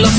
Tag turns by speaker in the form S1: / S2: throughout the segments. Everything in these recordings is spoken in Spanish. S1: las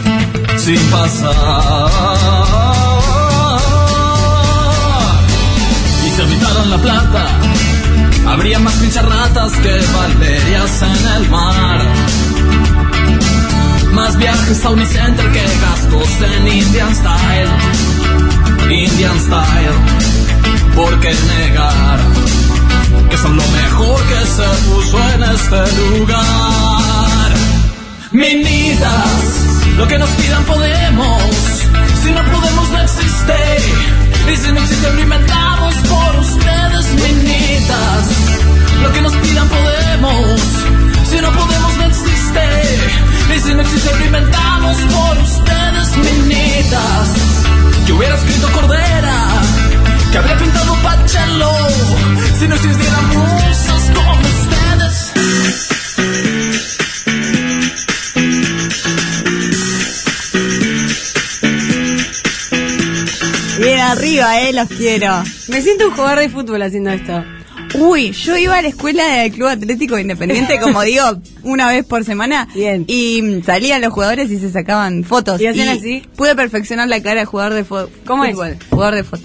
S1: Sin pasar. Y se habitaran la plata. Habría más pincharratas que valerias en el mar. Más viajes a Unicenter que gastos en Indian Style. Indian Style. ¿Por qué negar que son lo mejor que se puso en este lugar? Minitas, lo que nos pidan podemos. Si no podemos, no existe. Y si no existe, lo inventamos por ustedes, minitas. Lo que nos pidan podemos. Si no podemos, no existe. Y si no existe, lo inventamos por ustedes, minitas. Yo hubiera escrito Cordera, que habría pintado Pachelo. Si no existieran musas como ustedes.
S2: Bien arriba, eh, los quiero. Me siento un jugador de fútbol haciendo esto.
S3: Uy, yo iba a la escuela del Club Atlético Independiente, como digo, una vez por semana.
S2: Bien.
S3: Y mm, salían los jugadores y se sacaban fotos.
S2: ¿Y hacían así?
S3: Pude perfeccionar la cara de jugador de fo-
S2: ¿Cómo es?
S3: fútbol. Jugador de fútbol.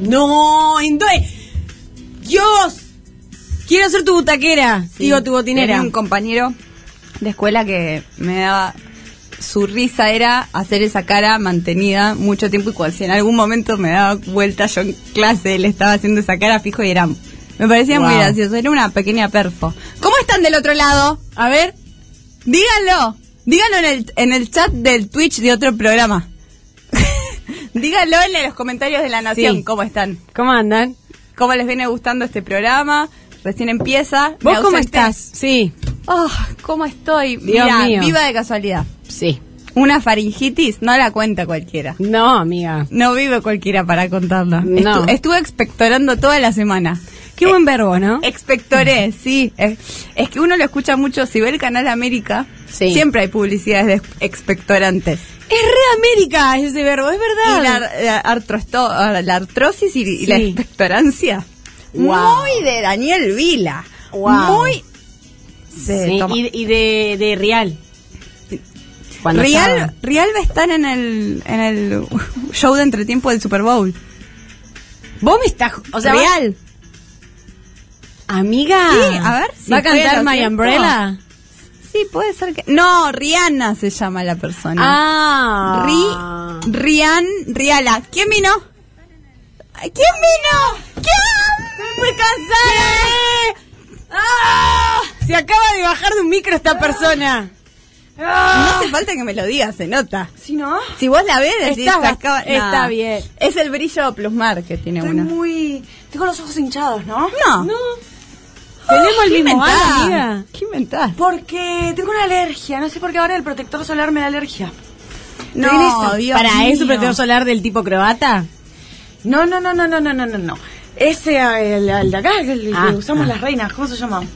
S2: No, entonces. Dios, quiero ser tu butaquera. Digo, tu botinera.
S3: Tenía un compañero de escuela que me daba... Su risa era hacer esa cara mantenida mucho tiempo y cuando si en algún momento me daba vuelta yo en clase, le estaba haciendo esa cara fijo y era... Me parecía muy
S2: Wow.
S3: gracioso, era una pequeña perfo. ¿Cómo están del otro lado?
S2: A ver,
S3: Díganlo. Díganlo en el, en el chat del Twitch de otro programa. Díganlo en los comentarios de La Nación
S2: Sí.
S3: cómo están.
S2: ¿cómo andan?
S3: Cómo les viene gustando este programa. Recién empieza. Me
S2: ¿Vos cómo
S3: ausenté.
S2: estás? Sí.
S3: Oh, ¿Cómo estoy?
S2: Dios
S3: Mirá,
S2: mío.
S3: viva de casualidad.
S2: Sí.
S3: Una faringitis no la cuenta cualquiera.
S2: No, amiga.
S3: No vive cualquiera para contarla.
S2: No.
S3: Estu- estuve expectorando toda la semana.
S2: Qué buen verbo, ¿no?
S3: Expectoré, Eh, sí. Es, es que uno lo escucha mucho. Si ve el canal América,
S2: Sí.
S3: siempre hay publicidades de expectorantes.
S2: Es re América ese verbo, es
S3: Y
S2: verdad.
S3: la, ar- la artrosto- la artrosis y, y
S2: Sí.
S3: la expectorancia.
S2: Wow.
S3: Muy de Daniel Vila.
S2: Wow.
S3: Muy de
S2: Sí,
S3: toma-
S2: y, y de, de Real. Cuando
S3: Real,
S2: estaba.
S3: Real va a estar en el, en el show de entretiempo del Super Bowl.
S2: Vos me estás. O sea,
S3: Real.
S2: vos- amiga.
S3: Sí, a ver, si
S2: ¿Va a cantar
S3: puedo,
S2: My
S3: ¿cierto?
S2: Umbrella?
S3: Sí, puede ser que... No, Rihanna se llama la persona.
S2: Ah.
S3: Ri, Rian, Riala. ¿Quién vino? Ay, ¿Quién vino? ¿Quién? ¡Me cansé! ¡Ah!
S2: eh. Se acaba de bajar de un micro esta persona.
S3: No hace falta que me lo digas, se nota.
S4: Ah, Si no,
S3: Si vos la ves, decís,
S2: Está-
S3: se acaba-
S2: está
S3: nada.
S2: bien.
S3: Es el brillo plusmar que tiene
S4: estoy
S3: una.
S4: muy. Tengo los ojos hinchados, ¿no?
S3: No.
S2: Tenemos el
S3: ¿Qué
S2: mismo
S3: inventás?
S2: bar, amiga.
S3: ¿Qué inventás?
S4: Porque tengo una alergia. No sé por qué ahora el protector solar me da alergia. eso?
S3: Dios
S2: Para, ¿es un
S3: mío.
S2: protector solar del tipo croata?
S4: No, no, no, no, no, no, no, no. no. Ese, eh, el, el de acá, el
S2: Ah,
S4: que usamos
S2: ah.
S4: las reinas, ¿cómo se llama?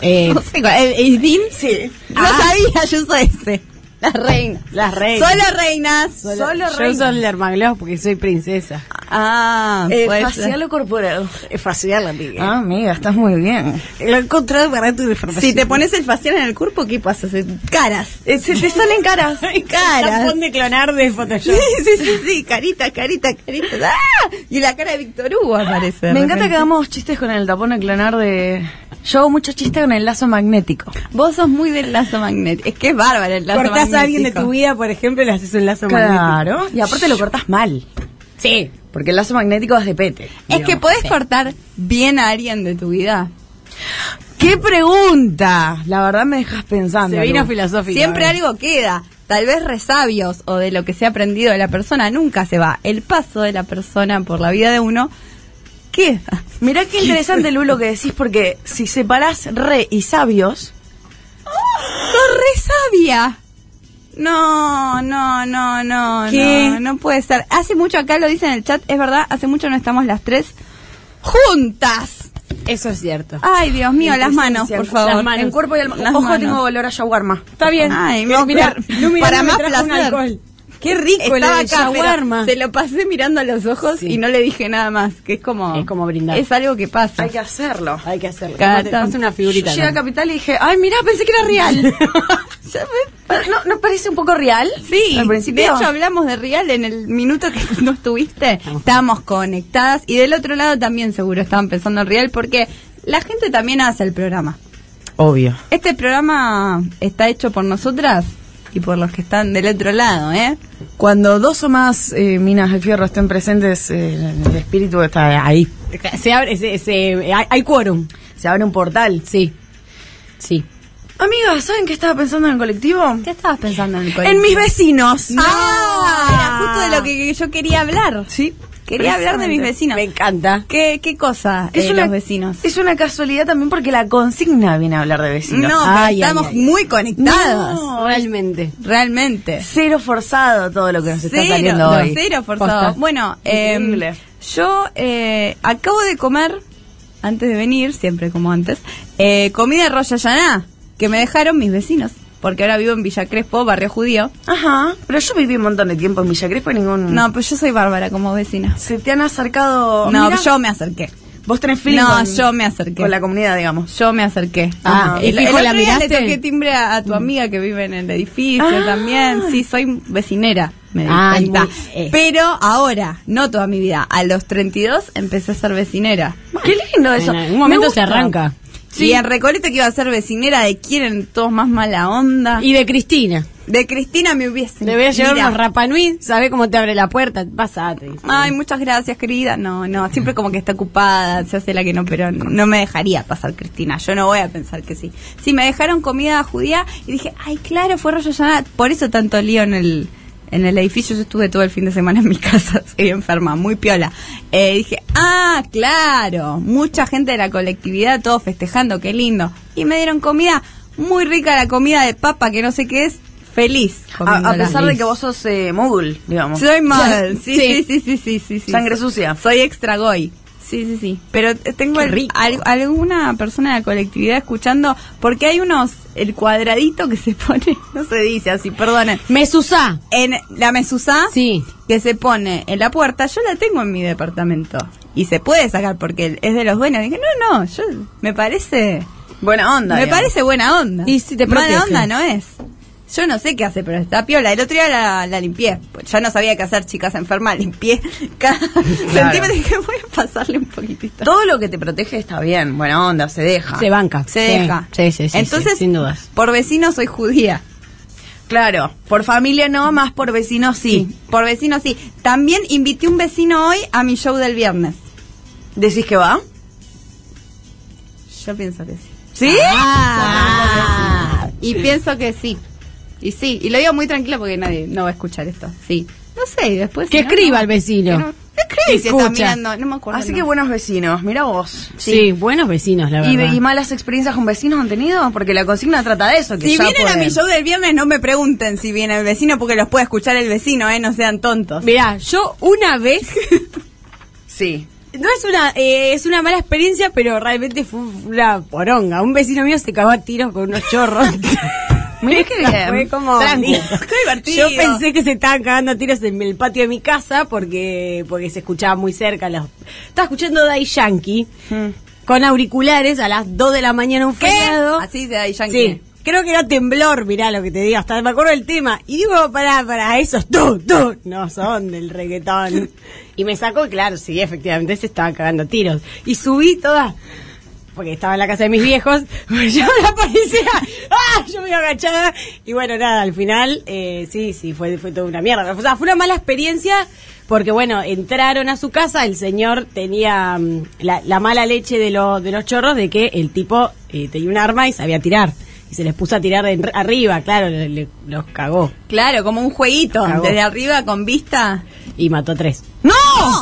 S2: Eh,
S3: No sé cuál, ¿El, el DIN?
S4: Sí.
S3: No
S2: Ah.
S3: sabía, yo soy ese. La reina.
S2: las reinas.
S3: Solo reinas.
S4: Solo-
S2: Yo
S4: reinas.
S2: soy el Hermagloss porque soy princesa.
S3: Ah,
S4: Eh,
S3: puede
S4: facial
S3: ser.
S4: o corporal.
S2: Es facial, amiga.
S4: Ah, Eh, amiga, estás muy bien.
S2: Lo he encontrado barato de farmacia.
S3: Si te pones el facial en el cuerpo, ¿qué pasa? Se- Caras.
S4: Eh, se te salen caras.
S3: Caras.
S2: Tampón de clonar de Photoshop.
S3: Sí, sí, sí, sí, carita, carita, carita. ¡Ah! Y la cara de Víctor Hugo aparece. de
S4: Me encanta que
S3: repente.
S4: hagamos chistes con el tapón de clonar de. Yo hago mucho chiste con el lazo magnético.
S3: Vos sos muy del lazo magnético. Es que es bárbaro el lazo
S2: Cortás
S3: magnético.
S2: a alguien de tu vida, por ejemplo, y le haces un lazo magnético.
S4: Y aparte lo cortas mal.
S2: Sí.
S4: Porque el lazo magnético es de pete.
S3: Es que
S4: digamos.
S3: podés cortar bien a alguien de tu vida.
S4: ¡Qué pregunta! La verdad me dejas pensando.
S2: Se vino
S4: Lu.
S2: filosófica.
S3: Siempre
S4: eh.
S2: ¿verdad?
S3: algo queda. Tal vez resabios o de lo que se ha aprendido de la persona nunca se va. El paso de la persona por la vida de uno queda.
S4: Mirá qué interesante, Lu, lo que decís, porque si separás re y sabios,
S3: Los Rabia. No, no, no, no,
S2: ¿Qué?
S3: no, no puede ser. Hace mucho acá lo dicen en el chat, es verdad, hace mucho no estamos las tres juntas.
S2: Eso es cierto.
S3: Ay, Dios mío,
S4: En
S3: las manos,
S4: presencia,
S3: por favor.
S2: las manos.
S4: En cuerpo y alma.
S3: Las
S4: Ojo,
S3: manos.
S4: tengo olor a shawarma.
S2: Está bien.
S3: Ay,
S2: Eh,
S3: no,
S2: mirá,
S3: claro.
S2: Lu Miranda
S3: Para
S2: me
S3: más
S2: trajo un
S3: placer.
S2: alcohol. Qué rico
S3: Estaba
S2: el
S3: acá, pero
S2: shawarma.
S3: se lo pasé mirando a los ojos
S2: Sí.
S3: y no le dije nada más, que es como...
S2: Es como brindar.
S3: Es algo que pasa.
S4: Hay que hacerlo.
S2: Hay que hacerlo.
S3: Cada
S2: Te paso
S3: tanto.
S2: una figurita.
S4: Yo llegué a
S2: ¿no?
S4: Capital y dije, ay, mira, pensé que era real.
S3: Ya me-
S4: Pero, ¿No, ¿No parece un poco real?
S3: Sí,
S4: al
S3: de
S4: principio.
S3: hecho hablamos de Real en el minuto que no estuviste. Estábamos conectadas y del otro lado también seguro estaban pensando en Real porque la gente también hace el programa.
S2: Obvio.
S3: Este programa está hecho por nosotras y por los que están del otro lado, ¿eh?
S5: Cuando dos o más eh, minas de fierro estén presentes, eh, el espíritu está ahí.
S2: Se abre, se, se- hay, hay quórum.
S5: Se abre un portal.
S2: Sí. Sí.
S4: Amiga, ¿saben qué estaba pensando en el colectivo?
S3: ¿Qué estabas pensando en el
S4: En mis vecinos.
S3: ¡Ah! Era justo de lo que yo quería hablar.
S5: Sí.
S3: Quería hablar de mis vecinos.
S2: Me encanta.
S3: ¿Qué, qué cosa es los vecinos?
S4: Es una casualidad también porque la consigna viene a hablar de
S3: No,
S4: vecinos.
S3: pero
S2: Ay, ay,
S3: estamos
S2: ay.
S3: muy conectadas.
S2: realmente.
S3: Realmente.
S4: Cero forzado todo lo que nos está
S3: Cero,
S4: saliendo
S3: no,
S4: hoy.
S3: cero forzado.
S2: Posta.
S3: Bueno, eh,
S4: Increíble.
S3: yo eh, acabo de comer, antes de venir, siempre como antes, eh, comida roya llaná, que me dejaron mis vecinos, porque ahora vivo en Villa Crespo, barrio judío.
S4: Ajá, pero yo viví un montón de tiempo en Villa Crespo y ningún...
S3: No, pues yo soy bárbara como vecina.
S4: Se te han acercado...
S3: No,
S4: Mira,
S3: yo me acerqué.
S4: Vos tenés feeling
S3: No,
S4: con-
S3: yo me acerqué.
S4: con la comunidad, digamos.
S3: Yo me acerqué.
S2: Ah,
S3: el,
S2: ¿y
S3: el
S2: fijo la
S3: otro día le
S2: miraste?
S3: toqué timbre a, a tu amiga que vive en el edificio
S4: Mm. Ah.
S3: también. Sí, soy vecinera. Me di
S2: Ah,
S3: cuenta.
S2: muy- eh.
S3: Pero ahora, no toda mi vida, a los 32 empecé a ser vecinera.
S4: Qué lindo eso.
S2: En algún
S4: Me
S2: momento se
S4: gusta.
S2: arranca.
S3: Y en Recoleta que iba a ser vecinera de quién eran todos más mala onda.
S2: Y de Cristina.
S3: de Cristina me hubiese.
S2: Le voy a llevar
S3: Mira.
S2: unos Rapanui. ¿Sabés cómo te abre la puerta? Pasate.
S3: Ay, muchas gracias, querida. No, no, siempre como que está ocupada, se hace la que no, pero no me dejaría pasar, Cristina. Yo no voy a pensar que sí. Sí, me dejaron comida judía y dije, ay, claro, fue rollo llaná. Por eso tanto lío en el, en el edificio. Yo estuve todo el fin de semana en mi casa, soy enferma, muy piola. Eh, dije, ah, claro, mucha gente de la colectividad, todos festejando, qué lindo. Y me dieron comida, muy rica la comida de papa, que no sé qué es, feliz.
S4: A, a
S3: comiéndola.
S4: pesar de que vos sos eh, mogul, digamos.
S3: Soy mal, sí,
S2: Sí.
S3: sí, sí, sí, sí, sí, sí.
S4: Sangre sucia.
S3: Soy extra goy. Sí, sí, sí. Pero eh, tengo
S2: Qué
S3: el-
S2: rico.
S3: al- alguna persona de la colectividad escuchando, porque hay unos, el cuadradito que se pone, no se dice así, perdonen,
S2: Mesusá.
S3: en la mesusa
S2: Sí.
S3: que se pone en la puerta, yo la tengo en mi departamento y se puede sacar porque es de los buenos. Dije, no, no, yo me parece,
S4: Buena onda.
S3: me
S4: digamos.
S3: parece buena onda.
S2: Y si te
S3: Mala
S2: protege.
S3: onda no es. Yo no sé qué hace, pero está piola. El otro día la, la limpié. Pues Ya no sabía qué hacer, chicas enfermas. Limpié cada centímetro y dije, voy a pasarle un poquitito.
S4: Todo lo que te protege está bien. Buena onda, se deja.
S2: Se banca.
S3: Se
S2: Sí.
S3: deja.
S2: Sí, sí, sí.
S3: Entonces,
S2: sí, sin dudas.
S3: por vecino soy judía.
S4: Claro, por familia no, más por vecinos sí.
S3: Por vecino sí. También invité un vecino hoy a mi show del viernes.
S4: ¿Decís que va?
S3: Yo pienso que sí. Ah.
S4: ¿Sí?
S2: Ah,
S3: Y pienso que sí. Y sí. Y lo digo muy tranquilo porque nadie no va a escuchar esto. Sí. No sé, y después...
S2: Que
S3: si no,
S2: escriba
S3: no.
S2: el vecino.
S3: Que no- ¿Qué crees? Si está
S2: Escucha.
S3: mirando, no me acuerdo.
S4: Así
S3: no.
S4: que buenos vecinos, mira vos.
S2: Sí. buenos vecinos, la
S4: ¿Y,
S2: verdad.
S4: y malas experiencias con vecinos han tenido? Porque la consigna trata de eso. Que
S3: Si
S4: ya
S3: vienen a
S4: pueden.
S3: mi show del viernes, no me pregunten si viene el vecino porque los puede escuchar el vecino, ¿eh? No sean tontos.
S2: Mirá, yo una vez,
S4: Sí.
S2: no es una eh, es una mala experiencia, pero realmente fue una poronga. Un vecino mío se cagó a tiros con unos chorros.
S4: Mirá que bien.
S2: Fue como...
S4: Tranqui.
S3: Qué divertido.
S2: Yo pensé que se estaban cagando a tiros en el patio de mi casa porque porque se escuchaba muy cerca. Los... Estaba escuchando Dai Yankee con auriculares a las 2 de la mañana un
S3: Hmm. ¿Qué?
S2: feriado.
S3: Así se da y
S2: Sí,
S3: yankee.
S2: creo que era temblor, mirá lo que te digo, hasta me acuerdo del tema. Y digo, pará, pará, esos tú, tú, no son del reggaetón. Y me sacó, claro, sí, efectivamente, se estaba cagando a tiros. Y subí toda, porque estaba en la casa de mis viejos, yo la policía, ¡ah! Yo me iba agachada. Y bueno, nada, al final, eh, sí, sí, fue, fue toda una mierda. O sea, fue una mala experiencia. Porque bueno, entraron a su casa, el señor tenía mm, la, la mala leche de, lo- de los chorros de que el tipo eh, tenía un arma y sabía tirar. Y se les puso a tirar de en- arriba, claro, le- le- los cagó.
S3: Claro, como un jueguito.
S2: Cagó.
S3: Desde arriba con vista.
S2: Y mató a tres.
S3: ¡No!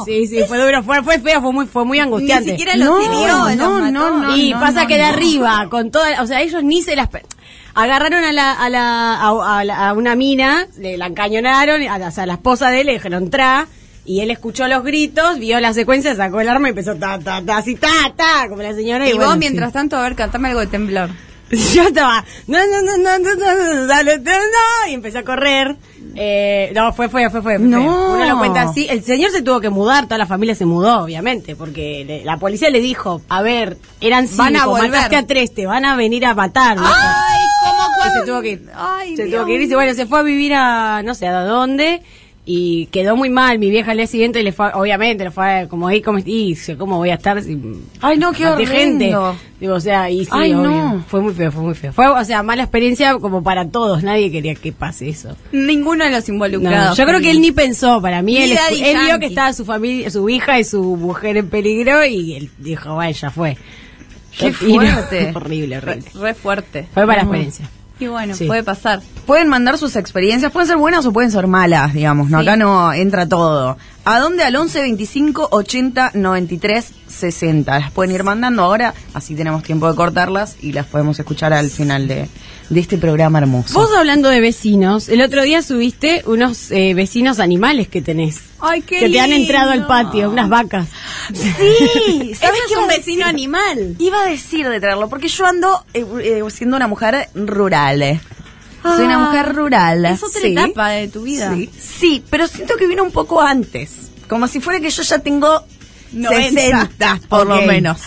S2: Sí, sí, fue duro, fue, fue feo, fue muy, fue muy angustiante.
S3: Ni siquiera los hirió, los mató.
S2: y
S3: no,
S2: pasa
S3: no,
S2: que de
S3: no.
S2: arriba, con toda, o sea, ellos ni se las... pe- Agarraron a la, a la, a, a la- a una mina, le la encañonaron, a la, o sea, a la esposa de él le dijeron tra, y él escuchó los gritos, vio la secuencia, sacó el arma y empezó ta, ta, ta, así ta, ta, como la señora.
S3: Y,
S2: bueno,
S3: vos,
S2: sí.
S3: mientras tanto, a ver, cantame algo de temblor.
S2: Yo estaba, no, no, no, no, no, no, no, no, no, no, y empecé a correr. Eh, no, fue, fue, fue, fue. fue.
S5: No.
S2: Uno lo cuenta así. El señor se tuvo que mudar, toda la familia se mudó, obviamente, porque le- la policía le dijo, a ver, eran cinco,
S3: Van a volver.
S2: mataste a tres, te van a venir a matar. ¿no?
S3: cómo
S2: Y se tuvo que ir.
S3: Ay,
S2: se
S3: Dios.
S2: tuvo que ir y dice, bueno, se fue a vivir a, no sé, a dónde. Y quedó muy mal, mi vieja al día siguiente le fue, a- obviamente, le fue a- como ahí, como, y dice, ¿cómo voy a estar? si-
S5: Ay, no, qué
S2: maté
S5: horrendo.
S2: gente. Digo, o sea, y sí,
S5: Ay,
S2: obvio.
S5: no.
S2: Fue muy feo, fue muy feo. Fue, o sea, mala experiencia como para todos. Nadie quería que pase eso.
S3: Ninguno de los
S2: No,
S3: involucrados.
S2: yo creo que él ni pensó. Para mí,
S3: Ni
S2: él, escu-
S3: Daddy
S2: él vio
S3: Yankee.
S2: que estaba su familia, su hija y su mujer en peligro y él dijo, bueno, ya fue.
S3: Qué
S2: Yo- y no,
S3: fuerte.
S2: horrible, horrible.
S3: Re, re fuerte.
S2: Fue mala experiencia.
S3: Y bueno,
S2: Sí.
S3: puede pasar.
S5: Pueden mandar sus experiencias, pueden ser buenas o pueden ser malas, digamos, ¿no? Acá no entra todo. ¿A dónde? Al 11 25 80 93 60. Las pueden ir mandando ahora, así tenemos tiempo de cortarlas y las podemos escuchar al final de, de este programa hermoso.
S2: Vos hablando de vecinos, el otro día subiste unos eh, vecinos animales que tenés.
S3: Ay, qué
S2: que te han
S3: lindo.
S2: entrado al patio, unas vacas.
S4: Sí,
S3: Ese
S4: ¿sabes
S3: es
S4: qué
S3: un
S4: iba a
S3: vecino
S4: decir?
S3: animal.
S4: Iba a decir de traerlo, porque yo ando
S5: Eh, eh, siendo una mujer rural. eh. Soy una
S4: Ah,
S5: mujer rural.
S3: Es otra
S5: sí.
S3: etapa de tu vida.
S5: Sí. Sí, pero siento que vino un poco antes. Como si fuera que yo ya tengo
S3: 90.
S5: 60, por
S2: Ok.
S5: lo menos.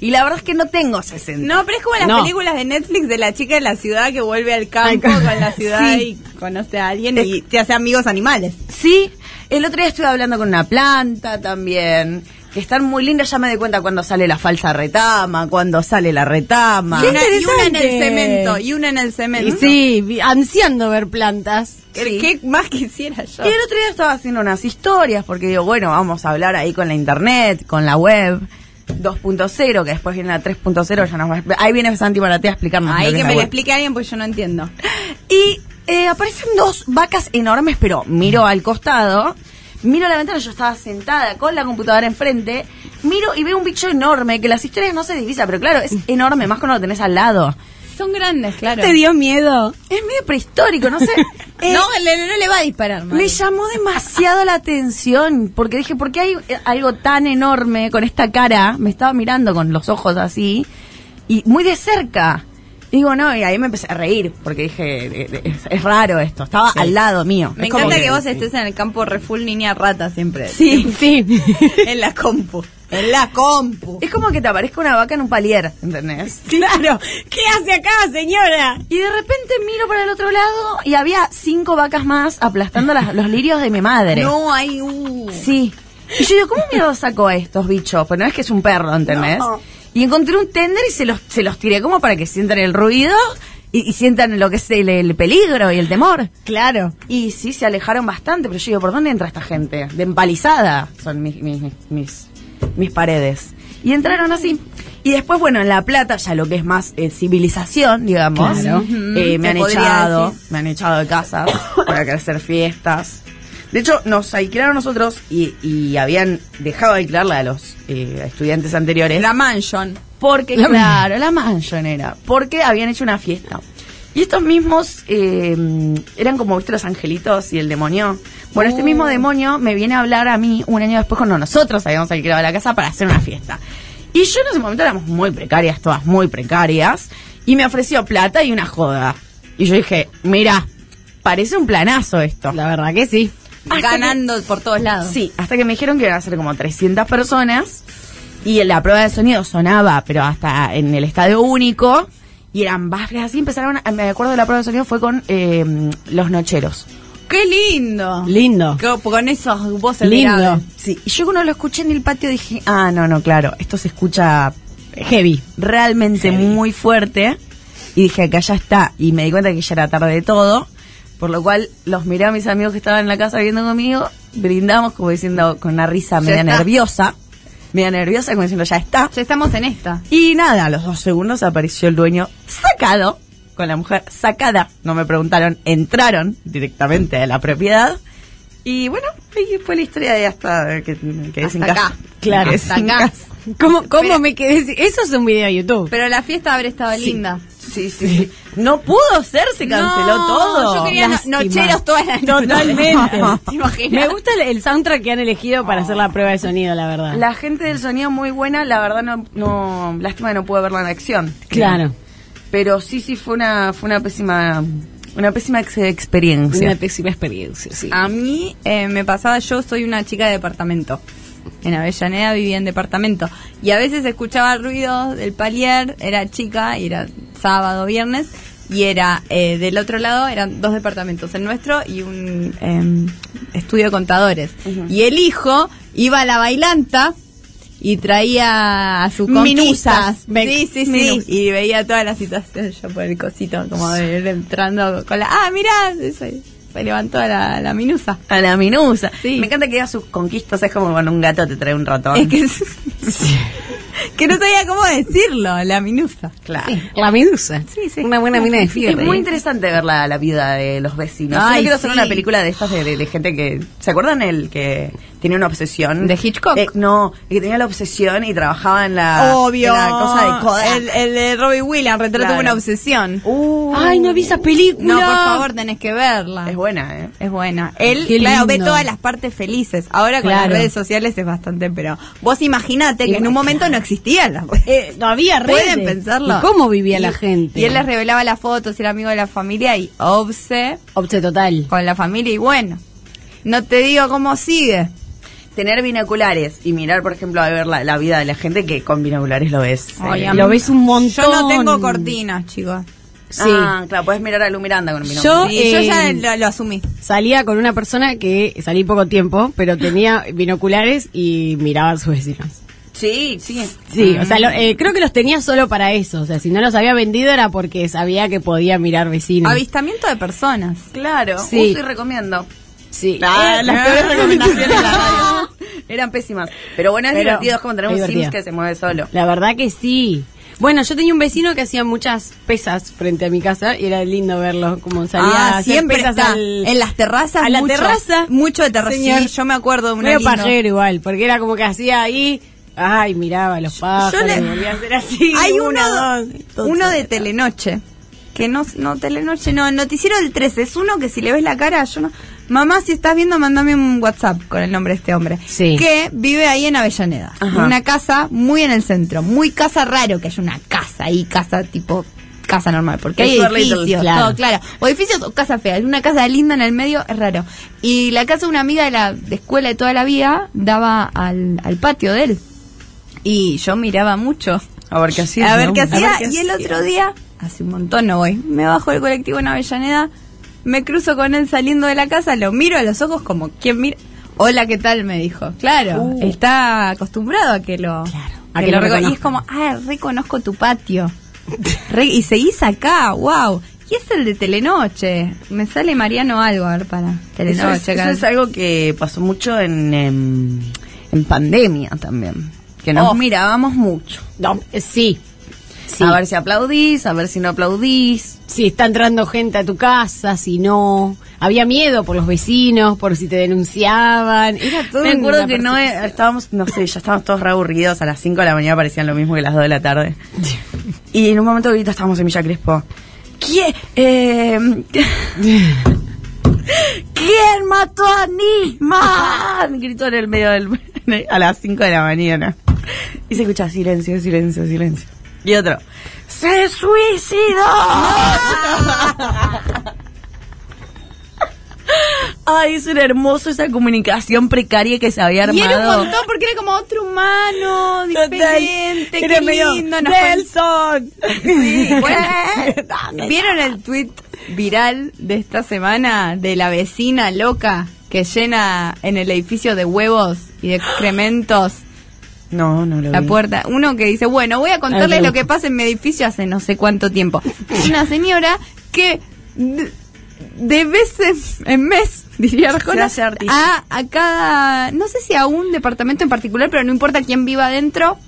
S5: Y la verdad es que no tengo 60.
S3: No, pero es como las
S2: No.
S3: películas de Netflix de la chica de la ciudad que vuelve al campo
S2: Ay, co-
S3: con la ciudad
S5: Sí.
S3: y conoce a alguien y te hace amigos animales.
S5: Sí, el otro día estuve hablando con una planta también. Que están muy lindas, ya me di cuenta cuando sale la falsa retama, cuando sale la retama.
S3: Y una, y una en el
S2: interesante!
S3: cemento, y una en el cemento.
S2: Y sí, vi- ansiando ver plantas.
S3: ¿Qué- ¿Qué más quisiera yo?
S5: Y el otro día estaba haciendo unas historias porque digo, bueno, vamos a hablar ahí con la internet, con la web 2.0, que después viene la 3.0, ya nos va a expli- Ahí viene Santi Baratea a explicarnos. lo
S3: Ahí
S5: es
S3: que
S5: la
S3: me lo
S5: web.
S3: explique alguien porque yo no entiendo.
S5: Y eh, aparecen dos vacas enormes, pero miro al costado, miro la ventana, yo estaba sentada con la computadora enfrente, miro y veo un bicho enorme, que las historias no se divisa, pero claro, es enorme, más cuando lo tenés al lado.
S3: Son grandes, claro.
S2: ¿Te dio miedo?
S5: Es medio prehistórico, no sé. Eh,
S3: no, le, no le va a disparar, madre.
S5: Me llamó demasiado la atención, porque dije, ¿por qué hay eh, algo tan enorme con esta cara? Me estaba mirando con los ojos así, y muy de cerca. Y digo, no, y ahí me empecé a reír, porque dije, eh, eh, es, es raro esto, estaba al lado mío.
S3: Me
S5: Es como
S3: encanta que vos estés en el campo reful niña rata siempre.
S2: Sí, sí.
S3: en la compu. En la compu.
S5: Es como que te aparezca una vaca en un palier, ¿entendés?
S2: claro. ¿Qué hace acá, señora?
S5: Y de repente miro para el otro lado y había cinco vacas más aplastando las- los lirios de mi madre.
S3: No, hay un...
S5: Sí. Y yo digo, ¿cómo mierda saco a estos bichos? Pues no es que es un perro, ¿entendés?
S3: No.
S5: Y encontré un tender y se los, se los tiré como para que sientan el ruido y, y sientan lo que es el, el peligro y el temor.
S2: Claro.
S5: Y sí, se alejaron bastante, pero yo digo, ¿por dónde entra esta gente? De empalizada son mis, mis, mis, mis- mis paredes. Y entraron así. Y después, bueno, en La Plata, ya lo que es más eh, civilización, digamos,
S2: Claro.
S5: eh,
S3: Te
S5: me han
S3: podría
S5: echado,
S3: decir.
S5: me han echado de casa para querer hacer fiestas. De hecho, nos alquilaron nosotros y, y habían dejado de alquilarla a los eh, estudiantes anteriores.
S3: La mansion.
S5: Porque,
S2: La-
S5: claro, la mansionera. Porque habían hecho una fiesta. Y estos mismos eh, eran como, viste, los angelitos y el demonio. Bueno,
S3: Uh.
S5: este mismo demonio me viene a hablar a mí un año después cuando nosotros habíamos alquilado la casa para hacer una fiesta. Y yo en ese momento éramos muy precarias, todas muy precarias. Y me ofreció plata y una joda. Y yo dije, mira, parece un planazo esto.
S2: La verdad que sí.
S3: ganando por todos lados.
S5: Sí, hasta que me dijeron que iban a ser como 300 personas y en la prueba de sonido sonaba, pero hasta en el estadio único y eran bafles así. Empezaron, a- me acuerdo de la prueba de sonido fue con eh, los nocheros.
S3: ¡Qué lindo!
S2: Lindo.
S3: Co- Con esos voces
S2: Lindo.
S3: graves.
S5: Sí, y yo cuando lo escuché en el patio dije, ah, no, no, claro, esto se escucha
S2: Heavy.
S5: realmente muy fuerte y dije, acá ya está. Y me di cuenta que ya era tarde de todo, por lo cual los miré a mis amigos que estaban en la casa viendo conmigo, brindamos como diciendo con una risa media
S3: está.
S5: nerviosa, media nerviosa como diciendo, ya está.
S3: Ya estamos en esta.
S5: Y nada, a los dos segundos apareció el dueño sacado, con la mujer sacada, no me preguntaron, entraron directamente a la propiedad. Y bueno, ahí fue la historia de hasta que, que es en
S3: Hasta
S5: casa.
S3: acá.
S2: Claro.
S5: Que es
S3: Hasta
S5: en
S3: acá.
S5: casa.
S2: ¿Cómo, cómo me quedé? sin- Eso es un video de YouTube.
S3: Pero la fiesta habrá estado linda.
S5: Sí, sí. sí. No pudo ser, se canceló
S3: No,
S5: todo.
S3: Yo quería no-
S2: Lástima.
S3: nocheros todas las noches.
S2: Totalmente.
S3: ¿Te imaginas?
S2: Me gusta el, el soundtrack que han elegido para hacer la prueba de sonido, la verdad.
S5: La gente del sonido muy buena, la verdad no, no lástima que no pude verla en acción.
S2: Claro.
S5: Pero sí, sí fue una fue una pésima una pésima ex- experiencia.
S2: Una pésima experiencia, sí.
S3: A mí eh, me pasaba, yo soy una chica de departamento. En Avellaneda vivía en departamento. Y a veces escuchaba ruidos del palier, era chica, y era sábado, viernes. Y era eh, del otro lado, eran dos departamentos, el nuestro y un eh, estudio de contadores. Y el hijo iba a la bailanta y traía a su
S2: Minusas.
S3: conquistas.
S2: Ve-
S3: Sí, sí, sí.
S2: minus-
S3: Y veía toda la situación yo por el cosito, como de ir entrando con la... Ah, mirá, se, se levantó la, la minusa.
S5: A la minusa.
S3: Sí.
S5: Me encanta que diga sus conquistas, es como cuando un gato te trae un ratón.
S3: Es que, que no sabía cómo decirlo, la minusa.
S5: claro.
S2: La medusa.
S3: Sí, sí.
S2: Una buena mina de fierro.
S5: Es muy interesante ver la, la vida de los vecinos.
S3: Ay,
S5: Yo quiero hacer
S3: sí.
S5: una película de estas de, de- de gente que. ¿Se acuerdan el que tenía una obsesión?
S3: ¿De Hitchcock?
S5: Eh, no, el que tenía la obsesión y trabajaba en la. en la Ah, cosa de Kodak.
S3: El, el de Robbie Williams, retrato
S5: Claro.
S3: de una obsesión.
S5: Uh,
S2: Ay, no vi esa película.
S3: No, por favor, tenés que verla.
S5: Es buena, ¿eh?
S3: Es buena. Él,
S2: Qué
S3: claro, ve
S2: lindo.
S3: todas las partes felices. Ahora con
S2: Claro.
S3: las redes sociales es bastante, pero vos imaginate que en un momento no existían las
S2: Eh, no había redes.
S3: Pueden pensarlo.
S2: ¿Y ¿Cómo vivía
S3: Y-
S2: la gente?
S3: Y él les revelaba las fotos, era amigo de la familia y obse
S2: Obse total.
S3: con la familia y bueno. No te digo cómo sigue.
S5: Tener binoculares y mirar, por ejemplo, a ver la, la vida de la gente que con binoculares lo ves.
S3: Ay,
S5: Eh,
S3: a mí-
S2: Lo ves un montón.
S3: Yo no tengo cortinas, chicos.
S2: Sí.
S5: Ah, claro, puedes mirar a Lu Miranda con un
S2: Yo-
S5: binoculares.
S3: Sí, yo
S2: eh,
S3: ya lo, lo asumí.
S2: Salía con una persona que salí poco tiempo, pero tenía binoculares y miraba a sus vecinos.
S5: Sí, sí.
S2: Sí, o sea, lo- eh, creo que los tenía solo para eso. O sea, si no los había vendido era porque sabía que podía mirar vecinos.
S3: Avistamiento de personas.
S5: Claro,
S2: Sí.
S5: uso y recomiendo.
S2: Sí.
S5: Ah,
S2: Eh,
S5: las peores recomendaciones de la radio. Eran pésimas. Pero bueno, es
S2: Pero
S5: divertido, es como tener un
S2: es divertido.
S5: Sims que se mueve solo.
S2: La verdad que sí. Bueno, yo tenía un vecino que hacía muchas pesas frente a mi casa y era lindo verlo como salía a
S3: ah,
S2: hacer
S3: siempre
S2: pesas
S3: está.
S2: al-
S3: en las terrazas.
S2: a la
S3: mucho,
S2: terraza.
S3: Mucho de terraza.
S2: Señor.
S3: Sí, yo me acuerdo de una
S2: Medio
S3: lindo.
S2: pajero igual, porque era como que hacía ahí, ay, miraba los pájaros,
S3: le-
S2: volvía a hacer así.
S3: Hay uno,
S2: uno, dos,
S3: uno de
S2: entonces-
S3: Telenoche. Que no, no, Telenoche, no, Noticiero del 13. Es uno que si le ves la cara, yo no. Mamá, si estás viendo, mandame un WhatsApp con el nombre de este hombre.
S2: Sí.
S3: Que vive ahí en Avellaneda.
S5: Ajá.
S3: Una casa muy en el centro. Muy casa raro, que haya una casa ahí, casa tipo casa normal. Porque
S5: El
S3: hay
S5: Shirley
S3: edificios,
S5: Temple,
S2: claro.
S3: claro. claro. O edificios o casa fea. Una casa linda en el medio es raro. Y la casa de una amiga de la de escuela de toda la vida daba al, al patio de él. Y yo miraba mucho.
S5: A ver qué hacía.
S3: a ver qué
S5: ¿no?
S3: hacía.
S5: A ver qué
S3: y el
S5: hacía.
S3: otro día, hace un montón no voy, me bajo del colectivo en Avellaneda, me cruzo con él saliendo de la casa, lo miro a los ojos como quien mira. Hola, ¿qué tal? Me dijo. Claro,
S5: Uh.
S3: está acostumbrado a que lo.
S2: a que lo
S3: reco- Y es
S2: reconozcan.
S3: como, ah, reconozco tu patio. Re- y seguís acá, wow. Y es el de Telenoche. Me sale Mariano algo, a ver, para.
S5: Eso
S3: Telenoche.
S5: es, eso
S3: acá.
S5: es algo que pasó mucho en, em, en pandemia también. Que nos
S3: Oh.
S5: mirábamos mucho.
S2: No, eh, sí. Sí.
S5: A ver si aplaudís, a ver si no aplaudís.
S2: Si está entrando gente a tu casa, si no. Había miedo por los vecinos, por si te denunciaban. Era todo
S5: Me acuerdo
S2: una
S5: que no eh, estábamos, no sé, ya estábamos todos reaburridos. A las 5 de la mañana parecían lo mismo que las 2 de la tarde. Y en un momento ahorita estábamos en Villa Crespo. ¿Quién, eh, ¿Quién mató a Nisman? Gritó en el medio del. a las 5 de la mañana. Y se escucha silencio, silencio, silencio. Y otro. ¡Se suicidó! Ay, es un hermoso esa comunicación precaria que se había
S3: Y era un
S5: armado.
S3: montón porque era como otro humano,
S2: Total.
S3: diferente,
S2: Era
S3: qué
S2: medio,
S3: lindo. nos
S2: Nelson.
S3: Sí, bueno. ¿Vieron el tweet viral de esta semana de la vecina loca que llena en el edificio de huevos y de excrementos
S5: No, no lo
S3: la
S5: vi.
S3: puerta? Uno que dice, bueno, voy a contarles
S2: Ah, lo
S3: lo que pasa en mi edificio hace no sé cuánto tiempo. Una señora que de, de vez en, en mes, diría Arjona,
S5: hace artista.
S3: a, a cada, no sé si a un departamento en particular, pero no importa quién viva adentro,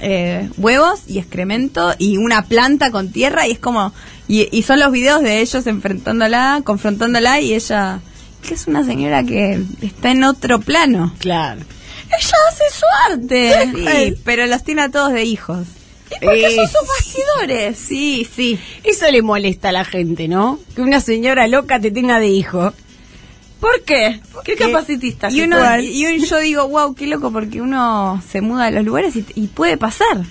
S3: eh, huevos y excremento y una planta con tierra y es como y, y son los videos de ellos enfrentándola, confrontándola y ella que es una señora que está en otro plano.
S2: Claro.
S3: Ella hace su arte, Sí, pero los tiene a todos de hijos. porque son
S2: sus
S3: bastidores. Sí, sí.
S2: Eso le molesta a la gente, ¿no? Que una señora loca te tenga de hijo.
S3: ¿Por qué?
S5: Qué capacitista.
S3: Y,
S5: que
S3: uno,
S5: fue.
S3: y un- yo digo, wow, qué loco, porque uno se muda a los lugares y, y puede pasar.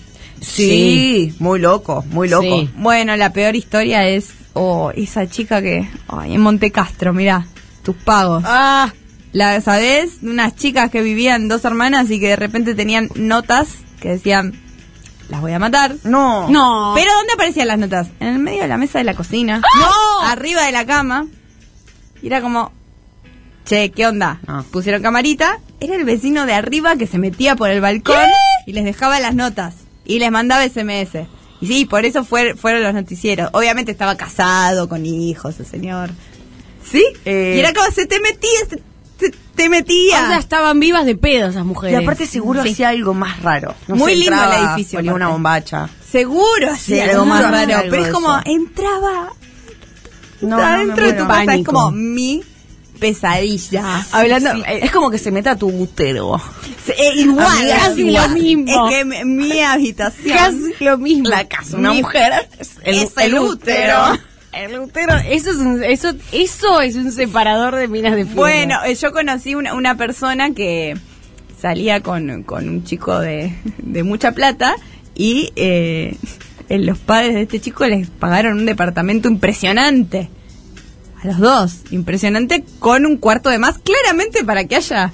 S5: Sí, muy loco, muy loco.
S2: Sí.
S3: Bueno, la peor historia es oh, esa chica que, ay, en Montecastro, mirá, tus pagos.
S2: Ah,
S3: La, ¿sabés? Unas chicas que vivían dos hermanas y que de repente tenían notas que decían, las voy a matar.
S5: No.
S2: no. ¡Ah!
S3: ¿Pero dónde aparecían las notas? En el medio de la mesa de la cocina.
S2: ¡No!
S3: Arriba de la cama. Y era como, che, ¿qué onda?
S5: No.
S3: Pusieron camarita. Era el vecino de arriba que se metía por el balcón y les dejaba las notas. Y les mandaba SMS. Y sí, por eso fue- fueron los noticieros. Obviamente estaba casado, con hijos, el señor. ¿Sí?
S5: Eh.
S3: y era como, se te metía, este se, se te metía.
S2: O sea, estaban vivas de pedo esas
S5: Y
S2: mujeres.
S5: aparte seguro
S3: Sí.
S5: hacía algo más raro.
S3: Muy
S5: sé,
S3: lindo el
S5: entraba,
S3: edificio,
S5: Ponía una
S3: aparte.
S5: bombacha.
S3: Seguro hacía
S5: Sí,
S3: algo más
S5: seguro
S3: raro.
S5: hacía algo
S3: pero es
S5: de
S3: como,
S5: eso.
S3: entraba
S5: No,
S3: Está
S5: no, me
S3: dentro de tu
S5: muero.
S3: casa es
S2: Pánico.
S3: como mi pesadilla.
S5: Hablando, eh, es como que se meta a tu útero.
S3: Sí, eh, igual,
S5: Amiga,
S3: es
S2: casi
S3: igual.
S2: lo mismo.
S3: Es que mi, mi habitación.
S2: Casi lo mismo.
S5: La casa, una
S3: Mi-
S5: mujer,
S3: es el útero.
S2: El útero, eso es un, eso, eso es un separador de minas de piedra.
S3: Bueno, eh, yo conocí una, una persona que salía con, con un chico de, de mucha plata y eh, eh, los padres de este chico les pagaron un departamento impresionante. A los dos, impresionante, con un cuarto de más, claramente para que haya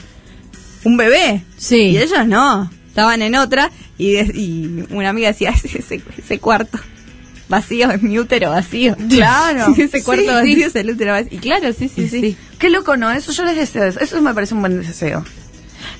S3: un bebé.
S2: Sí.
S3: Y ellos no, estaban en otra y, de- y una amiga decía, "Ese- ese, ese cuarto vacío es mi útero vacío.
S5: Claro.
S3: ese cuarto
S5: Sí,
S3: vacío es el útero vacío. Y claro, sí, sí, sí.
S5: Qué loco, ¿no? Eso yo les deseo. eso. Eso me parece un buen deseo.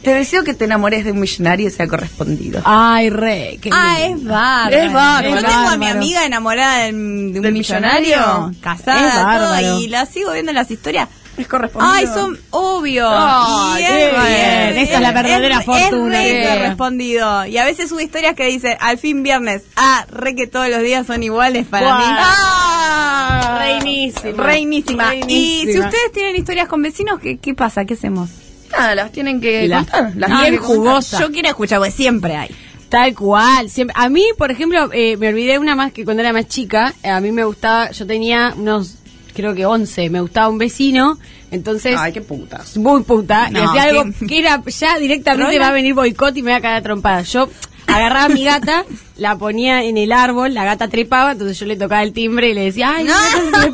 S5: Te deseo que te enamores de un millonario y sea correspondido.
S2: Ay, re. qué
S3: Ah,
S2: lindo.
S3: es bárbaro.
S5: Es bárbaro.
S3: Yo tengo a mi
S2: Bárbaro.
S3: amiga enamorada del- de un
S5: ¿Del
S3: millonario,
S5: millonario?
S2: Es
S3: casada,
S2: bárbaro.
S3: todo, y la sigo viendo en las historias.
S5: Es correspondido.
S3: Ay, son obvio.
S2: Ay,
S3: Y
S2: qué
S3: re-
S2: bien. Esa es la verdadera fortuna,
S3: Es re
S2: bien.
S3: correspondido. Y a veces subo historias que dice, al fin viernes. Ah, re que todos los días son iguales para
S2: Guau.
S3: mí. Ah,
S2: Reinísima.
S3: Reinísima. Y si
S2: Reinísima.
S3: ustedes tienen historias con vecinos, ¿qué, qué pasa? ¿Qué hacemos?
S5: Nada, las tienen que
S2: Las-
S5: contar. Las
S2: Ah,
S5: tienen
S2: bien
S5: que contar.
S2: jugosa.
S3: Yo quiero escuchar, porque siempre hay.
S2: Tal cual. Siempre. A mí, por ejemplo, eh, me olvidé una más que cuando era más chica, eh, a mí me gustaba, yo tenía unos, creo que 11, me gustaba un vecino, entonces...
S5: Ay, qué putas.
S2: muy puta, y
S3: No,
S2: hacía algo
S3: ¿qué?
S2: que era ya directamente
S3: ¿Trola?
S2: va a venir boicot y me va a caer a trompadas. Yo agarraba a mi gata, la ponía en el árbol, la gata trepaba, entonces yo le tocaba el timbre y le decía, ay, no,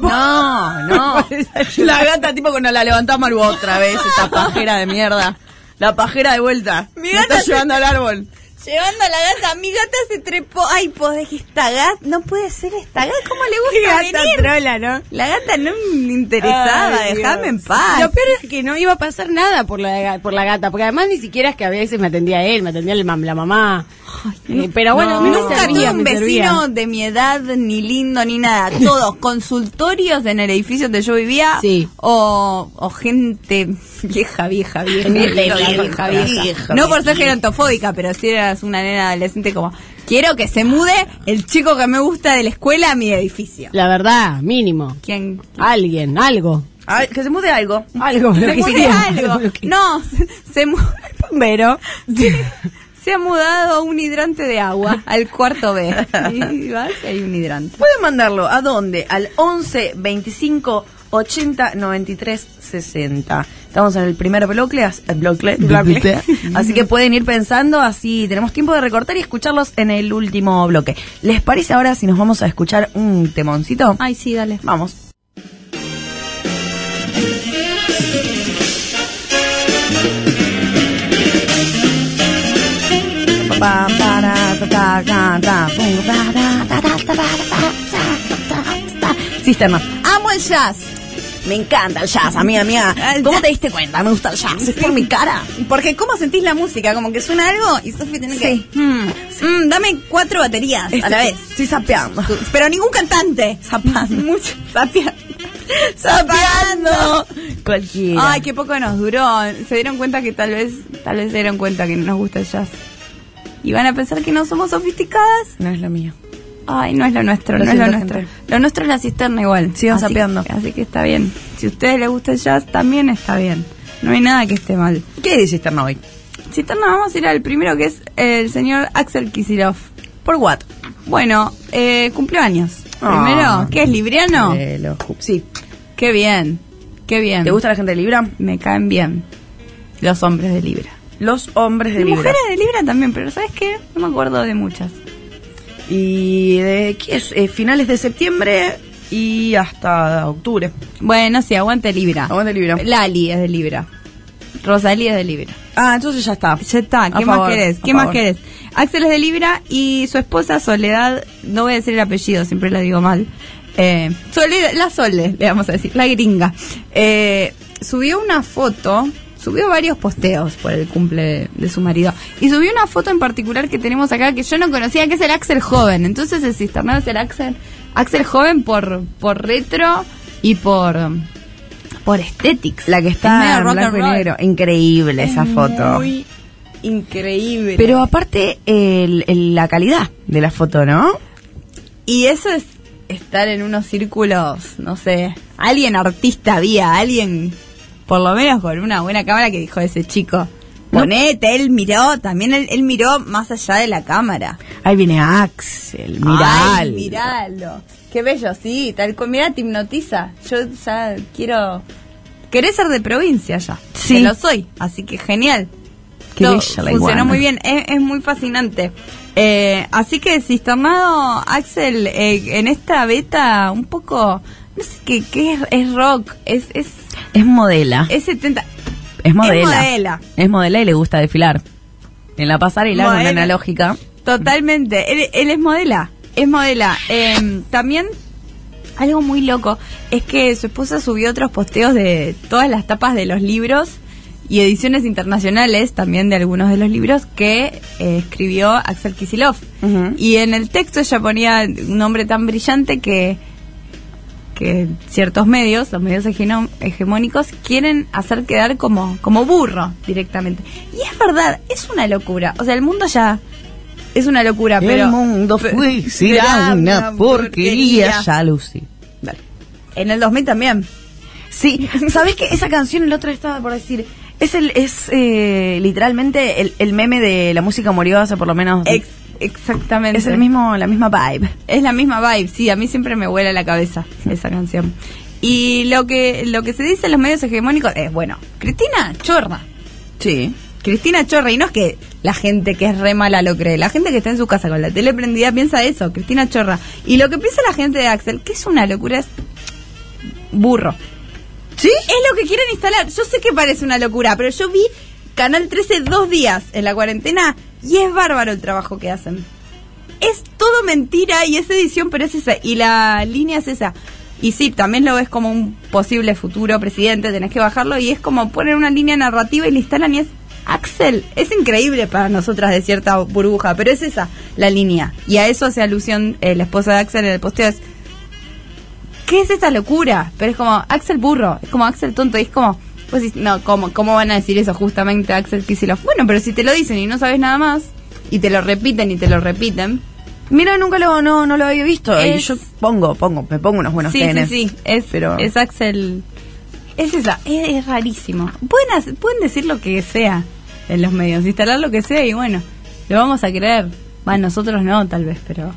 S5: No, no. La gata tipo cuando la levantamos al bote otra vez, esta pajera de mierda. La pajera de vuelta.
S3: Mi
S5: Me
S3: gata
S5: está
S3: se-
S5: llevando al árbol.
S3: Llevando a la gata, mi gata se trepó. Ay, podés que esta gata, no puede ser esta gata, ¿cómo le gusta venir?
S2: trola, ¿no?
S3: La gata no me interesaba,
S2: Ay, Dios.
S3: dejame en paz.
S2: Lo peor es que no iba a pasar nada por la, por la gata, porque además ni siquiera es que a veces me atendía él, me atendía el mam- la mamá. Eh, pero bueno, a mí me
S3: Nunca
S2: servía,
S3: tuve un
S2: me servía.
S3: vecino de mi edad, ni lindo, ni nada. Todos consultorios en el edificio donde yo vivía.
S2: Sí.
S3: O, o gente vieja, vieja, vieja.
S2: Gente vieja,
S3: vieja,
S5: vieja.
S3: No por ser gerontofóbica, pero si eras una nena adolescente como, quiero que se mude el chico que me gusta de la escuela a mi edificio.
S2: La verdad, mínimo.
S3: ¿Quién?
S2: Alguien, algo.
S5: A ver, que se mude algo.
S2: Algo. lo
S3: se
S2: que
S3: mude
S2: sea,
S3: algo.
S2: lo que-
S3: No, se, se mu- el bombero. Se ha mudado un hidrante de agua al cuarto B. Y vas y hay un hidrante.
S5: Pueden mandarlo a dónde? Al 11 25 80 93 60. Estamos en el primer bloque, as- eh, bloque, bloque. así que pueden ir pensando, así tenemos tiempo de recortar y escucharlos en el último bloque. ¿Les parece ahora si nos vamos a escuchar un temoncito?
S3: Ay, sí, dale.
S5: Vamos. Pa, para, ta, ta, ta, ta, pum, ta, ta, ta, ta, ta, ta, ta, ta, ta, ta. Cisterna.
S3: Amo el jazz.
S5: Me encanta el jazz, amiga mía. ¿Cómo te diste cuenta? Me gusta el jazz. Es por mi cara.
S3: Porque cómo sentís la música, como que suena algo y Sofi tiene que...
S5: Sí.
S3: Mm, mm, dame cuatro baterías a la vez.
S5: Estoy sapeando.
S3: Pero ningún cantante. Zapando. Mucho. zapia- Zapeando.
S5: Cualquiera.
S3: Ay, qué poco nos duró. Se dieron cuenta que tal vez, tal vez se dieron cuenta que no nos gusta el jazz. Y van a pensar que no somos sofisticadas.
S5: No es lo mío.
S3: Ay, no es lo nuestro,
S5: Lo
S3: no es lo
S5: siento,
S3: nuestro.
S5: gente.
S3: Lo nuestro es la cisterna igual.
S5: Sigan
S3: Así-
S5: sapeando.
S3: Así que está bien. Si a ustedes les gusta el jazz, también está bien. No hay nada que esté mal.
S5: ¿Qué dice Cisterna hoy?
S3: Cisterna, vamos a ir al primero que es el señor Axel Kisilov.
S5: por what?
S3: Bueno, eh, cumpleaños.
S5: Ah.
S3: Primero, ¿qué es libriano?
S5: Eh, lo ju- sí.
S3: Qué bien, qué bien.
S5: ¿Te gusta la gente de Libra?
S3: Me caen bien los hombres de Libra.
S5: Los hombres de
S3: Y
S5: Libra.
S3: mujeres de Libra también, pero ¿sabes qué? No me acuerdo de muchas.
S5: Y de ¿qué es? Eh, finales de septiembre y hasta octubre.
S3: Bueno, sí, aguante Libra.
S5: Aguante Libra.
S3: Lali es de Libra. Rosalía es de Libra.
S5: Ah, entonces ya está.
S3: Ya está,
S5: A
S3: ¿qué más
S5: favor,
S3: querés?
S5: a
S3: ¿Qué más
S5: favor.
S3: querés? Axel es de Libra y su esposa Soledad, no voy a decir el apellido, siempre lo digo mal. Eh, Soledad- la Sole, le vamos a decir, la gringa. Eh, subió una foto, subió varios posteos por el cumple de su marido. Y subió una foto en particular que tenemos acá que yo no conocía, que es el Axel joven. Entonces el cisternado es el Axel, Axel joven por, por retro y por, por aesthetics.
S5: La que
S3: Es
S5: está
S3: medio
S5: en
S3: rock
S5: blanco
S3: and
S5: y
S3: roll.
S5: negro. Increíble esa foto.
S3: Muy increíble.
S5: Pero aparte, el- el- la calidad de la foto, ¿no?
S3: Y eso es estar en unos círculos, no sé, alguien artista había, alguien por lo menos con una buena cámara que dijo ese chico. Ponete, él miró, también él, él miró más allá de la cámara.
S5: Ahí viene Axel,
S3: Ay,
S5: miralo.
S3: miralo. Qué bello, sí, tal cual. Mirá, te hipnotiza. Yo ya quiero... Querés ser de provincia ya.
S5: Sí.
S3: Que lo soy, así que genial.
S5: Qué
S3: Todo
S5: bella la iguana.
S3: funcionó muy bien, es, es muy fascinante. Eh, así que cisternado, Axel, eh, en esta beta un poco, no sé qué, qué es, es rock, es, es,
S5: Es modela.
S3: es 70.
S5: Es Ah. modela.
S3: Es modela.
S5: Es modela y le gusta desfilar. En la pasarela, con
S3: Modela.
S5: la analógica.
S3: Totalmente. Él, él es modela. Es modela. Eh, también, algo muy loco, es que su esposa subió otros posteos de todas las tapas de los libros y ediciones internacionales también de algunos de los libros que eh, escribió Axel Kisilov.
S5: Ujú.
S3: Y en el texto ella ponía un nombre tan brillante que que ciertos medios, los medios hegeno- hegemónicos, quieren hacer quedar como, como burro directamente. Y es verdad, es una locura. O sea, el mundo ya es una locura, pero... pe- será
S5: ya, Lucy. Dale.
S3: En el 2000 también.
S5: Sí, ¿sabes que Esa canción, el otro estaba por decir. Es el es eh, literalmente el, el meme de la música morigosa, por lo menos.
S3: Ex- exactamente.
S5: es el mismo, la misma vibe.
S3: Es la misma vibe, sí, a mí siempre me vuela la cabeza esa canción. Y lo que, lo que se dice en los medios hegemónicos es, bueno, Cristina chorra.
S5: Sí.
S3: Cristina chorra, y no es que la gente que es re mala lo cree, la gente que está en su casa con la tele prendida piensa eso, Cristina chorra. Y lo que piensa la gente de Axel, que es una locura, es burro. ¿Sí? Es lo que quieren instalar. Yo sé que parece una locura, pero yo vi Canal 13 dos días en la cuarentena y es bárbaro el trabajo que hacen. Es todo mentira y es edición, pero es esa. Y la línea es esa. Y sí, también lo ves como un posible futuro presidente, tenés que bajarlo y es como poner una línea narrativa y la instalan y es... Axel, es increíble para nosotras de cierta burbuja, pero es esa la línea. Y a eso hace alusión eh, la esposa de Axel en el posteo. Es, ¿qué es esta locura? Pero es como Axel burro, es como Axel tonto, y es como, vos decís, no, ¿cómo, ¿cómo van a decir eso justamente a Axel Kicillof? Bueno, pero si te lo dicen y no sabes nada más, y te lo repiten y te lo repiten.
S5: Mira, nunca lo, no, no lo había visto.
S3: Es-
S5: Y yo pongo, pongo, me pongo unos buenos
S3: sí,
S5: tenis.
S3: sí, sí, es,
S5: Pero-
S3: es Axel. Es esa, es, es rarísimo. Pueden, hacer- pueden decir lo que sea en los medios, instalar lo que sea y bueno, lo vamos a creer. Va, nosotros no, tal vez, pero...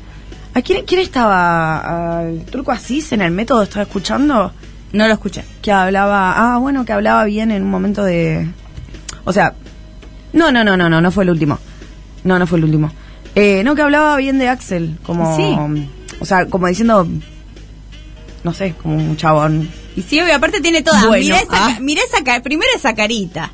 S5: ¿A quién, quién estaba? ¿Al turco Asís en el método? ¿Estaba escuchando?
S3: No lo escuché.
S5: Que hablaba, ah, bueno, que hablaba bien en un momento de... O sea, no, no, no, no, no, no fue el último. No, no fue el último. Eh, no, que hablaba bien de Axel, como...
S3: Sí.
S5: O sea, como diciendo, no sé, como un chabón.
S3: Y sí, obvio, aparte tiene todas.
S5: Bueno,
S3: mirá esa,
S5: ah.
S3: ca- mirá esa ca- primero esa carita.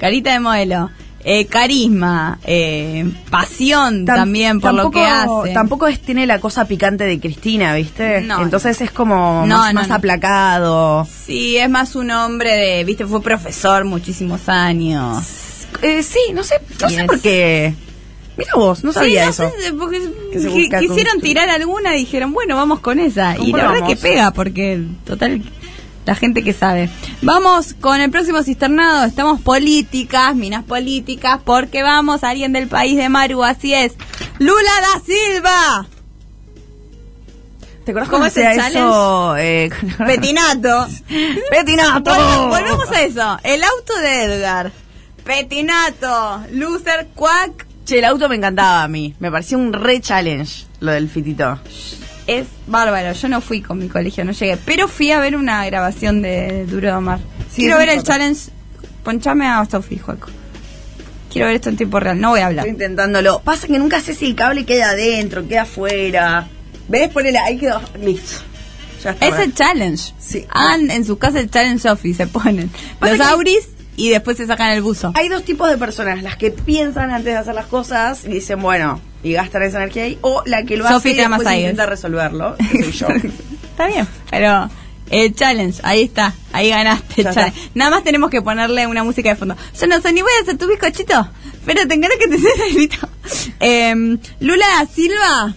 S3: Carita de modelo. Eh, carisma, eh, pasión
S5: Tam-
S3: también por lo que
S5: tampoco-
S3: hace.
S5: Tampoco es, tiene la cosa picante de Cristina, ¿viste?
S3: No.
S5: Entonces es como
S3: No,
S5: más,
S3: no,
S5: más
S3: no.
S5: aplacado.
S3: Sí, es más un hombre de, viste, fue profesor muchísimos años.
S5: Eh, sí, no sé, no
S3: Y
S5: sé
S3: es-
S5: por qué. Mira vos, no sabía
S3: Sí, no
S5: eso.
S3: sé, porque
S5: Que se
S3: qui-
S5: busca
S3: quisieron
S5: construir.
S3: tirar alguna y dijeron, bueno, vamos con esa. Ah, Y la verdad
S5: Comprobamos.
S3: que pega, porque total, la gente que sabe. Vamos con el próximo cisternado. Estamos políticas, minas políticas, porque vamos, alguien del país de Maru, así es. Lula da Silva,
S5: ¿Te acuerdas
S3: ¿Cómo
S5: cómo
S3: es el
S5: hacía eso? Eh,
S3: Petinato.
S5: Petinato.
S3: Vol- Volvemos a eso. El auto de Edgar. Petinato. Loser Quack.
S5: Che, el auto me encantaba a mí. Me parecía un re challenge lo del fitito.
S3: Es bárbaro, yo no fui con mi colegio, no llegué. Pero fui a ver una grabación de Duro de Omar.
S5: Sí,
S3: Quiero
S5: es
S3: ver
S5: un
S3: el
S5: poco.
S3: challenge. Ponchame a Sofi, Juaco. Quiero ver esto en tiempo real, no voy a hablar.
S5: Estoy intentándolo. Pasa que nunca sé si el cable queda adentro, queda afuera. ¿Ves? Ponele, ahí quedó. Listo. Ya está.
S3: Es el challenge.
S5: Sí.
S3: Hagan en su casa el challenge Sofi, se ponen.
S5: Pasa
S3: Los
S5: que-
S3: auris y después se sacan el buzo.
S5: Hay dos tipos de personas, las que piensan antes de hacer las cosas y dicen, bueno, y gastan esa energía ahí, o la que lo
S3: Sofi
S5: hace y
S3: te ama
S5: después
S3: Sayers.
S5: intenta resolverlo, que soy yo.
S3: Está bien, pero el challenge, ahí está, ahí ganaste el
S5: Ya
S3: challenge. Nada más tenemos que ponerle una música de fondo. Yo no sé ni voy a hacer tu bizcochito, pero te encargo que te seas grito. Em, Lula da Silva,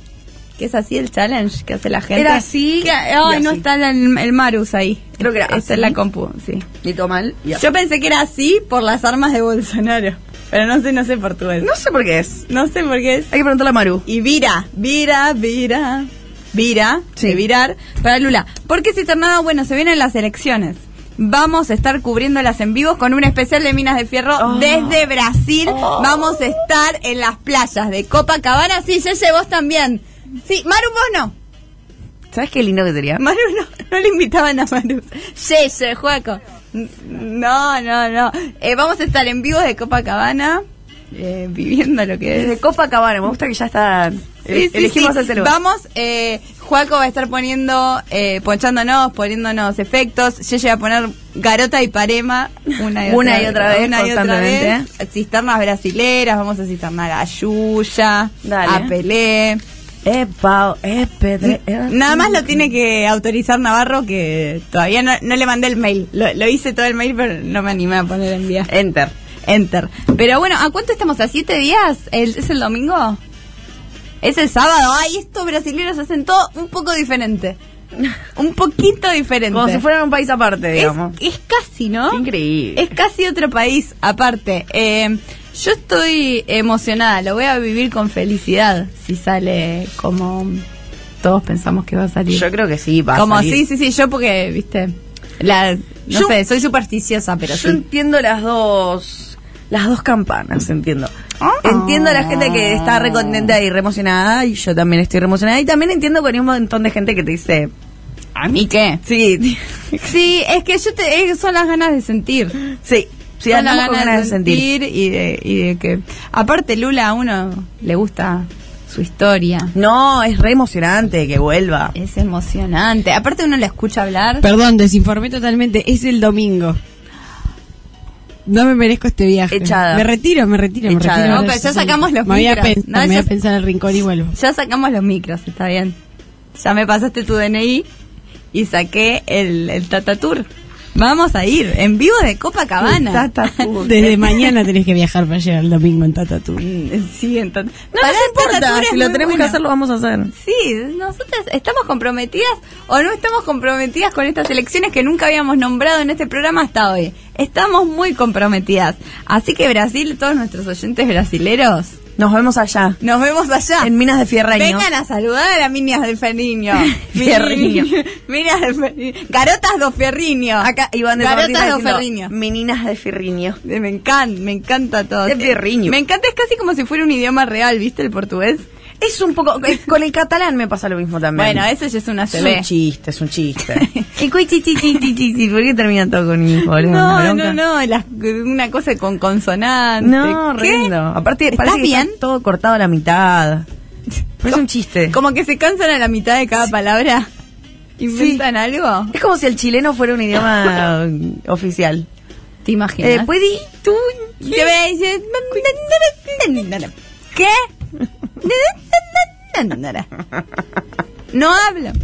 S3: que es así el challenge que hace la gente.
S5: Era así
S3: Que- ay,
S5: y
S3: no
S5: así.
S3: está la- el, el Marus ahí.
S5: Creo que era
S3: Esa es
S5: así.
S3: la compu, sí.
S5: Y todo mal. y así.
S3: Yo pensé que era así por las armas de Bolsonaro, pero no sé, no sé portugués.
S5: No sé por qué es.
S3: No, sé por qué es.
S5: Hay que preguntarle a Maru.
S3: Y vira, vira, vira, vira,
S5: Sí.
S3: de virar para Lula. Porque si tornado, bueno, se vienen las elecciones. Vamos a estar cubriéndolas en vivo con un especial de Minas de Fierro
S5: Ah.
S3: desde Brasil. Vamos a estar en las playas de Copacabana. Sí, Yeye, vos también. Sí, Maru, vos no.
S5: ¿Sabes qué lindo que sería?
S3: Maru no, no le invitaban a Maru. Yeye, Juaco. N- No, no, no. Eh, vamos a estar en vivo de Copacabana, eh, viviendo lo que es.
S5: Desde Copacabana, me gusta que ya está.
S3: Sí, sí,
S5: elegimos
S3: sí.
S5: ese lugar.
S3: Vamos, eh, Juaco va a estar poniendo, eh, ponchándonos, poniéndonos efectos. Yeye va a poner Garota y Parema una y otra,
S5: Una y otra vez,
S3: una y otra
S5: constantemente.
S3: vez. Cisternas brasileras, vamos a cisternar a Yuya,
S5: Dale.
S3: a Pelé.
S5: Eh, Pau, eh, Pedre, eh.
S3: Nada más lo tiene que autorizar Navarro, que todavía no, no le mandé el mail. Lo, lo hice todo el mail, pero no me animé a poner enviar.
S5: Enter.
S3: Enter. Pero bueno, ¿a cuánto estamos? ¿A siete días? ¿El- ¿Es el domingo? ¿Es el sábado? Ay, estos brasileños hacen todo un poco diferente. Un poquito diferente.
S5: Como si fueran un país aparte,
S3: es,
S5: digamos.
S3: es casi, ¿no?
S5: Increíble.
S3: Es casi otro país aparte. Eh, yo estoy emocionada, lo voy a vivir con felicidad si sale como todos pensamos que va a salir.
S5: Yo creo que sí, va a
S3: como
S5: salir.
S3: sí, sí, sí, yo porque, viste, la, no
S5: Yo-
S3: sé, soy supersticiosa, pero
S5: Yo
S3: sí.
S5: entiendo las dos las dos campanas, entiendo.
S3: Ah.
S5: Entiendo a la gente que está re contenta y re emocionada y yo también estoy re emocionada y también entiendo que hay un montón de gente que te dice,
S3: ¿A mí qué?
S5: sí,
S3: Sí, es que yo te, eh, son las ganas de sentir.
S5: sí, sí,
S3: son las
S5: andamos con ganas de sentir.
S3: y de, y de que... Aparte, Lula a uno le gusta su historia.
S5: No, es re emocionante que vuelva.
S3: Es emocionante. Aparte uno la escucha hablar.
S2: Perdón, desinformé totalmente. Es el domingo. No me merezco este viaje.
S5: Echada.
S2: Me retiro, me retiro, me
S5: Echada.
S2: retiro.
S5: No,
S2: Ahora
S3: pero ya
S2: sí.
S3: sacamos los
S2: me voy a
S3: micros.
S2: pen-
S3: No,
S2: me voy
S3: ya-
S2: a pensar en el rincón y vuelvo.
S3: Ya sacamos los micros, está bien. Ya me pasaste tu DNI y saqué el, el Tata Tour. Vamos a ir en vivo de Copacabana.
S5: Tata Tour.
S2: Desde mañana tenés que viajar para llegar el domingo en Tatatú.
S3: Mm, Sí, entonces. No,
S5: Pará,
S3: nos importa,
S5: si lo tenemos que hacer lo vamos a hacer.
S3: Sí, nosotras estamos comprometidas o no estamos comprometidas con estas elecciones que nunca habíamos nombrado en este programa hasta hoy. Estamos muy comprometidas. Así que Brasil, todos nuestros oyentes brasileros,
S5: Nos vemos allá
S3: nos vemos allá.
S5: en Minas de Fierreño.
S3: Vengan a saludar a Minias del Ferriño.
S5: Fierriño.
S3: Minias del Ferriño. Garotas do Ferriño.
S5: Acá Iván de Martínez
S3: Garotas do
S5: diciendo,
S3: Ferriño.
S5: Meninas de Fierriño.
S3: Eh, Me encanta, me encanta todo.
S5: De Ferriño.
S3: Me encanta, es casi como si fuera un idioma real, ¿viste? El portugués.
S5: Es un poco es- con el catalán me pasa lo mismo también.
S3: Bueno, eso ya Ah, es una
S5: Es un
S3: CB.
S5: chiste, es un chiste. ¿Y cuy, chi, chi, chi, chi, chi, chi? ¿Por qué termina todo con hijo? boludo? Una
S3: No,
S5: bronca.
S3: no, no, las- una cosa con consonante.
S5: No,
S3: ¿Qué?
S5: rindo. Aparte,
S3: ¿Estás
S5: parece que
S3: bien?
S5: está todo cortado a la mitad. Pero es un chiste.
S3: Como que se cansan a la mitad de cada palabra. ¿Inventan algo?
S5: Es como si el chileno fuera un idioma eh, oficial.
S3: ¿Te
S5: Eh,
S3: imaginas?
S5: puedi, tú,
S3: Te ve y dice, ¿Qué? No hablo.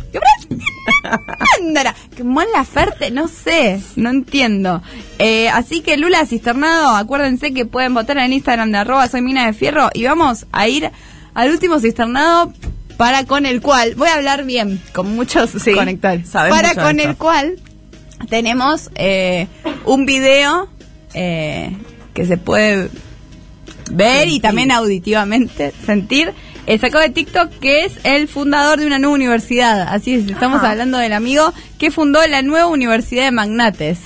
S3: Que Mon Laferte, no sé, no entiendo. Eh, así que Lula Cisternado, acuérdense que pueden votar en el Instagram de arroba soy mina de fierro y vamos a ir al último cisternado para con el cual, voy a hablar bien, con muchos
S5: Sí,
S3: conectores,
S5: sabes
S3: para
S5: mucho de
S3: con
S5: esto.
S3: el cual tenemos eh, un video eh, que se puede ver y también auditivamente sentir. Eh, sacó de TikTok que es el fundador de una nueva universidad. Así es, estamos hablando del amigo que fundó la nueva Universidad de Magnates.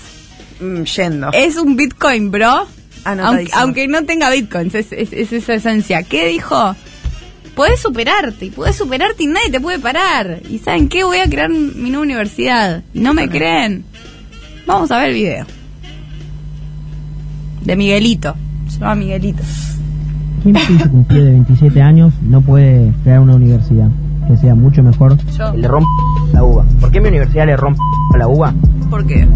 S5: Mm, yendo.
S3: Es un Bitcoin, bro. Aunque,
S4: Anotadísimo.
S3: aunque no tenga bitcoins, es, es- es esa esencia. ¿Qué dijo? Podés superarte, y podés superarte y nadie te puede parar. ¿Y saben qué? Voy a crear mi nueva universidad. ¿No me creen? Vamos a ver el video. De Miguelito. Se llama Miguelito.
S6: ¿Quién pinche cumplido de 27 años no puede crear una universidad que sea mucho mejor?
S3: Yo.
S6: Le rompe la uva. ¿Por qué mi universidad le rompe la uva?
S3: ¿Por qué?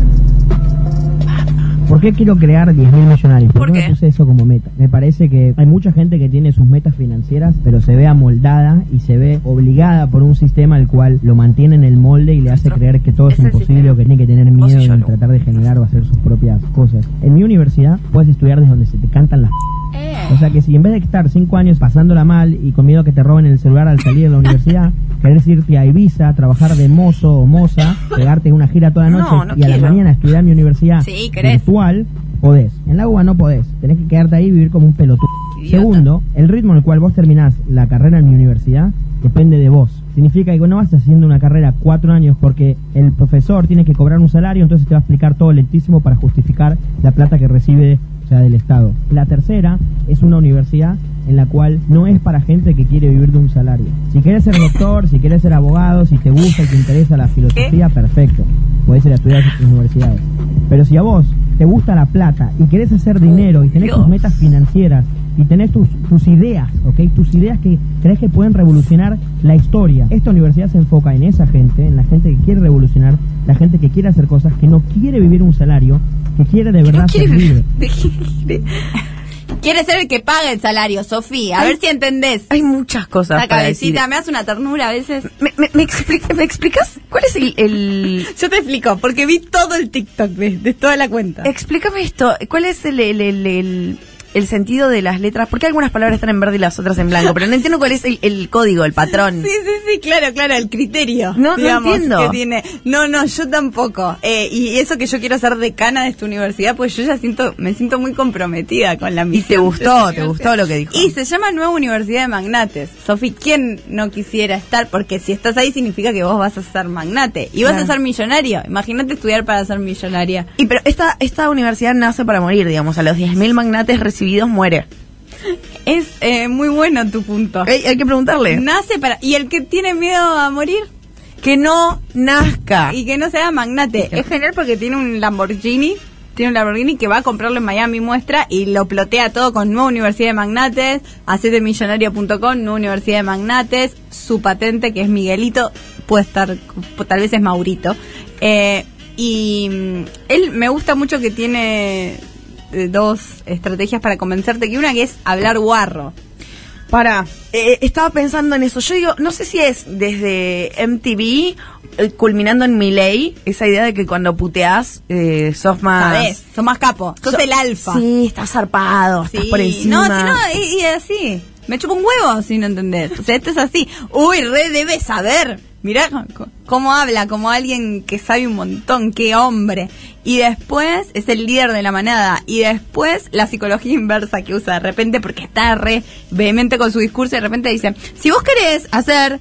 S6: ¿Por qué quiero crear 10.000 millonarios?
S3: ¿Por
S6: no
S3: qué?
S6: me puse eso como meta? Me parece que hay mucha gente que tiene sus metas financieras, pero se ve amoldada y se ve obligada por un sistema al cual lo mantiene en el molde y le hace creer que todo es,
S5: Es el
S6: imposible
S5: sistema.
S6: o que tiene que tener
S5: Vos
S6: miedo
S5: y yo,
S6: en
S5: Lu.
S6: tratar de generar o hacer sus propias cosas. En mi universidad puedes estudiar desde donde se te cantan las...
S5: Eh.
S6: O sea que si en vez de estar cinco años pasándola mal y con miedo a que te roben el celular al salir de la universidad, querés irte a Ibiza, trabajar de mozo o moza, pegarte una gira toda la noche
S5: No, no
S6: y a la
S5: quiero.
S6: mañana estudiar en mi universidad
S3: Sí, querés.
S6: virtual, podés. En la UBA no podés. Tenés que quedarte ahí y vivir como un pelotudo.
S3: Idiota.
S6: Segundo, el ritmo en el cual vos terminás la carrera en mi universidad depende de vos. Significa que vos no vas haciendo una carrera cuatro años porque el profesor tiene que cobrar un salario, entonces te va a explicar todo lentísimo para justificar la plata que recibe o sea, del Estado. La tercera es una universidad en la cual no es para gente que quiere vivir de un salario. Si quieres ser doctor, si quieres ser abogado, si te gusta y te interesa la filosofía, perfecto. Podés ir a estudiar a sus universidades. Pero si a vos te gusta la plata y querés hacer dinero y tenés tus metas financieras y tenés tus, tus ideas, ¿ok? Tus ideas que crees que pueden revolucionar la historia. Esta universidad se enfoca en esa gente, en la gente que quiere revolucionar, la gente que quiere hacer cosas, que no quiere vivir un salario, que quiere de verdad ser libre.
S3: Quiere ser el que pague el salario, Sofía. A ver si entendés.
S5: Hay muchas cosas
S3: La
S5: para decir.
S3: cabecita me hace una ternura a veces.
S5: ¿Me, me, me expli- me explicas cuál es el, el-
S3: Yo te explico, porque vi todo el TikTok de, de toda la cuenta.
S5: Explícame esto. ¿Cuál es el, el, el, el- el sentido de las letras? Porque algunas palabras están en verde y las otras en blanco, pero no entiendo cuál es el, el código, el patrón.
S3: Sí, sí, sí, claro, claro, el criterio.
S5: Mm. No, no
S3: digamos,
S5: entiendo.
S3: que tiene. No, no, yo tampoco. Eh, y eso que yo quiero ser decana de esta universidad, pues yo ya siento, me siento muy comprometida con la
S5: Y
S3: misión.
S5: te
S3: de
S5: gustó,
S3: esta
S5: te
S3: universidad.
S5: gustó lo que dijo.
S3: Y se llama Nueva Universidad de Magnates. Sofi, ¿quién no quisiera estar? Porque si estás ahí significa que vos vas a ser magnate y vas
S5: Claro.
S3: a ser millonario. Imagínate estudiar para ser millonaria.
S5: Y pero esta, esta universidad nace para morir, digamos, a los 10.000 magnates recibidos muere.
S3: Es eh, muy bueno tu punto.
S5: Ey, hay que preguntarle.
S3: Nace para... ¿Y el que tiene miedo a morir?
S5: que no nazca.
S3: Y que no sea magnate. Es genial porque tiene un Lamborghini. Tiene un Lamborghini que va a comprarlo en Miami muestra y lo plotea todo con Nueva Universidad de Magnates, acetemillonario.com, Nueva Universidad de Magnates, su patente que es Miguelito, puede estar, tal vez es Maurito. Eh, y mm, él me gusta mucho que tiene eh, dos estrategias para convencerte, que una que es hablar guarro.
S5: Para, eh, estaba pensando en eso. Yo digo, no sé si es desde MTV, eh, culminando en Miley, esa idea de que cuando puteás eh, sos más.
S3: ¿Sabes? Sos más capo, sos
S5: So-
S3: el alfa.
S5: Sí, estás zarpado, estás por encima.
S3: No, si no, y, y así. Me chupa un huevo si no entendés. O sea, esto es así. Uy, re debe saber. Mirá co- co- cómo habla, como alguien que sabe un montón, qué hombre. Y después es el líder de la manada. Y después la psicología inversa que usa de repente porque está re vehemente con su discurso y de repente dice, si vos querés hacer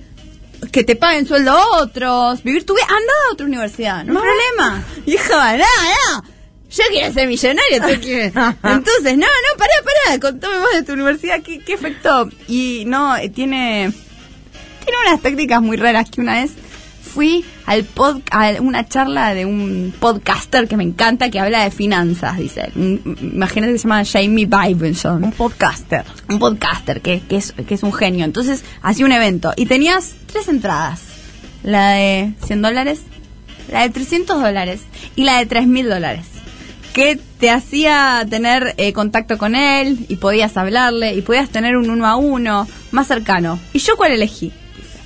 S3: que te paguen sueldo otros, vivir tu vida, anda a otra universidad, no hay problema. Hija, nada, nada. Yo quiero ser millonario, tú quieres. Entonces, no, no, pará, pará, contame más de tu universidad, ¿qué, qué efecto? Y no, eh, tiene, tiene unas técnicas muy raras que una vez fui al pod, a una charla de un podcaster que me encanta que habla de finanzas, dice. él. Un- Imagínate que se llama Jamie Bibenson
S5: Un podcaster.
S3: un podcaster que, que es, que es un genio. Entonces hacía un evento y tenías tres entradas. La de 100 dólares, la de 300 dólares y la de 3000 dólares. Que te hacía tener eh, contacto con él y podías hablarle y podías tener un uno a uno más cercano. ¿Y yo cuál elegí? Dice,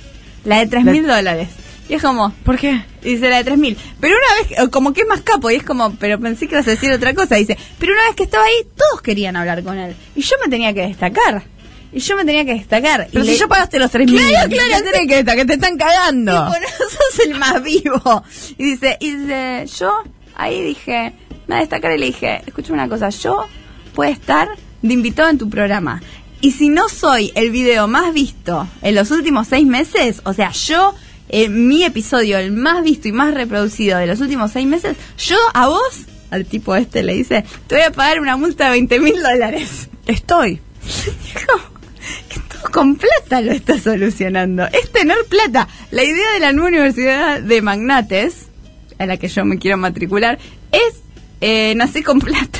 S3: La de 3000 dólares. Y es como,
S5: ¿Por qué?
S3: Dice la de 3000. Pero una vez, que- como que es más capo, y es como, pero pensé que ibas a decir otra cosa. Dice, pero una vez que estaba ahí, todos querían hablar con él. Y yo me tenía que destacar. Y yo me tenía que destacar.
S5: Pero
S3: y
S5: si
S3: le-
S5: ya pagaste los 3.000.
S3: Claro, claro,
S5: tenés que estar, que te están cagando.
S3: Tipo, no sos el más vivo. Y dice, y dice, yo ahí dije, me destacar y le dije, escúchame una cosa, yo puedo estar de invitado en tu programa. Y si no soy el video más visto en los últimos seis meses, o sea, yo, eh, mi episodio, el más visto y más reproducido de los últimos seis meses, yo a vos al tipo este, le dice, te voy a pagar una multa de 20 mil dólares.
S4: Estoy.
S3: Dijo, esto con plata lo está solucionando. Es tener plata. La idea de la nueva universidad de magnates, a la que yo me quiero matricular, es eh, nacer con plata.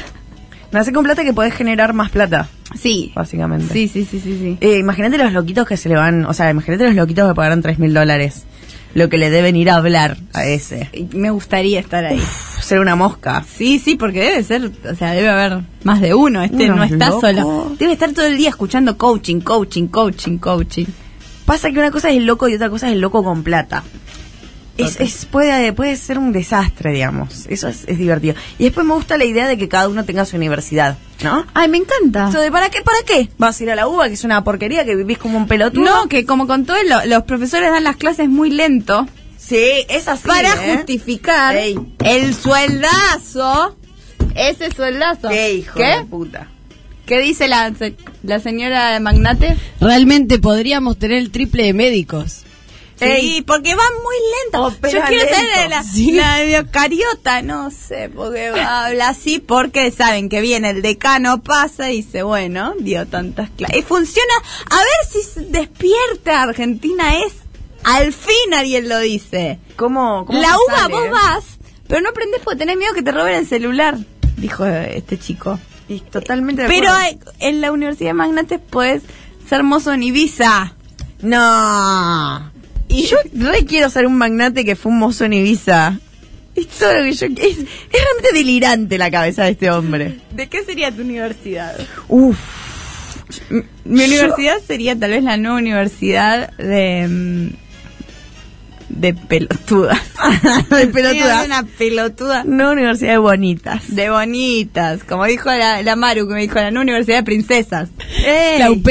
S5: Nace con plata que podés generar más plata,
S3: Sí.
S5: básicamente.
S3: Sí, sí, sí, sí, sí.
S5: Eh, imagínate los loquitos que se le van, o sea, imagínate los loquitos que pagaron tres mil dólares. Lo que le deben ir a hablar a ese.
S3: Y Me gustaría estar ahí.
S5: Ser una mosca.
S3: Sí, sí, porque debe ser, o sea, debe haber más de uno. Este
S5: Unos
S3: no está
S5: locos.
S3: solo. Debe estar todo el día escuchando coaching, coaching, coaching, coaching.
S5: Pasa que una cosa es el loco y otra cosa es el loco con plata. Es, es- puede, puede ser un desastre, digamos. Eso es, es divertido. Y después me gusta la idea de que cada uno tenga su universidad, ¿no?
S3: Ay, me encanta.
S5: Eso de ¿para qué? ¿Para qué? ¿Vas a ir a la UBA, que es una porquería, que vivís como un pelotudo?
S3: No, que como con todo, lo- los profesores dan las clases muy lento
S5: Sí, es así.
S3: para
S5: ¿eh?
S3: justificar
S5: Ey.
S3: el sueldazo. Ese sueldazo.
S5: Qué hijo de
S3: ¿Qué?
S5: puta.
S3: ¿Qué dice la, se- la señora magnate?
S2: Realmente podríamos tener el triple de médicos.
S5: Ey.
S3: Eh, porque van muy lentos.
S5: Opera
S3: Yo quiero ser
S5: lento.
S3: la,
S2: Sí.
S3: la biocariota, no sé, porque habla así, porque saben que viene el decano, pasa y dice, bueno, dio tantas clases. Y funciona, a ver si se despierta Argentina es, al fin alguien lo dice.
S5: ¿Cómo, cómo
S3: La
S5: se
S3: uva,
S5: sale?
S3: vos vas, pero no aprendés porque tenés miedo que te roben el celular, dijo eh, este chico.
S5: Y totalmente de
S3: Pero
S5: acuerdo.
S3: hay- en la Universidad de Magnates podés ser mozo en Ibiza.
S5: No. Y yo re quiero ser un magnate que fue un mozo en Ibiza. Es todo lo que yo qui- es, es realmente delirante la cabeza de este hombre.
S3: ¿De qué sería tu universidad?
S5: Uf.
S3: M- Mi universidad sería tal vez la nueva universidad de. mm, de pelotudas.
S5: De pelotudas.
S3: Sí, Una pelotuda.
S5: No universidad de bonitas.
S3: De bonitas. Como dijo la, la Maru, que me dijo la nueva universidad de princesas.
S2: La UP.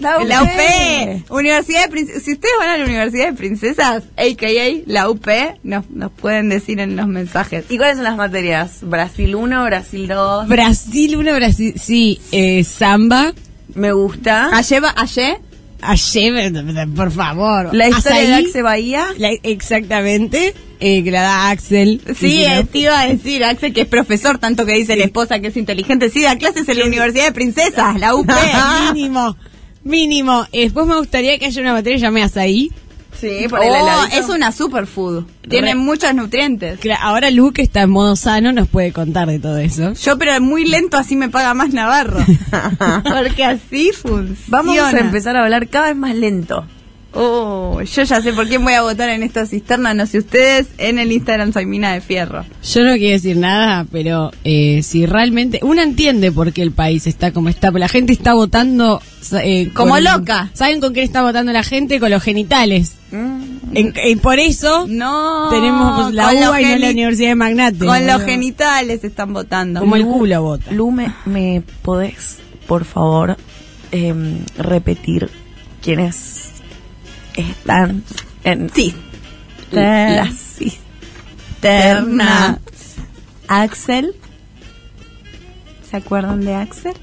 S3: La UP. Universidad de princesas. Si ustedes van a la Universidad de Princesas, a.k.a. la UP, nos, nos pueden decir en los mensajes.
S5: ¿Y cuáles son las materias? Brasil 1, Brasil 2.
S2: Brasil, una Brasil. Sí, eh, samba.
S5: Me gusta.
S3: Ayer, va- ayer
S2: Ayer, por favor.
S5: La historia
S2: Azaí.
S5: de Axe Bahía.
S2: La- exactamente, eh, que la da Axel.
S3: Sí,
S2: ¿no?
S3: eh, te iba a decir, Axel, que es profesor, tanto que dice la esposa que es inteligente. Sí, da clases en la Universidad de Princesas, la UP.
S2: mínimo, mínimo. Eh, Después me gustaría que haya una materia que llame Azaí.
S5: Sí, por el
S3: Oh,
S5: heladito.
S3: es una superfood. Tiene
S2: Re.
S3: muchos nutrientes.
S2: Cla- Ahora Lu, que está en modo sano, nos puede contar de todo eso.
S3: Yo, pero muy lento, así me paga más Navarro. Porque así funciona.
S5: Vamos a empezar a hablar cada vez más lento.
S3: Oh, yo ya sé por quién voy a votar en esta cisterna, no sé ustedes. En el Instagram soy Mina de Fierro.
S2: Yo no quiero decir nada, pero eh, si realmente... Uno entiende por qué el país está como está, pero la gente está votando... sa- eh,
S3: Como loca.
S2: ¿Saben con qué está votando la gente? Con los genitales. En- y por eso
S3: No.
S2: tenemos pues, la
S3: con los
S2: UBA y no la
S3: geni-
S2: Universidad de Magnate.
S3: Con los
S2: boludo.
S3: genitales están votando.
S2: Como el culo vota.
S5: Lu, me, me podés, por favor, em, repetir quiénes están en
S3: Sí.
S5: la
S3: Terna.
S5: cisterna?
S3: Axel. ¿Se acuerdan de Axel?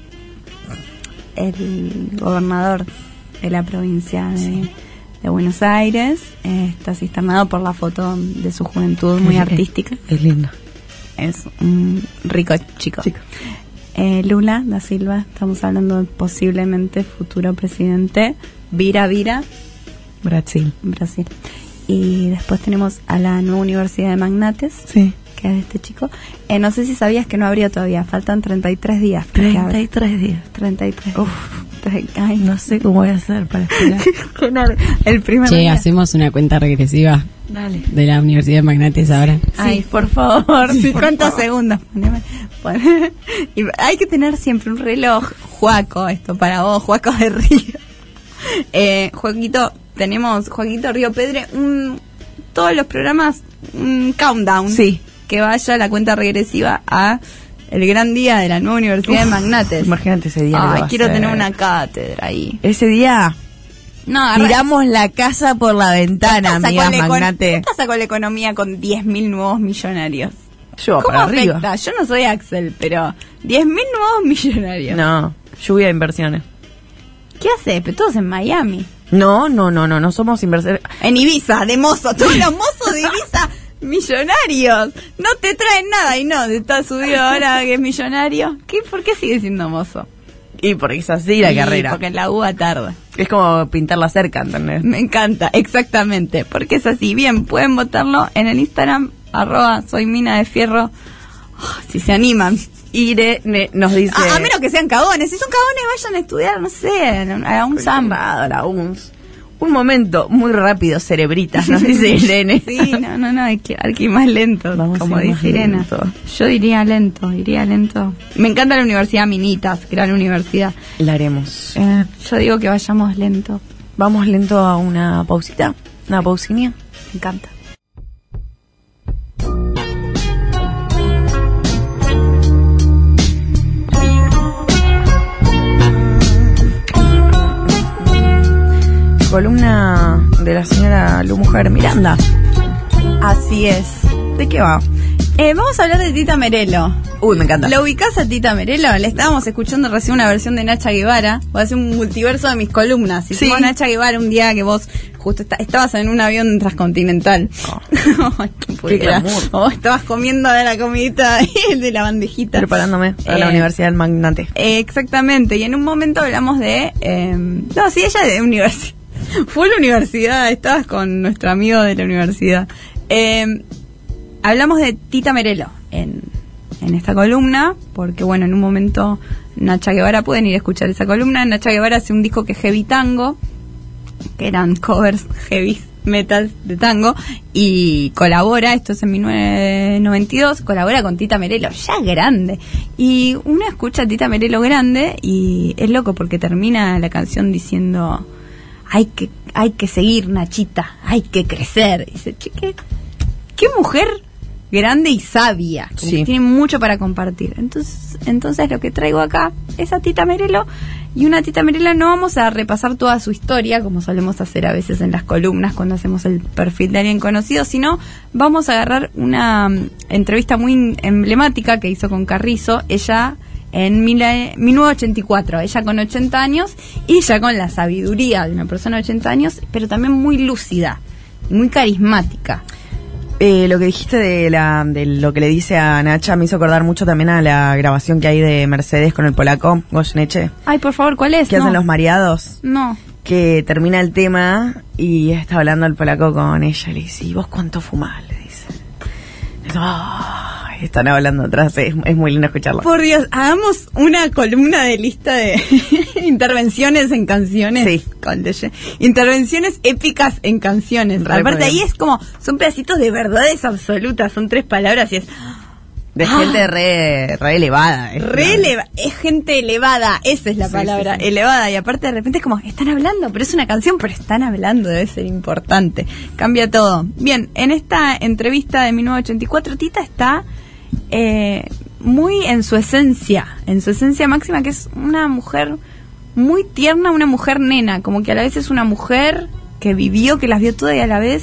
S3: El gobernador de la provincia de, de Buenos Aires. eh, está cisternado por la foto de su juventud muy artística.
S5: Es linda.
S3: Es un rico chico. Eh, Lula da Silva, estamos hablando de posiblemente futuro presidente. Vira Vira,
S5: Brasil.
S3: Brasil. Y después tenemos a la nueva Universidad de Magnates
S5: Sí.
S3: que es este chico. Eh, no sé si sabías que no abrió todavía, faltan 33 días. para que abra.
S5: 33 días.
S3: 33.
S5: Uf,
S3: Tre- ay,
S5: no sé cómo voy a hacer para esperar.
S3: que no abre. El primer
S2: Che,
S3: día.
S2: hacemos una cuenta regresiva
S5: Dale.
S2: de la Universidad de Magnates ahora.
S3: Ay, por favor. ¿Cuántos segundos? Poneme- pon- y hay que tener siempre un reloj. Juaco, esto para vos, Juaco de Río. Eh, Joaquito, tenemos Joaquito Río Pedre, un- todos los programas, un countdown.
S5: Sí.
S3: Que vaya la cuenta regresiva a el gran día de la nueva Universidad de Magnates.
S5: Imagínate ese día. lo
S3: Ay,
S5: va a
S3: quiero
S5: hacer.
S3: tener una cátedra ahí.
S5: Ese día
S3: No, arra-
S5: tiramos la casa por la
S3: ¿qué
S5: ventana,
S3: pasa con
S5: amigas
S3: la econ-
S5: magnate.
S3: ¿Qué pasa con la economía con 10.000 nuevos millonarios?
S5: Yo,
S3: ¿Cómo
S5: para
S3: afecta?
S5: arriba.
S3: Yo no soy Axel, pero 10.000 nuevos millonarios.
S5: No, lluvia de inversiones.
S3: ¿Qué hace? Pero todos en Miami.
S5: No, no, no, no, no somos inversores.
S3: En Ibiza, de mozo. Todos los mozos de Ibiza Millonarios, no te traen nada y no, está subido ahora que es millonario. ¿Qué, ¿Por qué sigue siendo mozo?
S5: Y porque es así la
S3: Y
S5: carrera.
S3: Porque la uva tarda.
S5: Es como pintar la cerca, ¿entendés?
S3: Me encanta, exactamente, porque es así. Bien, pueden votarlo en el Instagram, arroba soy mina de fierro, Ah, si se animan. Ah,
S5: Irene nos dice...
S3: A, a menos que sean cagones, si son cagones vayan a estudiar, no sé, a un samba.
S5: Zambada, un, un momento muy rápido, cerebritas, nos dice Irene.
S3: Sí, no, no, no, hay que, hay que ir más lento,
S5: Vamos a
S3: como
S5: ir más
S3: dice Irene.
S5: lento.
S3: Yo diría lento, diría lento. Me encanta la universidad Minitas, gran universidad.
S5: La haremos.
S3: Eh, yo digo que vayamos lento,
S5: Vamos lento a una pausita, una pausinia.
S3: me encanta.
S5: Columna de la señora Lu Mujer Miranda.
S3: Así es.
S5: ¿De qué va?
S3: Eh, vamos a hablar de Tita Merelo.
S5: Uy, me encanta.
S3: ¿La ubicás a Tita Merelo? Le estábamos escuchando recién una versión de Nacha Guevara. Voy a hacer un multiverso de mis columnas. Si Hicimos Nacha Guevara un día que vos justo esta- estabas en un avión transcontinental.
S5: Ah,
S3: Ay, qué pudiera.
S5: glamour.
S3: o estabas comiendo de la comidita de la bandejita.
S5: Preparándome para la
S3: Eh,
S5: Universidad del Magnate.
S3: eh, Exactamente, y en un momento hablamos de... eh, no, sí, ella de universidad. Fue a la universidad, estabas con nuestro amigo de la universidad. Eh, hablamos de Tita Merelo en, en esta columna, porque bueno, en un momento Nacha Guevara, pueden ir a escuchar esa columna, Nacha Guevara hace un disco que es Heavy Tango, que eran covers heavy metal de tango, y colabora, esto es en 1992, colabora con Tita Merelo, ya grande. Y uno escucha a Tita Merelo grande y es loco porque termina la canción diciendo, hay que, hay que seguir Nachita, hay que crecer. Y dice, cheque, qué mujer grande y sabia, como
S5: Sí.
S3: que tiene mucho para compartir. Entonces, entonces lo que traigo acá es a Tita Merelo y una Tita Merelo no vamos a repasar toda su historia como solemos hacer a veces en las columnas cuando hacemos el perfil de alguien conocido, sino vamos a agarrar una mm, entrevista muy emblemática que hizo con Carrizo, ella en mil- 1984, ella con 80 años y ella con la sabiduría de una persona de 80 años, pero también muy lúcida, y muy carismática.
S5: Eh, lo que dijiste de, la, de lo que le dice a Nacha me hizo acordar mucho también a la grabación que hay de Mercedes con el polaco, Goyeneche,
S3: Ay, por favor, ¿cuál es?
S5: que hacen
S3: No.
S5: los mareados,
S3: No.
S5: que termina el tema y está hablando el polaco con ella. Le dice, ¿y vos cuánto fumás? Le dice. Le digo, "Ah", y están hablando atrás, es, es muy lindo escucharlo.
S3: Por Dios, hagamos una columna de lista de intervenciones en canciones.
S5: Sí.
S3: Con Deye. Intervenciones épicas en canciones.
S5: Re
S3: Aparte
S5: podemos.
S3: ahí es como, son pedacitos de verdades absolutas, son tres palabras y es ¡Ah!
S5: De gente re, re elevada. es
S3: re eleva- es gente elevada, esa es la
S5: Sí,
S3: palabra,
S5: sí, sí.
S3: elevada. Y aparte de repente es como, están hablando, pero es una canción, pero están hablando, debe ser importante. Cambia todo. Bien, en esta entrevista de 1984, Tita está eh, muy en su esencia, en su esencia máxima, que es una mujer muy tierna, una mujer nena, como que a la vez es una mujer que vivió, que las vio todas y a la vez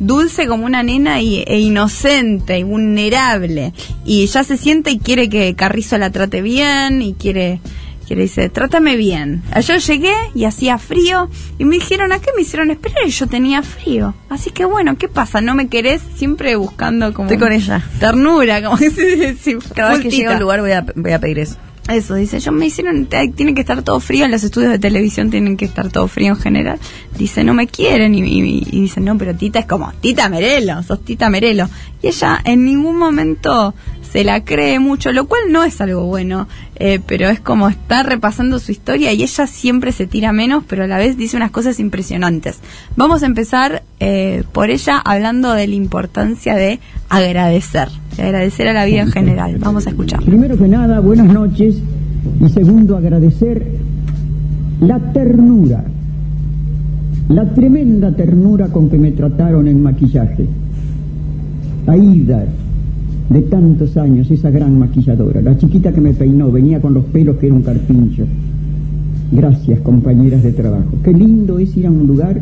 S3: dulce como una nena y, e inocente y vulnerable. Y ya se siente y quiere que Carrizo la trate bien y quiere, quiere dice, trátame bien. Ayer llegué y hacía frío y me dijeron, ¿a qué me hicieron esperar? Y yo tenía frío. Así que bueno, ¿qué pasa? ¿No me querés? Siempre buscando como...
S5: Estoy con ella.
S3: Ternura, como que se- se-
S5: Cada vez que
S3: full
S5: llego a un
S3: tita.
S5: lugar voy a, voy a pedir eso.
S3: Eso, dice, yo me hicieron, te- tiene que estar todo frío, en los estudios de televisión tienen que estar todo frío en general. Dice, no me quieren y, y- y dicen, no, pero Tita es como, Tita Merelo, sos Tita Merelo. Y ella en ningún momento se la cree mucho, lo cual no es algo bueno, eh, pero es como está repasando su historia y ella siempre se tira menos, pero a la vez dice unas cosas impresionantes. Vamos a empezar eh, por ella hablando de la importancia de agradecer, de agradecer a la vida en general. Vamos a escuchar.
S6: Primero que nada, buenas noches. Y segundo, agradecer la ternura, la tremenda ternura con que me trataron en maquillaje. Aida, de tantos años, esa gran maquilladora, la chiquita que me peinó, venía con los pelos que era un carpincho. Gracias, compañeras de trabajo. Qué lindo es ir a un lugar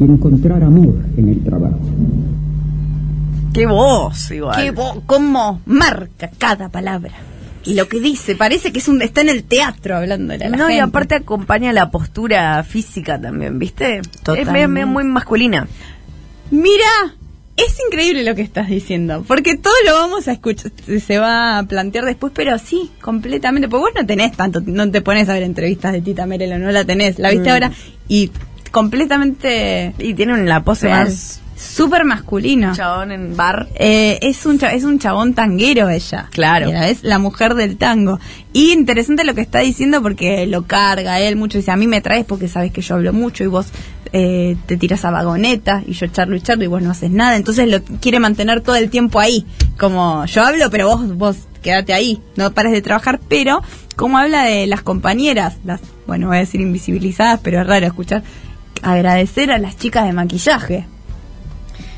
S6: y encontrar amor en el trabajo.
S5: ¡Qué voz! Igual.
S3: que vo- cómo marca cada palabra y lo que dice parece que es un está en el teatro hablando de la
S5: No, y
S3: gente.
S5: aparte acompaña la postura física también, ¿viste? Es medio-
S3: Totalmente.
S5: medio muy masculina.
S3: mira Es increíble lo que estás diciendo, porque todo lo vamos a escuchar, se va a plantear después, pero sí, completamente, porque vos no tenés tanto, no te pones a ver entrevistas de Tita Merelo, no la tenés, la viste ahora y completamente
S5: Mm. Y tiene un- la pose
S3: real,
S5: más
S3: súper masculino.
S5: chabón en bar.
S3: Eh, es un cha- es un chabón tanguero ella.
S5: Claro.
S3: Y a la vez la mujer del tango. Y interesante lo que está diciendo porque lo carga él mucho. Dice, a mí me traes porque sabes que yo hablo mucho y vos eh, te tiras a vagoneta y yo charlo y charlo y vos no haces nada. Entonces lo quiere mantener todo el tiempo ahí. Como yo hablo, pero vos, vos quédate ahí. No pares de trabajar, pero como habla de las compañeras, las, bueno, voy a decir invisibilizadas, pero es raro escuchar, agradecer a las chicas de maquillaje.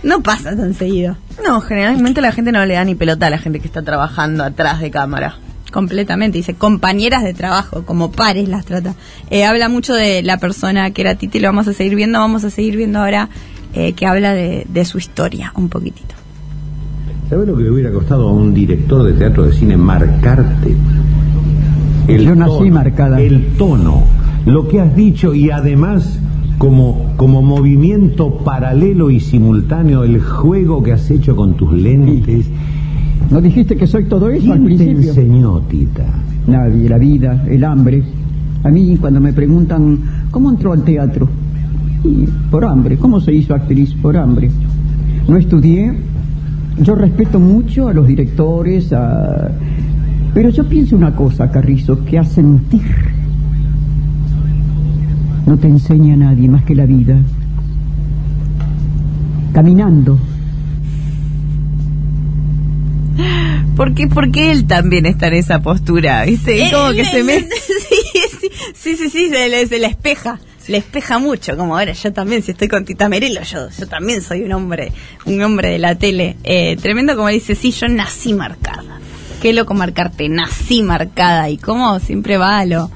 S3: No pasa tan seguido.
S5: No, generalmente la gente no le da ni pelota a la gente que está trabajando atrás de cámara.
S3: Completamente, dice compañeras de trabajo, como pares las trata. Eh, habla mucho de la persona que era Titi, lo vamos a seguir viendo, vamos a seguir viendo ahora eh, que habla de, de su historia un poquitito.
S7: ¿Sabes lo que le hubiera costado a un director de teatro de cine marcarte?
S8: Yo nací marcada.
S7: El tono, lo que has dicho y además como, como movimiento paralelo y simultáneo, el juego que has hecho con tus lentes.
S8: ¿No dijiste que soy todo eso al
S7: ¿Quién te
S8: principio?
S7: enseñó, Tita?
S8: Nadie, la vida, el hambre. A mí cuando me preguntan, ¿cómo entró al teatro? Y por hambre, ¿cómo se hizo actriz? Por hambre. No estudié, yo respeto mucho a los directores, a... pero yo pienso una cosa, Carrizo, que a sentir no te enseña nadie más que la vida. Caminando,
S5: ¿Por qué, por qué él también está en esa postura? ¿Viste?
S3: Eh,
S5: Como que
S3: le-
S5: se
S3: le-
S5: me...
S3: sí, sí, sí, sí, sí, se le, se le espeja. Le espeja mucho, como ahora yo también, si estoy con Tita Merelo, yo, yo también soy un hombre, un hombre de la tele. Eh, tremendo como dice, sí, yo nací marcada. Qué loco marcarte, nací marcada. Y cómo siempre va a lo,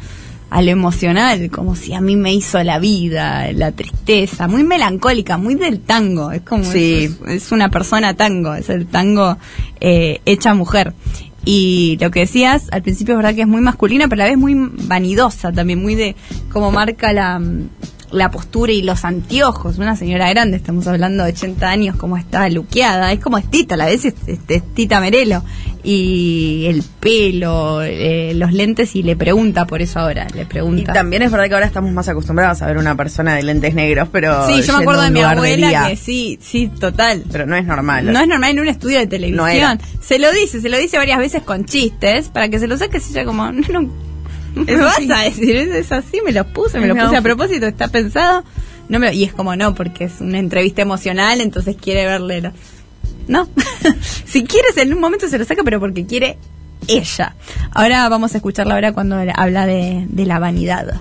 S3: a lo emocional, como si a mí me hizo la vida, la tristeza, muy melancólica, muy del tango. Es como,
S5: Sí.
S3: es, es una persona tango, es el tango eh, hecha mujer. Y lo que decías, al principio es verdad que es muy masculina, pero a la vez muy vanidosa también, muy de cómo marca la, mm, la postura y los anteojos. Una señora grande, estamos hablando de 80 años, como está luqueada, es como es Tita, a la vez es, es- es Tita Merelo. Y el pelo, eh, los lentes, y le pregunta por eso ahora, le pregunta.
S5: Y también es verdad que ahora estamos más acostumbrados a ver una persona de lentes negros, pero...
S3: sí,
S5: yendo
S3: yo me
S5: a
S3: acuerdo
S5: un
S3: de mi
S5: lugar
S3: abuela
S5: día.
S3: que sí, sí, total.
S5: Pero no es normal.
S3: No es normal en un estudio de
S5: No
S3: televisión.
S5: era.
S3: se lo dice, se lo dice varias veces con chistes para que se lo saques ella como, no, no, no me
S5: Es
S3: vas
S5: así.
S3: a decir, es, es así, me lo puse, me
S5: Es
S3: lo
S5: mi
S3: puse a
S5: outfit.
S3: propósito, está pensado. No me lo- y es como no, porque es una entrevista emocional, entonces quiere verle la- No, si quieres en un momento se lo saca, pero porque quiere ella. Ahora vamos a escucharla ahora cuando habla de, de la vanidad.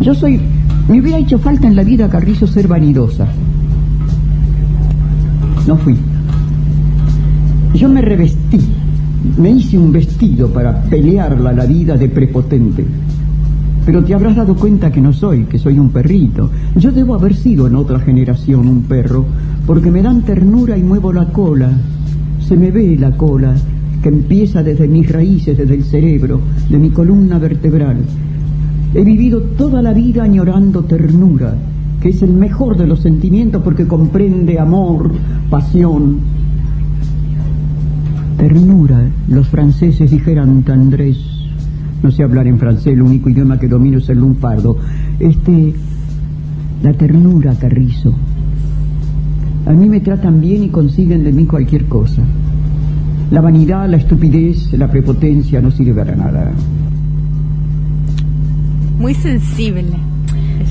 S8: Yo soy. Me hubiera hecho falta en la vida, Carrizo, ser vanidosa. No fui. Yo me revestí. Me hice un vestido para pelearla la vida de prepotente. Pero te habrás dado cuenta que no soy, que soy un perrito. Yo debo haber sido en otra generación un perro, porque me dan ternura y muevo la cola. Se me ve la cola, que empieza desde mis raíces, desde el cerebro, de mi columna vertebral. He vivido toda la vida añorando ternura, que es el mejor de los sentimientos porque comprende amor, pasión. Ternura, los franceses dijeran Andrés. No sé hablar en francés, el único idioma que domino es el lunfardo. Este, la ternura, Carrizo. A mí me tratan bien y consiguen de mí cualquier cosa. La vanidad, la estupidez, la prepotencia no sirve para nada.
S3: Muy sensible.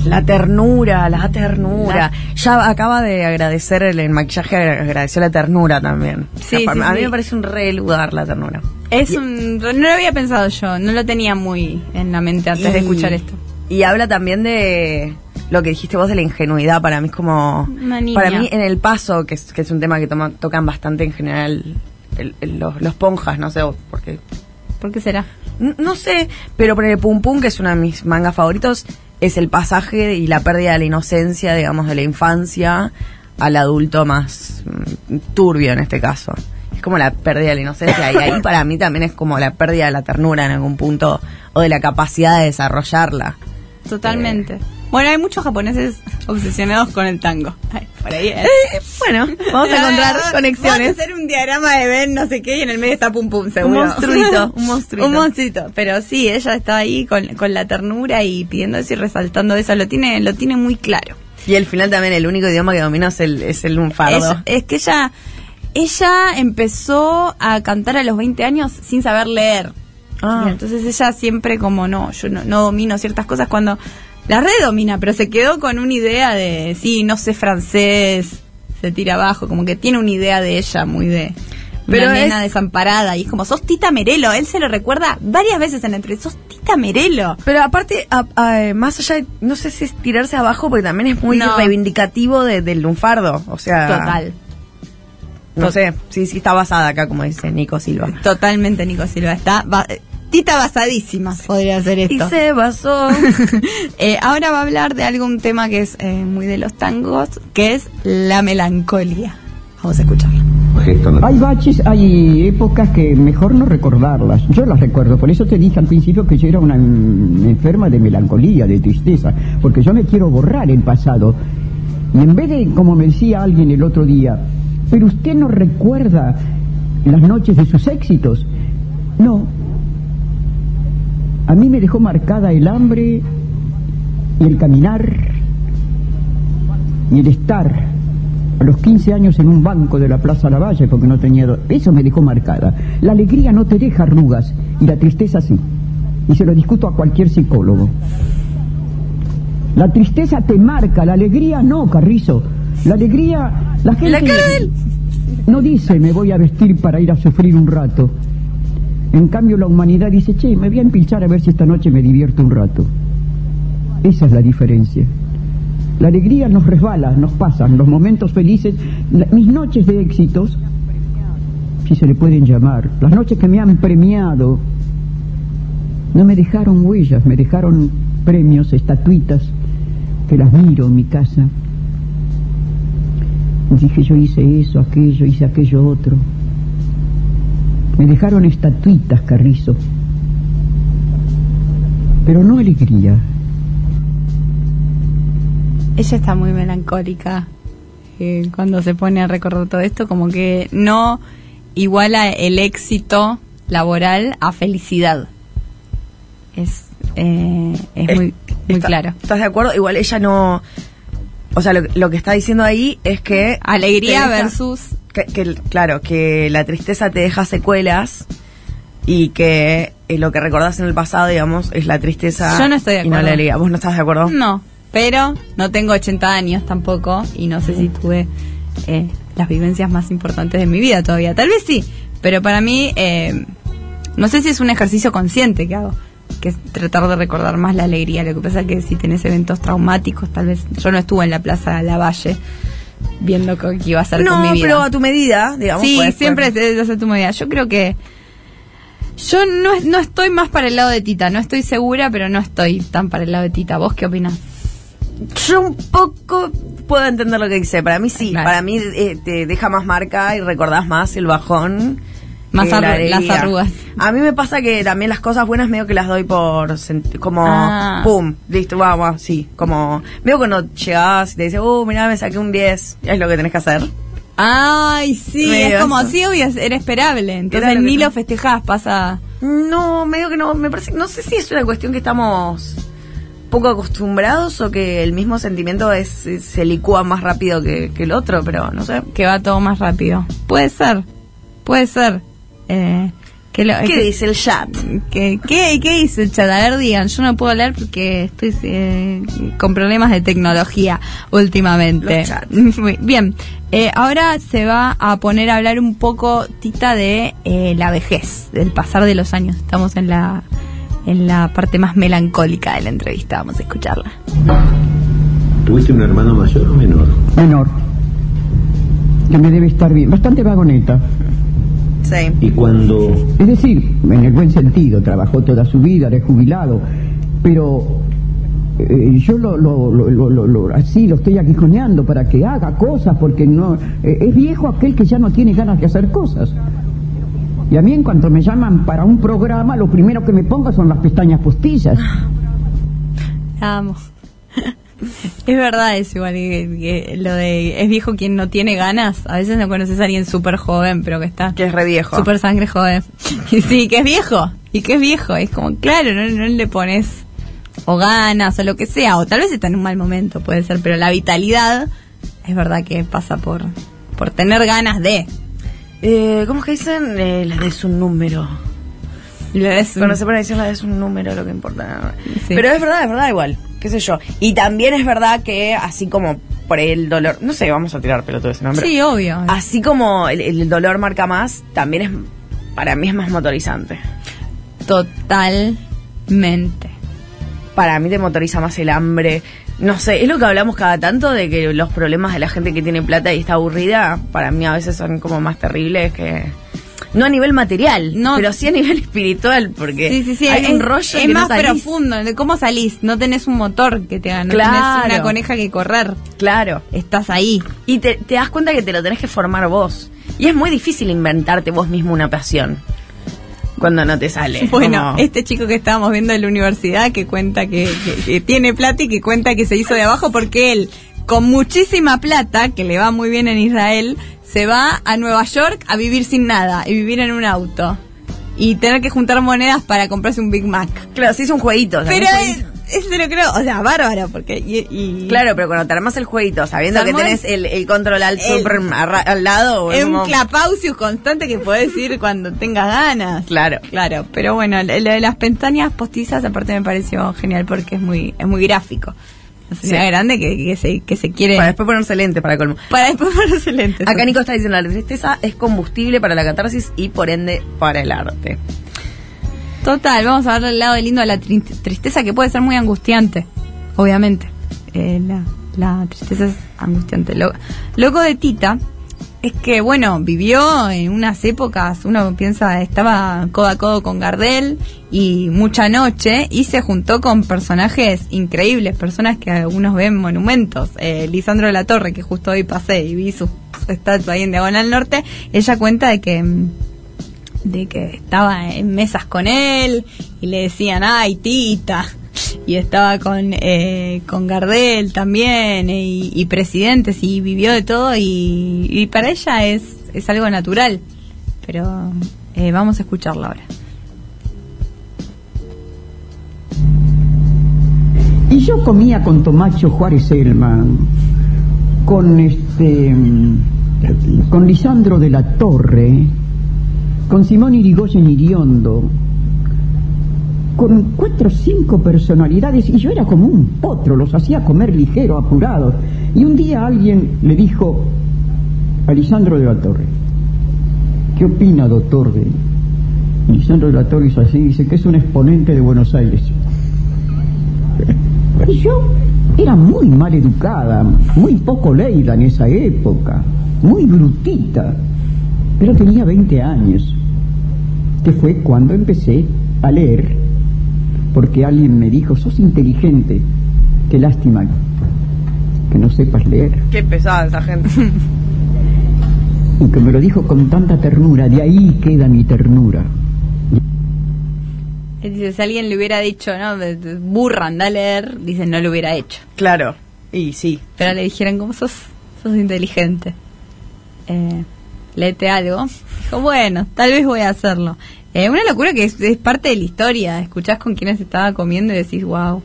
S5: La ternura, la ternura. Ya acaba de agradecer el, el maquillaje, agra- agradeció la ternura también.
S3: Sí,
S5: La-
S3: sí,
S5: a mí
S3: sí.
S5: me parece un re lugar la ternura.
S3: Es un, no lo había pensado yo, no lo tenía muy en la mente antes de
S5: Y-
S3: escuchar esto.
S5: Y habla también de lo que dijiste vos de la ingenuidad. Para mí es como.
S3: Una niña.
S5: Para mí, en el paso, que es, que es un tema que toma- tocan bastante en general el- el- los, los ponjas, no sé, porque.
S3: ¿Por qué será?
S5: n- No sé, pero por el Pum Pum, que es una de mis mangas favoritos, es el pasaje y la pérdida de la inocencia, digamos, de la infancia al adulto más mm, turbio en este caso. Es como la pérdida de la inocencia y ahí para mí también es como la pérdida de la ternura en algún punto o de la capacidad de desarrollarla.
S3: Totalmente. Bueno, hay muchos japoneses obsesionados con el tango. Ay, por ahí es.
S5: Eh, Bueno, vamos a encontrar conexiones.
S3: Vamos a hacer un diagrama de Ben, no sé qué, y en el medio está Pum Pum,
S5: Un
S3: seguro.
S5: monstruito, un monstruito.
S3: un monstruito. Pero sí, ella está ahí con, con la ternura y pidiendo eso y resaltando eso. Lo tiene, lo tiene muy claro.
S5: Y al final también el único idioma que domina es el, es el lunfardo.
S3: Es, es que ella, ella empezó a cantar a los 20 años sin saber leer.
S5: Ah.
S3: Y entonces ella siempre como, no, yo no, no domino ciertas cosas cuando la redomina, pero se quedó con una idea de, sí, no sé francés, se tira abajo, como que tiene una idea de ella muy de... Pero
S5: Pero
S3: una
S5: es-
S3: nena desamparada y es como, sos Tita Merelo, él se lo recuerda varias veces en la entrevista, sos Tita Merelo.
S5: Pero aparte, a- a- eh, más allá, de- no sé si es tirarse abajo, porque también es muy
S3: No.
S5: reivindicativo de- del lunfardo. O sea,
S3: Total,
S5: no sé, sí, sí está basada acá, como dice Nico Silva.
S3: totalmente Nico Silva, está... ba- Tita basadísima podría hacer esto.
S5: Y se basó.
S3: Eh, ahora va a hablar de algún tema que es eh, muy de los tangos, que es la melancolía. Vamos a escucharlo.
S7: Gesto no-
S8: Hay baches, hay épocas que mejor no recordarlas. Yo las recuerdo, por eso te dije al principio que yo era una mm, enferma de melancolía, de tristeza, porque yo me quiero borrar el pasado. Y en vez de, como me decía alguien el otro día, pero usted no recuerda las noches de sus éxitos. No. A mí me dejó marcada el hambre y el caminar y el estar a los 15 años en un banco de la Plaza Lavalle porque no tenía... do- Eso me dejó marcada. La alegría no te deja arrugas y la tristeza sí. Y se lo discuto a cualquier psicólogo. La tristeza te marca, la alegría no, Carrizo. La alegría... La gente... No dice me voy a vestir para ir a sufrir un rato. En cambio la humanidad dice, che, me voy a empilchar a ver si esta noche me divierto un rato. Esa es la diferencia. La alegría nos resbala, nos pasan los momentos felices, la- mis noches de éxitos, si se le pueden llamar, las noches que me han premiado, no me dejaron huellas, me dejaron premios, estatuitas, que las miro en mi casa. Y Dije yo hice eso, aquello, hice aquello otro. Me dejaron estatuitas, Carrizo, pero no alegría.
S3: Ella está muy melancólica eh, cuando se pone a recordar todo esto, como que no iguala el éxito laboral a felicidad. Es, eh, es muy, muy
S5: Está-
S3: claro.
S5: ¿Estás de acuerdo? Igual ella no. O sea, lo, lo que está diciendo ahí es que.
S3: Alegría
S5: te deja-
S3: versus
S5: Que, que- claro, que la tristeza te deja secuelas y que eh, lo que recordás en el pasado, digamos, es la tristeza.
S3: Yo no estoy de
S5: Y no
S3: acuerdo.
S5: la alegría. ¿Vos no estás de acuerdo?
S3: No, pero no tengo 80 años tampoco y no sé si tuve eh, las vivencias más importantes de mi vida todavía. Tal vez sí, pero para mí eh, no sé si es un ejercicio consciente que hago, que es tratar de recordar más la alegría. Lo que pasa es que si tenés eventos traumáticos, tal vez yo no estuve en la Plaza de la Valle viendo co- qué iba a ser con mi
S5: No,
S3: vida.
S5: pero a tu medida, digamos.
S3: Sí,
S5: puedes-
S3: siempre te hace tu medida. Yo creo que. Yo no, es- no estoy más para el lado de Tita. No estoy segura, pero no estoy tan para el lado de Tita. ¿Vos qué opinás?
S5: Yo un poco puedo entender lo que dice. Para mí sí.
S3: Claro.
S5: Para mí eh, te deja más marca y recordás más el bajón.
S3: Más
S5: que la
S3: arru- las
S5: alegría.
S3: arrugas.
S5: A mí me pasa que también las cosas buenas medio que las doy por sent- como
S3: Ah.
S5: pum, listo, vamos, sí, como medio cuando llegás y te dice, "Uh, mirá, me saqué un 10." Es lo que tenés que hacer.
S3: Ay, sí,
S5: Medio
S3: es como,
S5: eso.
S3: sí, obvio, era esperable. Entonces
S5: Era lo
S3: ni
S5: que-
S3: lo festejás, pasa.
S5: No, medio que no, me parece, no sé si es una cuestión que estamos poco acostumbrados o que el mismo sentimiento es, se licúa más rápido que, que el otro, pero no sé.
S3: Que va todo más rápido. Puede ser, puede ser. Eh, que lo-
S5: ¿Qué
S3: que-
S5: dice el chat?
S3: ¿Qué, qué, qué dice el chat? A ver, digan, yo no puedo leer porque estoy eh, con problemas de tecnología últimamente.
S5: Los chats.
S3: Muy Bien, Eh, ahora se va a poner a hablar un poco, Tita, de eh, la vejez, del pasar de los años. Estamos en la, en la parte más melancólica de la entrevista, vamos a escucharla.
S7: ¿Tuviste un hermano mayor o menor?
S8: menor, que me debe estar bien, bastante vagoneta.
S5: Sí.
S7: Y cuando
S8: Es decir, en el buen sentido, trabajó toda su vida, era jubilado, pero eh, yo lo, lo- lo- lo- lo- lo- así lo estoy aguijoneando para que haga cosas, porque no eh, es viejo aquel que ya no tiene ganas de hacer cosas. Y a mí en cuanto me llaman para un programa, lo primero que me pongo son las pestañas postillas.
S3: Vamos. Es verdad eso, igual que- que lo de es viejo quien no tiene ganas. A veces no conoces a alguien súper joven, pero que está
S5: Que es re viejo.
S3: súper sangre joven. Y sí, que es viejo. Y que es viejo. Es como, claro, no, no le pones o ganas o lo que sea. O tal vez está en un mal momento, puede ser. Pero la vitalidad es verdad que pasa por, por tener ganas de.
S5: Eh, ¿Cómo es que dicen? Eh, la de su número.
S3: Y es un-
S5: Cuando se pone a decir la de su número, lo que importa.
S3: Sí.
S5: Pero es verdad, es verdad igual. ¿Qué sé yo? Y también es verdad que, así como por el dolor. No sé, vamos a tirar pelotudo ese nombre.
S3: Sí, obvio.
S5: Así como el, el dolor marca más, también es. Para mí es más motorizante.
S3: Totalmente.
S5: Para mí te motoriza más el hambre. No sé, es lo que hablamos cada tanto de que los problemas de la gente que tiene plata y está aburrida, para mí a veces son como más terribles que. No a nivel material,
S3: No.
S5: pero sí a nivel espiritual, porque
S3: Sí, sí, sí.
S5: hay
S3: es,
S5: un rollo
S3: es
S5: que no
S3: más
S5: salís.
S3: profundo. de ¿Cómo salís? No tenés un motor que te haga. No
S5: Claro.
S3: tenés una coneja que correr.
S5: Claro.
S3: Estás ahí.
S5: Y te, te das cuenta que te lo tenés que formar vos. Y es muy difícil inventarte vos mismo una pasión cuando no te sale.
S3: Bueno,
S5: Como-
S3: este chico que estábamos viendo en la universidad que cuenta que, que- que tiene plata y que cuenta que se hizo de abajo porque él, con muchísima plata, que le va muy bien en Israel, se va a Nueva York a vivir sin nada y vivir en un auto. Y tener que juntar monedas para comprarse un Big Mac.
S5: claro, sí es un jueguito. o sea,
S3: Pero
S5: un
S3: es,
S5: jueguito.
S3: es de lo creo, o sea, bárbaro, porque... y- y-
S5: Claro, pero cuando te armas el jueguito, sabiendo que
S3: Armó el-
S5: tenés el, el control al
S3: el-
S5: super arra- al lado.
S3: Es un
S5: como-
S3: clapausius constante que podés ir cuando tengas ganas.
S5: Claro.
S3: Claro, pero bueno, lo lo de las pestañas postizas aparte me pareció genial porque es muy es muy gráfico. Es
S5: Sí.
S3: una grande que, que se, que se quiere...
S5: Para
S3: Para,
S5: después ponerse lente, para colmo.
S3: después ponerse lentes.
S5: Acá Nico está diciendo, la tristeza es combustible para la catarsis y por ende para el arte.
S3: Total, vamos a darle el lado lindo a la tri- tristeza que puede ser muy angustiante, obviamente. Eh, la, la tristeza es angustiante. Lo, loco de Tita es que, bueno, vivió en unas épocas, uno piensa, estaba codo a codo con Gardel y mucha noche y se juntó con personajes increíbles, personas que algunos ven monumentos. Eh, Lisandro de la Torre, que justo hoy pasé y vi su su estatua ahí en Diagonal Norte, ella cuenta de que... mm, de que estaba en mesas con él y le decían, ay, tita. Y estaba con, eh, con Gardel también eh, y, y presidentes y vivió de todo y, y para ella es, es algo natural. Pero eh, vamos a escucharla ahora.
S8: Y yo comía con Tomacho Juárez Elman, con este mm, con Lisandro de la Torre, con Simón Irigoyen Iriondo, con cuatro o cinco personalidades, y yo era como un potro, los hacía comer ligero, apurado. Y un día alguien le dijo a Lisandro de la Torre, ¿qué opina, doctor? de-?" Y Lisandro de la Torre hizo así, dice que es un exponente de Buenos Aires. Y yo era muy mal educada, muy poco leída en esa época, muy brutita, pero tenía 20 años, que fue cuando empecé a leer, porque alguien me dijo, sos inteligente, qué lástima que no sepas leer.
S5: Qué pesada esa gente.
S8: Y que me lo dijo con tanta ternura, de ahí queda mi ternura.
S3: Él dice, si alguien le hubiera dicho, no, de- de- burra, anda a leer, dice, no lo hubiera hecho.
S5: Claro. Y sí.
S3: Pero le dijeron, como sos, sos inteligente? Eh, léete algo. Dijo, bueno, tal vez voy a hacerlo. Eh, una locura que es, es parte de la historia. Escuchás con quienes estaba comiendo y decís, wow,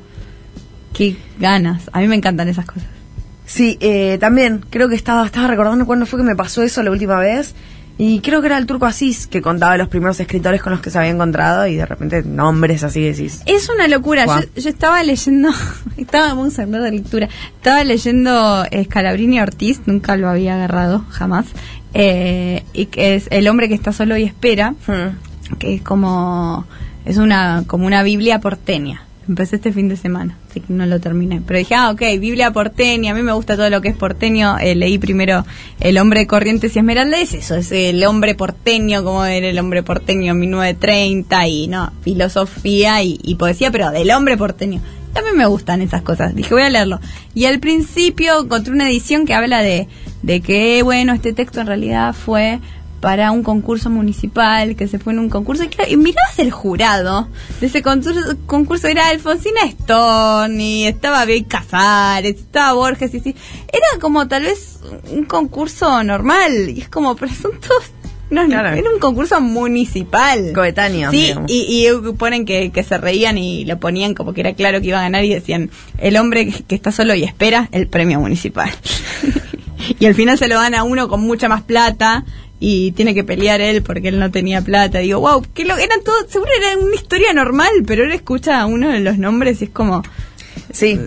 S3: qué ganas. A mí me encantan esas cosas.
S5: Sí, eh, también creo que estaba, estaba recordando cuándo fue que me pasó eso la última vez. Y creo que era el turco Asís que contaba los primeros escritores con los que se había encontrado y de repente nombres así decís.
S3: Es una locura.
S5: Guau.
S3: Yo, yo estaba leyendo, estaba en un sector de lectura. Estaba leyendo eh, Scalabrini Ortiz, nunca lo había agarrado, jamás. Eh, y que es El hombre que está solo y espera.
S5: Hmm.
S3: que es como es una como una Biblia porteña. Empecé este fin de semana, así que no lo terminé. Pero dije, ah, ok, Biblia porteña, a mí me gusta todo lo que es porteño. Eh, leí primero El hombre de Corrientes y Esmeralda, es eso, es el hombre porteño, como era el hombre porteño en 1930 y no, filosofía y, y poesía, pero del hombre porteño. También me gustan esas cosas. Dije, voy a leerlo. Y al principio encontré una edición que habla de, de que, bueno, este texto en realidad fue para un concurso municipal, que se fue en un concurso, y, claro, y mirabas el jurado de ese concurso, concurso era Alfonsina Stoni, estaba Bey Casares, estaba Borges, y sí, era como tal vez un concurso normal, y es como, pero son todos... No,
S5: Claro.
S3: Era un concurso municipal.
S5: Coetáneos,
S3: Sí,
S5: digamos.
S3: y, y ponen que, que se reían y lo ponían como que era claro que iba a ganar y decían, el hombre que- que está solo y espera el premio municipal. y al final se lo dan a uno con mucha más plata y tiene que pelear él porque él no tenía plata. Digo, wow, que lo, eran todo, seguro era una historia normal, pero él escucha a uno de los nombres y es como... eh,
S5: Sí,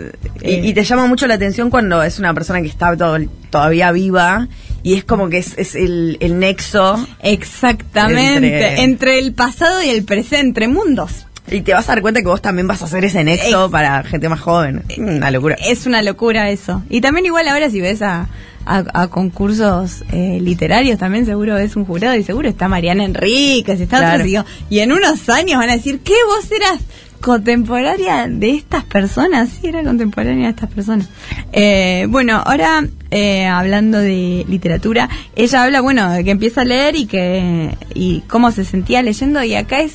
S5: y, y te llama mucho la atención cuando es una persona que está to- todavía viva y es como que es, es el, el nexo
S3: Exactamente,
S5: Entre-
S3: entre, el pasado y el presente, entre mundos.
S5: y te vas a dar cuenta que vos también vas a hacer ese nexo para gente más joven.
S3: eh,
S5: Una locura.
S3: Es una locura eso. Y también igual ahora si ves a, a- a concursos eh, literarios, también seguro ves un jurado y seguro está Mariana Enríquez, está
S5: Claro.
S3: otro, digo, y en unos años van a decir, ¿qué vos eras contemporánea de estas personas? Sí, era contemporánea de estas personas. Eh, bueno, ahora eh, hablando de literatura, ella habla, bueno, de que empieza a leer y que y cómo se sentía leyendo y acá es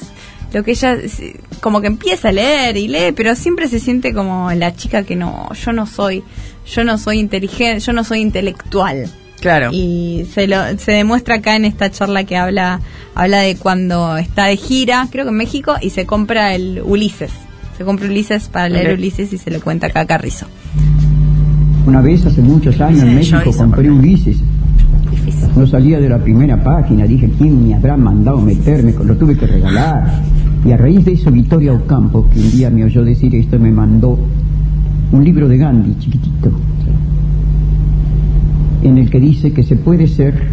S3: lo que ella se- como que empieza a leer y lee, pero siempre se siente como la chica que no, yo no soy, yo no soy inteligente, yo no soy intelectual.
S5: Claro.
S3: Y se, lo, se demuestra acá en esta charla que habla, habla de cuando está de gira, creo que en México, y se compra el Ulises. Se compra Ulises para leer
S5: Ok.
S3: Ulises y se lo cuenta acá a Carrizo.
S8: Una vez hace muchos años en
S5: Sí, yo
S8: México
S5: hice
S8: compré
S5: papel.
S8: Ulises. No salía de la primera página, dije, ¿quién me habrá mandado meterme? Lo tuve que regalar. Y a raíz de eso, Victoria Ocampo, que un día me oyó decir esto, me mandó un libro de Gandhi, chiquitito, en el que dice que se puede ser,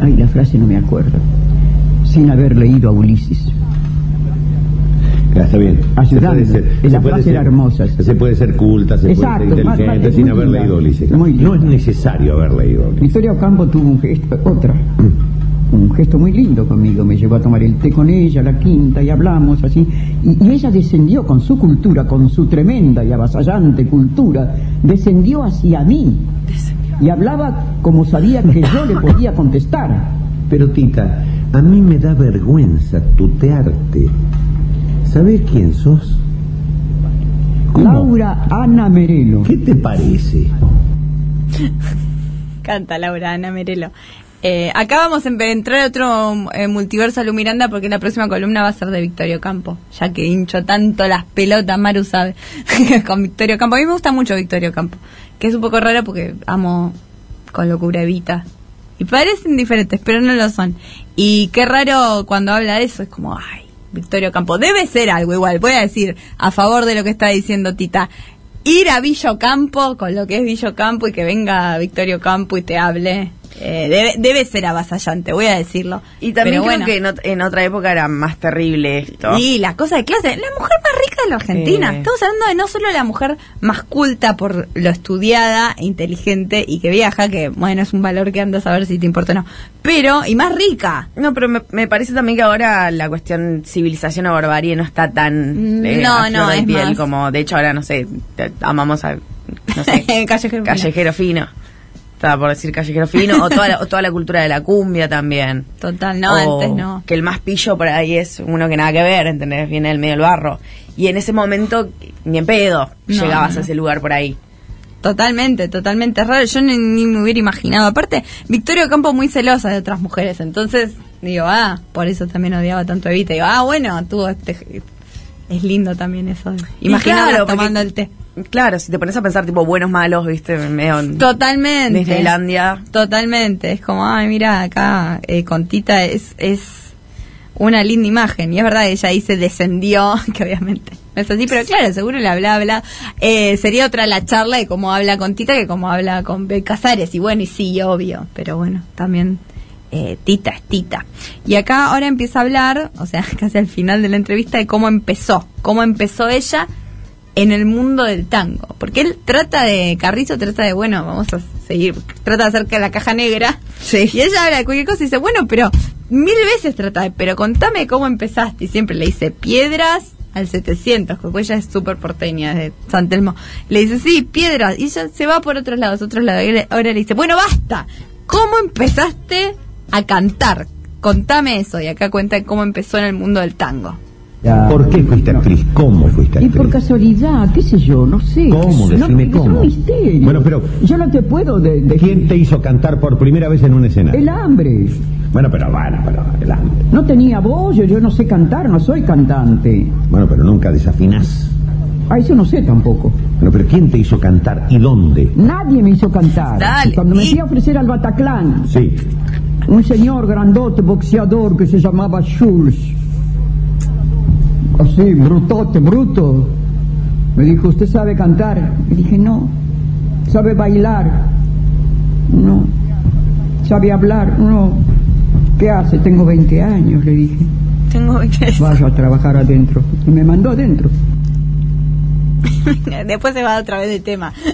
S8: ay, la frase no me acuerdo, sin haber leído a Ulises.
S7: Ya, Ah, está bien. Se
S8: Ayudando.
S7: puede ser,
S8: La
S7: se puede
S8: frase
S7: ser,
S8: era hermosa.
S7: Se puede ser culta, se
S8: Exacto,
S7: puede ser
S8: más
S7: inteligente
S8: vale,
S7: sin
S8: muy
S7: haber
S8: linda.
S7: leído Ulises.
S8: Muy
S7: no es
S8: linda.
S7: necesario haber leído Ulises.
S8: Victoria Ocampo tuvo un gesto, otra,
S7: Mm.
S8: un gesto muy lindo conmigo. Me llevó a tomar el té con ella, la quinta, y hablamos así. Y, y ella descendió con su cultura, con su tremenda y avasallante cultura, descendió hacia mí. Y hablaba como sabía que yo le podía contestar.
S7: Pero Tita, a mí me da vergüenza tutearte. ¿Sabes quién sos? ¿Cómo?
S8: Laura Ana Merelo.
S7: ¿Qué te parece?
S3: Canta Laura Ana Merelo. Eh, acá vamos a empe- entrar a otro eh, multiverso a Lu Miranda porque la próxima columna va a ser de Victorio Campo, ya que hincho tanto las pelotas, Maru sabe, con Victorio Campo. A mí me gusta mucho Victorio Campo, que es un poco raro porque amo con locura Evita. Y parecen diferentes, pero no lo son. Y qué raro cuando habla de eso, es como, ay, Victorio Campo, debe ser algo igual, voy a decir a favor de lo que está diciendo Tita ir a Villo Campo con lo que es Villo Campo y que venga Victorio Campo y te hable. eh, debe, debe ser avasallante, voy a decirlo.
S5: Y también creo
S3: Pero bueno.
S5: que en, ot- en otra época era más terrible esto.
S3: Y las cosas de clase, la mujer más rica de la Argentina.
S5: Sí.
S3: Estamos hablando de no solo la mujer más culta por lo estudiada, e inteligente y que viaja, que bueno, es un valor que andas a ver si te importa o no. Pero, y más rica.
S5: No, pero me, me parece también que ahora la cuestión civilización o barbarie no está tan
S3: Mm,
S5: eh,
S3: no,
S5: a flor
S3: no,
S5: de
S3: es
S5: piel
S3: más.
S5: como de hecho ahora no sé, te- amamos a no sé,
S3: Callejero.
S5: callejero fino. Estaba por decir callejero fino o toda la, o toda la cultura de la cumbia también.
S3: Total, no,
S5: O
S3: antes no.
S5: Que el más pillo por ahí es uno que nada que ver, ¿entendés? Viene del medio del barro. Y en ese momento, ni en pedo,
S3: No,
S5: llegabas
S3: no.
S5: a ese lugar por ahí.
S3: Totalmente, totalmente es raro. Yo ni, ni me hubiera imaginado. Aparte, Victoria Campo muy celosa de otras mujeres. Entonces, digo, ah, por eso también odiaba tanto a Evita. Digo, ah, bueno, tú, este, es lindo también eso.
S5: Y
S3: Imaginarla
S5: claro, porque-
S3: tomando el té.
S5: Claro, si te pones a pensar, tipo, buenos, malos, viste, medio...
S3: Totalmente.
S5: Disneylandia.
S3: Totalmente. Es como, ay, mira, acá eh, con Tita es, es una linda imagen. Y es verdad, ella dice descendió, que obviamente no es así, pero claro, seguro la bla, bla. Eh, sería otra la charla de cómo habla con Tita que cómo habla con Bel Casares. Y bueno, y sí, obvio, pero bueno, también. eh, tita es Tita. Y acá ahora empieza a hablar, o sea, casi al final de la entrevista, de cómo empezó, cómo empezó ella en el mundo del tango. Porque él trata de, Carrizo trata de, bueno, vamos a seguir, trata de hacer que la caja negra. Y ella habla de cualquier cosa y dice, bueno, pero mil veces trata de, pero contame cómo empezaste. Y siempre le dice, piedras al 700, porque ella es súper porteña de San Telmo. Le dice, sí, piedras. Y ella se va por otros lados, otros lados. Y le- ahora le dice, bueno, basta. ¿Cómo empezaste a cantar? Contame eso. Y acá cuenta cómo empezó en el mundo del tango.
S8: Ya,
S7: ¿Por qué fuiste
S8: no.
S7: actriz? ¿Cómo fuiste
S8: Y
S7: actriz?
S8: por casualidad, qué sé yo, no sé.
S7: ¿Cómo?
S8: No,
S7: Decime
S8: porque es
S7: cómo.
S8: un misterio.
S7: Bueno, pero-
S8: Yo no te puedo de- de-
S7: ¿Quién te hizo cantar por primera vez en un
S8: El
S7: escenario?
S8: hambre.
S7: Bueno, pero bueno, pero adelante.
S8: No tenía voz, yo, yo no sé cantar, no soy cantante.
S7: Bueno, pero nunca desafinás.
S8: A Ah, eso no sé tampoco.
S7: Bueno, pero ¿quién te hizo cantar y dónde?
S8: Nadie me hizo cantar.
S3: Dale,
S8: Cuando me
S3: y-
S8: fui a ofrecer al Bataclan,
S7: Sí.
S8: un señor grandote boxeador que se llamaba Schulz. Así, brutote, bruto. Me dijo, ¿usted sabe cantar? Le dije, no. ¿Sabe bailar? No. ¿Sabe hablar? No. ¿Qué hace? Tengo 20 años, le dije.
S3: Tengo
S8: Vaya a trabajar adentro. Y me mandó adentro.
S3: Después se va otra vez de tema.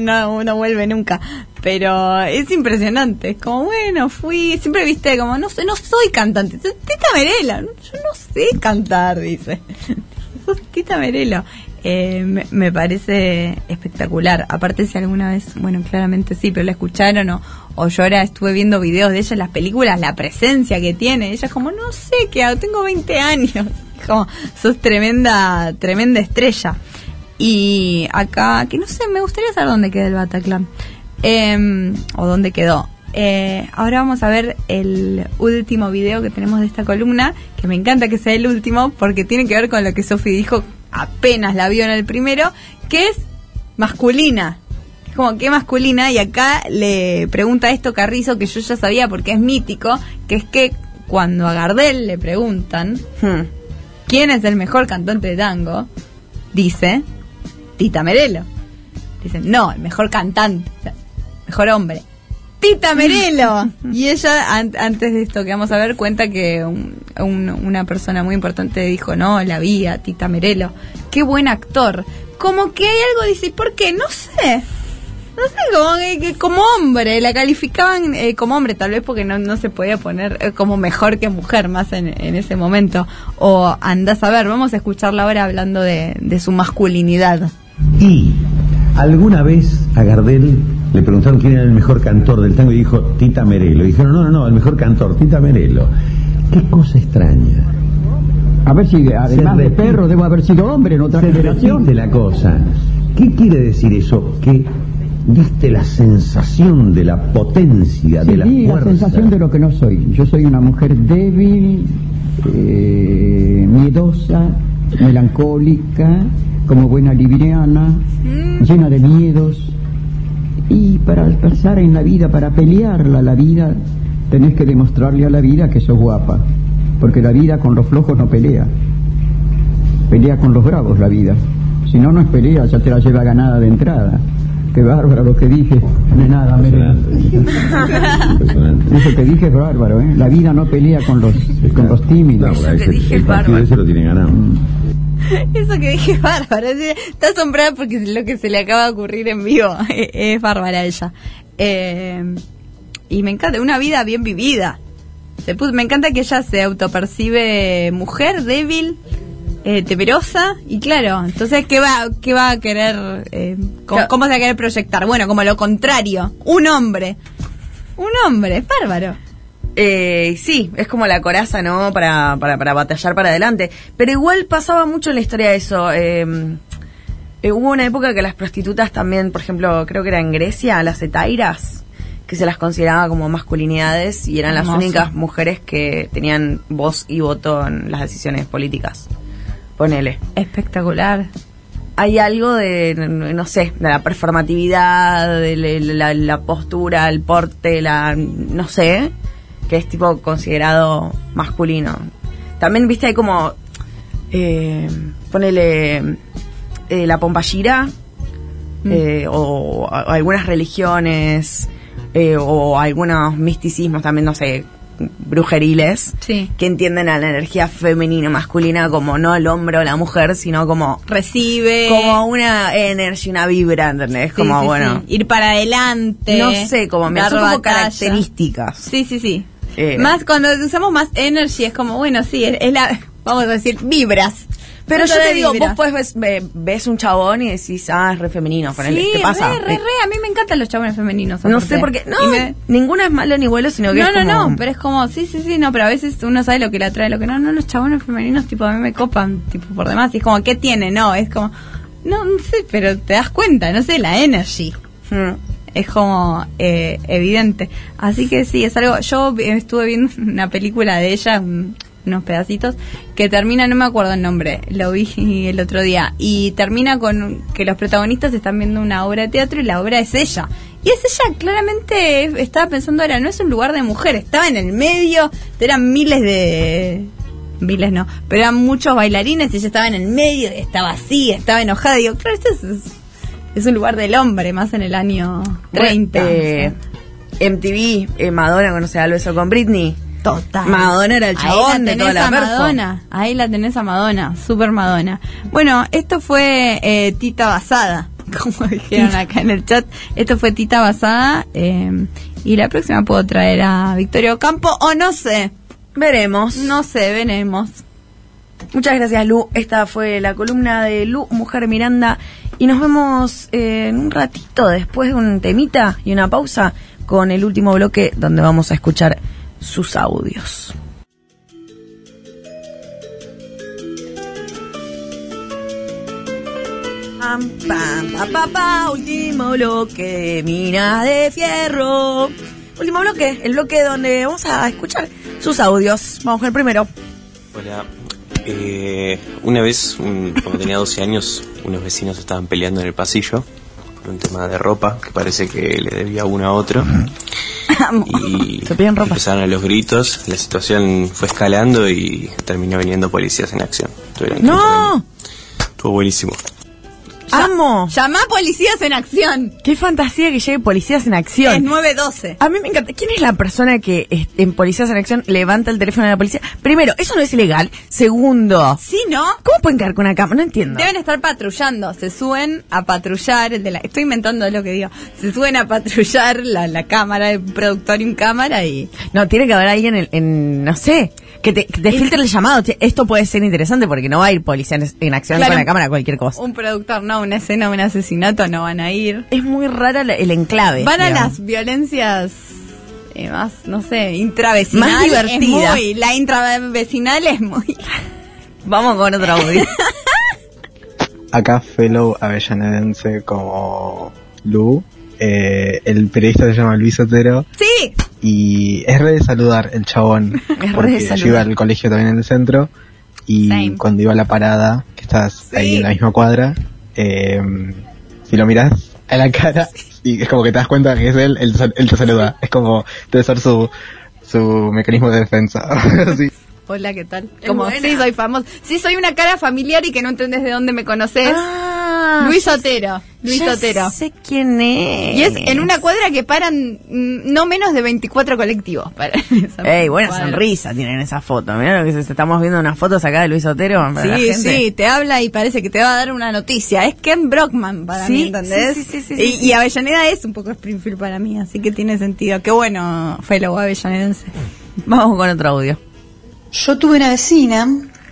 S3: No, no, no vuelve nunca. Pero es impresionante. Es como, bueno, fui. Siempre viste como, no sé, no soy cantante. T- Tita Merelo. Yo no sé cantar, dice. Sos Tita Merelo. Eh, me, me parece espectacular. Aparte, si alguna vez, bueno, claramente sí, pero la escucharon o, o yo ahora estuve viendo videos de ella en las películas, la presencia que tiene. Ella es como, no sé qué hago, tengo 20 años. Como, sos tremenda, tremenda estrella. Y acá, que no sé, me gustaría saber dónde queda el Bataclan. Em, o dónde quedó. Eh, ahora vamos a ver el último video que tenemos de esta columna, que me encanta que sea el último, porque tiene que ver con lo que Sofi dijo apenas la vio en el primero, que es masculina. Es Como que masculina, y acá le pregunta esto Carrizo, que yo ya sabía porque es mítico, que es que cuando a Gardel le preguntan
S5: Hmm.
S3: quién es el mejor cantante de tango, dice Tita Merelo. Dicen, no, el mejor cantante, o sea, mejor hombre. Tita Merelo. y ella, an- antes de esto que vamos a ver, cuenta que un- un- una persona muy importante dijo, no, la vi a Tita Merelo. Qué buen actor. Como que hay algo, dice, ¿por qué? No sé. No sé, como, que- que como hombre, la calificaban eh, como hombre, tal vez porque no, no se podía poner eh, como mejor que mujer más en, en ese momento. O andás a ver, vamos a escucharla ahora hablando de, de su masculinidad.
S7: Y alguna vez a Gardel le preguntaron quién era el mejor cantor del tango y dijo Tita Merelo. Y dijeron, no, no, no, el mejor cantor, Tita Merelo. Qué cosa extraña.
S8: A ver si, además de
S7: repite.
S8: perro, debo haber sido hombre en otra
S7: Se
S8: generación.
S7: repite la cosa. ¿Qué quiere decir eso? Que diste la sensación de la potencia, de la
S8: Sí, la
S7: fuerza.
S8: sensación de lo que no soy. Yo soy una mujer débil, eh, miedosa, melancólica, como buena libriana, llena de miedos. Y para alcanzar en la vida, para pelearla la vida, tenés que demostrarle a la vida que sos guapa. Porque la vida con los flojos no pelea. Pelea con los bravos la vida. Si no, no es pelea, ya te la lleva ganada de entrada. Qué bárbaro lo que dije. Nenada, Merena.
S7: Impresionante. Impresionante.
S8: Eso que dije es bárbaro, ¿eh? La vida no pelea con los, con los
S7: No,
S8: tímidos.
S7: ese-
S3: dije
S7: el
S3: es
S7: partido
S3: bárbaro.
S7: ese lo tiene ganado.
S3: Eso que dije, bárbara. Está asombrada porque lo que se le acaba de ocurrir en vivo es, bárbara ella. Eh, y me encanta, una vida bien vivida. Se puso- me encanta que ella se autopercibe mujer, débil, eh, temerosa y claro, entonces, ¿qué va, qué va a querer? eh, cómo,
S5: Claro.
S3: cómo se va a querer proyectar? Bueno, como lo contrario, un hombre. Un hombre, es bárbaro.
S5: Eh, sí, es como la coraza, ¿no? Para, para, para batallar para adelante. Pero igual pasaba mucho en la historia eso. eh, eh, hubo una época que las prostitutas también, por ejemplo, creo que era en Grecia, las etairas, que se las consideraba como masculinidades y eran las
S3: Hermoso.
S5: únicas mujeres que tenían voz y voto en las decisiones políticas. Ponele.
S3: Espectacular.
S5: Hay algo de, no sé, de la performatividad, de la, la- la postura, el porte, la, no sé, que es tipo considerado masculino. También, viste, hay como, eh, ponele eh, la pompallira,
S3: Mm.
S5: eh, o a- algunas religiones, eh, o algunos misticismos también, no sé, brujeriles,
S3: Sí.
S5: que entienden a la energía femenina, masculina, como no el hombre o la mujer, sino como
S3: Recibe.
S5: como una energía, una vibra, ¿entendés?
S3: Sí,
S5: como,
S3: sí,
S5: bueno,
S3: sí. ir para adelante.
S5: no sé, como me
S3: dar
S5: son como
S3: batalla.
S5: características.
S3: Sí, sí, sí.
S5: Eh.
S3: Más cuando usamos más energy es como, bueno, sí, es, es la, vamos a decir, vibras.
S5: Pero yo
S3: Punto
S5: te
S3: débil,
S5: digo, vos
S3: mirá.
S5: podés ves, ve- ves un chabón y decís, ah, es re femenino, ponele,
S3: Sí,
S5: te pasa.
S3: re, re,
S5: Eh,
S3: re. A mí me encantan los chabones femeninos.
S5: No
S3: aparte.
S5: sé por qué. No,
S3: Y me-
S5: ninguno es malo ni bueno, sino que
S3: No,
S5: es
S3: no,
S5: como-
S3: no, pero es como, sí, sí, sí, no, pero a veces uno sabe lo que le atrae, lo que no, no, los chabones femeninos, tipo, a mí me copan, tipo, por demás, y es como, ¿qué tiene? No, es como, no, no sé, pero te das cuenta, no sé, la energy,
S5: Mm.
S3: es como eh, evidente. Así que sí, es algo, yo vi- estuve viendo una película de ella, un- unos pedacitos, que termina, no me acuerdo el nombre, lo vi el otro día, y termina con que los protagonistas están viendo una obra de teatro y la obra es ella. Y es ella, claramente eh, estaba pensando ahora, no es un lugar de mujer, estaba en el medio, eran miles de... Miles no, pero eran muchos bailarines y ella estaba en el medio, estaba así, estaba enojada. Digo, claro, esto es- es es un lugar del hombre, más en el año 30.
S5: Bueno, eh, MTV, eh, Madonna cuando se da el beso con Britney.
S3: Total.
S5: Madonna era el
S3: Ahí
S5: chabón
S3: la
S5: de toda
S3: tenés
S5: la
S3: a
S5: perfo.
S3: Madonna. Ahí la tenés a Madonna. Super Madonna. Bueno, esto fue eh, Tita Basada. Como dijeron acá en el chat. Esto fue Tita Basada. eh, y la próxima puedo traer a Victoria Ocampo o no sé.
S5: Veremos.
S3: No sé, veremos.
S5: Muchas gracias, Lu. Esta fue la columna de Lu, Mujer Miranda. Y nos vemos eh, en un ratito después de un temita y una pausa con el último bloque donde vamos a escuchar sus audios. Pam, pam, pa, pa, pa, último bloque de Minas de Fierro. Último bloque, el bloque donde vamos a escuchar sus audios. Vamos con el primero.
S7: Hola. Eh, una vez, un- cuando tenía 12 años, unos vecinos estaban peleando en el pasillo por un tema de ropa que parece que le debía uno a otro. Y
S5: Se piden ropa.
S7: empezaron los gritos, la situación fue escalando y terminó viniendo policías en acción. Estuvieron-
S5: ¡No!
S7: Estuvo buenísimo.
S5: ¡Amo!
S3: Llamá a policías en acción.
S5: ¡Qué fantasía que llegue Policías en
S3: Es
S5: Acción!
S3: 912.
S5: A mí me encanta. ¿Quién es la persona que es- en Policías en Acción levanta el teléfono de la policía? Primero, eso no es ilegal. Segundo,
S3: Sí, ¿no?
S5: ¿cómo pueden caer con una cámara? No entiendo.
S3: Deben estar patrullando, se suben a patrullar, el de la, estoy inventando lo que digo, se suben a patrullar la, la cámara, el productor y un cámara y...
S5: No, tiene que haber alguien en, en- no sé, que te, que te filtre el llamado. Che, Esto puede ser interesante porque no va a ir Policías en- en Acción
S3: Claro.
S5: con la cámara a cualquier cosa.
S3: Un productor, no, una escena, un asesinato, no van a ir.
S5: Es muy rara la- el enclave.
S3: Van a
S5: digamos.
S3: las violencias eh, más, no sé, intravecinal.
S5: Más divertidas.
S3: es muy- la intravecinal es muy...
S5: Vamos con otro audio.
S9: acá fellow avellanedense como Lu. eh, el periodista se llama Luis Otero
S3: Sí,
S9: y es re de saludar el chabón.
S5: re de
S9: porque
S5: saludar.
S9: yo iba al colegio también en el centro y
S3: Same.
S9: cuando iba a la parada, que estás ahí en la misma cuadra, eh, si lo mirás a la cara y es como que te das cuenta que es él, él, te sal- él te saluda. Es como debe ser su, su mecanismo de defensa. Sí.
S3: hola, ¿qué tal? Como, sí, soy famoso. Sí, soy una cara familiar y que no entendés de dónde me conoces.
S5: Ah,
S3: Luis Otero, Luis
S5: ya
S3: Otero.
S5: sé quién es.
S3: Y es en una cuadra que paran mm, no menos de 24 colectivos. Para esa
S5: Ey, buena
S3: cuadra.
S5: sonrisa tienen esa foto. Mirá lo que es, estamos viendo unas fotos acá de Luis Otero. para la
S3: Sí,
S5: gente.
S3: sí, te habla y parece que te va a dar una noticia. Es Ken Brockman para
S5: Sí,
S3: mí, ¿entendés?
S5: sí, sí, sí, sí,
S3: y,
S5: sí.
S3: y Avellaneda es un poco Springfield para mí, así que tiene sentido. Qué bueno, fellow avellanedense.
S5: Vamos con otro audio.
S10: Yo tuve una vecina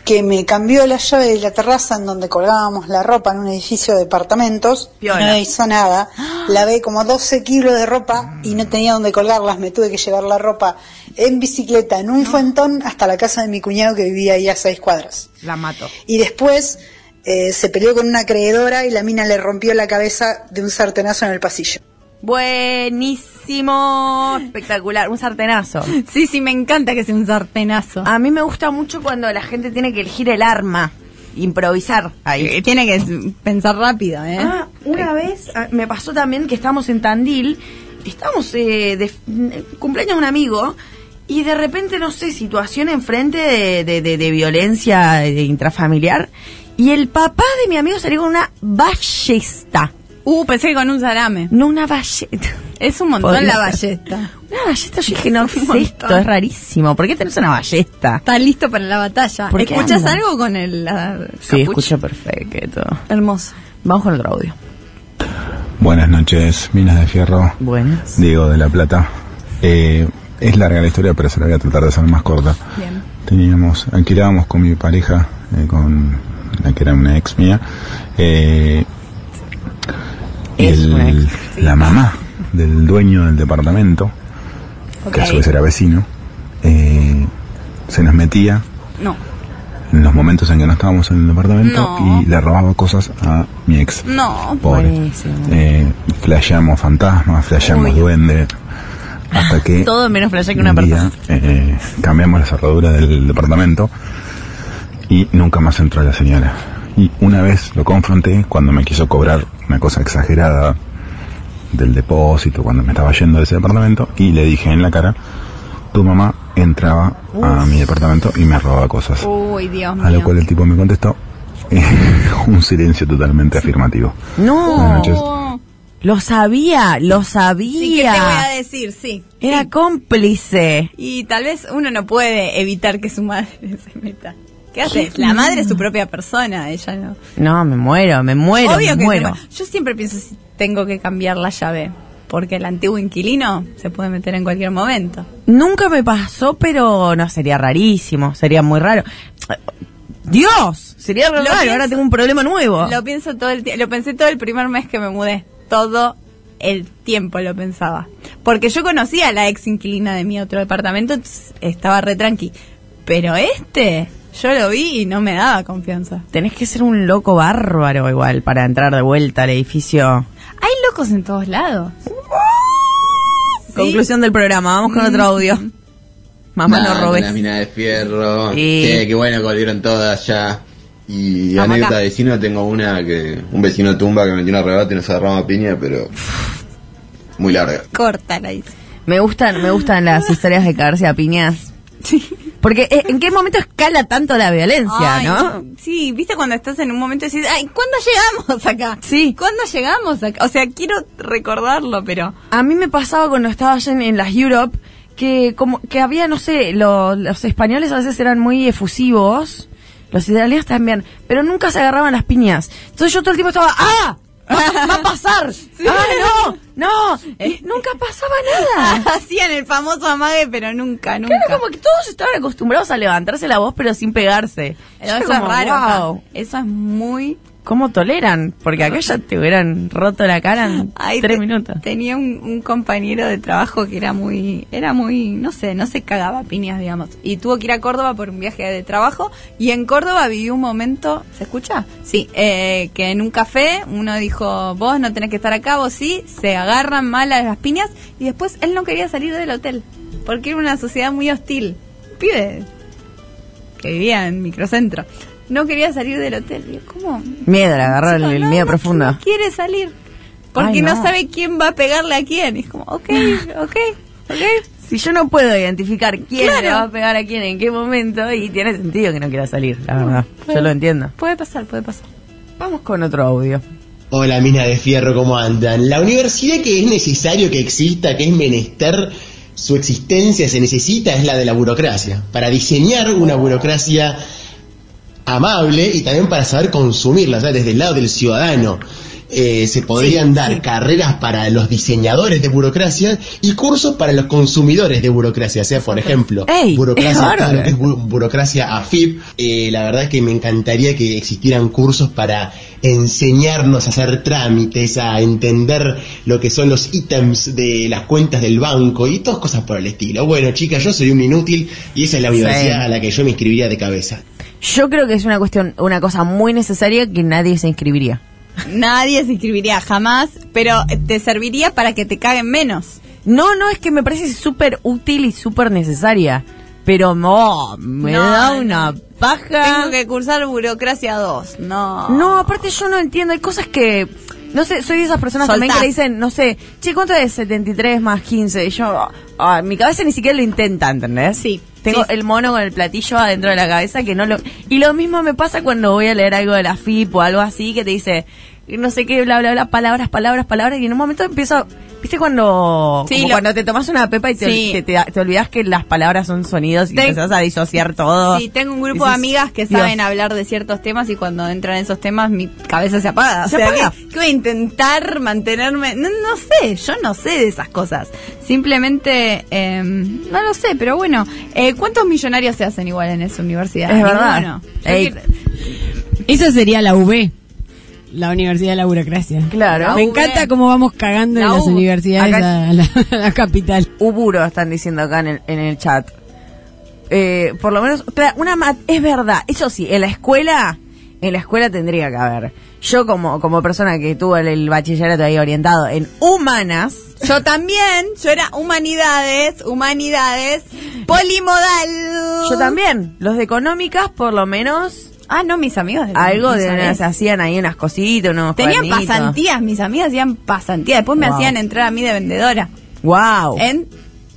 S10: que me cambió la llave de la terraza en donde colgábamos la ropa en un edificio de departamentos.
S5: Piola.
S10: No hizo nada. Lavé como 12 kilos de ropa y no tenía dónde colgarlas. Me tuve que llevar la ropa en bicicleta, en un fuentón, hasta la casa de mi cuñado que vivía ahí a seis cuadras.
S5: La mato.
S10: Y después eh, se peleó con una creedora y la mina le rompió la cabeza de un sartenazo en el pasillo.
S5: Buenísimo, espectacular, un sartenazo.
S3: Sí, sí, me encanta que sea un sartenazo.
S5: A mí me gusta mucho cuando la gente tiene que elegir el arma, improvisar.
S3: Eh, Tiene que s- pensar rápido, ¿eh?
S5: Ah, una vez ah, me pasó también que estábamos en Tandil, estábamos eh, de mm, cumpleaños de un amigo y de repente, no sé, situación enfrente de, de, de- de violencia eh, intrafamiliar y el papá de mi amigo salió con una ballesta,
S3: Uh, pensé que con un salame.
S5: no una ballesta.
S3: Es un montón
S5: Podría
S3: la
S5: ser.
S3: ballesta.
S5: Una ballesta, yo dije, no, ¿qué es
S3: montón.
S5: esto? Es rarísimo. ¿Por qué tenés una ballesta?
S3: Está listo para la batalla.
S5: ¿Por qué
S3: ¿Escuchas
S5: anda?
S3: algo con el la
S5: Sí,
S3: capucha?
S5: escucho perfecto.
S3: Hermoso.
S5: Vamos con otro audio.
S9: Buenas noches, Minas de Fierro.
S5: Buenas.
S9: Diego de La Plata. Eh, es larga la historia, pero se la voy a tratar de hacer más corta.
S3: Bien.
S9: Teníamos, alquilábamos con mi pareja, eh, con
S11: la que era una ex mía, eh, el- la mamá del dueño del departamento, que a su vez era vecino, eh, se nos metía
S3: No.
S11: en los momentos en que no estábamos en el departamento y le robaba cosas a mi ex.
S3: No,
S11: Pobre. Eh, flasheamos fantasmas, flasheamos duendes, hasta que
S12: Todo menos flashé que una
S11: un
S12: persona.
S11: día, eh, cambiamos la cerradura del departamento y nunca más entró la señora. Y una vez lo confronté cuando me quiso cobrar una cosa exagerada del depósito, cuando me estaba yendo de ese departamento, y le dije en la cara, tu mamá entraba a mi departamento y me robaba cosas.
S12: Oh,
S3: Uy, Dios
S11: A lo
S3: mío.
S11: cual el tipo me contestó eh, un silencio totalmente afirmativo. Buenas
S5: No.
S11: noches.
S5: Lo sabía, lo sabía.
S3: Oh. Sí, que te voy a decir, sí.
S5: Era cómplice.
S3: Y tal vez uno no puede evitar que su madre se meta. ¿Qué haces? La madre es su propia persona, ella no.
S5: No, me muero, me muero,
S3: Obvio
S5: me
S3: que
S5: muero.
S3: se puede. Yo siempre pienso si tengo que cambiar la llave, porque el antiguo inquilino se puede meter en cualquier momento.
S5: Nunca me pasó, pero no, sería rarísimo, sería muy raro. Dios, sería
S3: Lo
S5: re raro,
S3: pienso-
S5: ahora tengo un problema nuevo.
S3: Lo pienso todo el tie- lo pensé todo el primer mes que me mudé, todo el tiempo lo pensaba, porque yo conocía a la ex inquilina de mi otro departamento, entonces estaba re tranqui, pero este yo lo vi y no me daba confianza.
S5: Tenés que ser un loco bárbaro igual para entrar de vuelta al edificio.
S3: Hay locos en todos lados.
S5: Conclusión del programa, vamos con otro audio. Mamá
S9: Nah,
S5: no robes.
S9: Una mina de fierro.
S5: Sí.
S9: Che, qué bueno que volvieron todas ya. Y
S5: Vamos
S9: anécdota
S5: acá.
S9: de vecino, tengo una que un vecino tumba que metió una rebate y nos agarramos a piña, pero muy larga.
S3: Corta la dice.
S5: Me gustan, me gustan las historias de caerse a piñas. Porque eh, en qué momento escala tanto la violencia,
S3: Ay,
S5: ¿no?
S3: Sí, viste cuando estás en un momento y decís, ay, ¿cuándo llegamos acá? Sí. ¿Cuándo llegamos acá? O sea, quiero recordarlo, pero...
S5: A mí me pasaba cuando estaba allá en, en las Europe que como que había no sé, lo- los españoles a veces eran muy efusivos, los italianos también, pero nunca se agarraban las piñas. Entonces yo todo el tiempo estaba, ¡ah! Va, va a pasar. ¡Ah, no! ¡No!
S3: ¿Eh?
S5: Y nunca pasaba nada.
S3: Hacían el famoso amague, pero nunca, nunca.
S5: Claro, como que todos estaban acostumbrados a levantarse la voz pero sin pegarse.
S3: Pero
S5: Yo
S3: eso
S5: como,
S3: es raro. acá.
S5: "Wow".
S3: Eso es muy...
S5: ¿Cómo toleran? Porque acá ya te hubieran roto la cara en
S3: Ay,
S5: tres
S3: te-
S5: minutos.
S3: Tenía un, un compañero de trabajo que era muy, era muy, no sé, no se cagaba a piñas, digamos. Y tuvo que ir a Córdoba por un viaje de trabajo. Y en Córdoba vivió un momento, ¿se escucha? Sí, eh, que en un café uno dijo, vos no tenés que estar acá, vos sí, se agarran mal a las piñas. Y después él no quería salir del hotel, porque era una sociedad muy hostil. Pibe, que vivía en microcentro. No quería salir del hotel. Digo, ¿Cómo?
S5: Miedo, le agarró el, el miedo profundo.
S3: No quiere salir. Porque
S5: Ay,
S3: no.
S5: no.
S3: sabe quién va a pegarle a quién. Es como, ok, ok, ok.
S5: Si yo no puedo identificar quién
S3: Claro.
S5: le va a pegar a quién en qué momento, y tiene sentido que no quiera salir, la verdad. Yo
S3: claro.
S5: lo entiendo.
S3: Puede pasar, puede pasar.
S5: Vamos con otro audio.
S13: Hola, mina de fierro, ¿cómo andan? La universidad que es necesario que exista, que es menester, su existencia se necesita, es la de la burocracia. Para diseñar una burocracia amable y también para saber consumirla, o sea, desde el lado del ciudadano. Eh, se podrían dar carreras para los diseñadores de burocracia y cursos para los consumidores de burocracia. O sea, por ejemplo,
S5: ¡Ey! ¡Es
S13: burocracia,
S5: bárbaro!
S13: todo lo que es bu- burocracia AFIP. Eh, la verdad que me encantaría que existieran cursos para enseñarnos a hacer trámites, a entender lo que son los ítems de las cuentas del banco y todas cosas por el estilo. Bueno, chicas, yo soy un inútil y esa es la
S5: Sí.
S13: universidad a la que yo me inscribiría de cabeza.
S5: Yo creo que es una cuestión, una cosa muy necesaria que nadie se inscribiría.
S3: Nadie se inscribiría jamás, pero te serviría para que te caguen menos.
S5: No, no, es que me parece súper útil y súper necesaria. Pero no, me
S3: No,
S5: da
S3: no.
S5: una paja.
S3: Tengo que cursar burocracia 2. No.
S5: No, aparte yo no entiendo, hay cosas que... No sé, soy de esas personas también que
S3: Soltás.
S5: le dicen, no sé, che, ¿cuánto es 73 más 15? Y yo, ah, en mi cabeza ni siquiera lo intenta, ¿entendés? Sí. Tengo
S3: sí.
S5: el mono con el platillo adentro de la cabeza que no lo... Y lo mismo me pasa cuando voy a leer algo de la FIP o algo así que te dice, no sé qué, bla, bla, bla, palabras, palabras, palabras, y en un momento empiezo... ¿Viste cuando,
S3: Sí,
S5: como
S3: lo-
S5: cuando te tomas una pepa y te,
S3: Sí.
S5: te, te- te olvidas que las palabras son sonidos y
S3: Te-
S5: empezás a disociar todo?
S3: Sí, tengo un grupo
S5: Ah.
S3: de
S5: Dices,
S3: amigas que
S5: Dios.
S3: saben hablar de ciertos temas y cuando entran esos temas mi cabeza se apaga. O
S5: Se
S3: sea,
S5: apaga.
S3: Que, que voy a intentar mantenerme. No, no sé, yo no sé de esas cosas. Simplemente, eh, no lo sé, pero bueno. Eh, ¿Cuántos millonarios se hacen igual en esa universidad?
S5: Es verdad.
S3: Ninguno. Yo
S5: Ey.
S3: quiero-
S2: Esa sería la UB, la Universidad de la Burocracia.
S5: Claro. La
S2: Me
S5: UB.
S2: encanta cómo vamos cagando en
S5: La
S2: las
S5: U.
S2: universidades
S5: Acá-
S2: a la, a la capital.
S5: Uburo están diciendo acá en el, en el chat. Eh, por lo menos, claro, una ma- es verdad, eso sí, en la escuela, en la escuela tendría que haber. Yo como, como persona que tuvo el, el bachillerato ahí orientado en humanas,
S3: Yo también, yo era humanidades, humanidades, polimodal.
S5: yo también, los de económicas por lo menos,
S3: Ah, no, mis amigos. de-
S5: algo
S3: mis
S5: de
S3: amigas.
S5: se hacían ahí unas cositas, unos
S3: Tenían
S5: cuadernitos.
S3: pasantías, mis amigas hacían pasantías. Después me
S5: Wow. Oh.
S3: hacían entrar a mí de vendedora
S5: Wow.
S3: en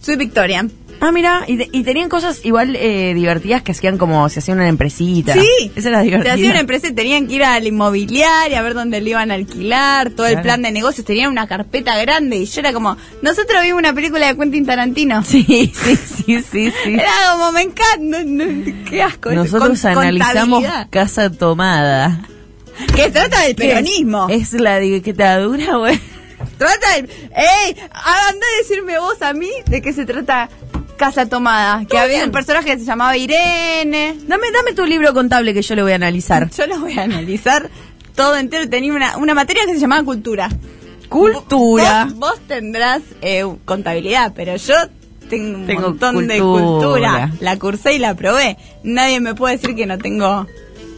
S3: Soy Victoria.
S5: Ah, mira, y, te- y tenían cosas igual eh, divertidas que hacían como se hacían una empresita.
S3: Sí,
S5: esa era
S3: Se
S5: divertida.
S3: hacía una empresa y tenían que ir a la inmobiliaria a ver dónde le iban a alquilar, todo el
S5: Claro.
S3: plan de negocios. Tenían una carpeta grande y yo era como, nosotros vimos una película de Quentin Tarantino.
S5: Sí, sí, sí, sí, sí.
S3: Era como, me encanta, no- no- qué asco.
S5: Nosotros
S3: Con-
S5: analizamos
S3: contabilidad.
S5: Casa Tomada.
S3: Que trata del
S5: ¿Qué es?
S3: peronismo.
S5: Es, la dictadura, güey.
S3: Trata del... ¡Ey! Anda a decirme vos a mí de qué se trata Casa Tomada. Que había un personaje que se llamaba Irene.
S5: Dame, dame tu libro contable que yo lo voy a analizar.
S3: Yo lo voy a analizar todo entero. Tenía una, una materia que se llamaba cultura.
S5: Cultura.
S3: Vos, vos tendrás eh, contabilidad, pero yo tengo un
S5: Tengo
S3: montón de
S5: cultura.
S3: cultura. La cursé y la probé. Nadie me puede decir que no tengo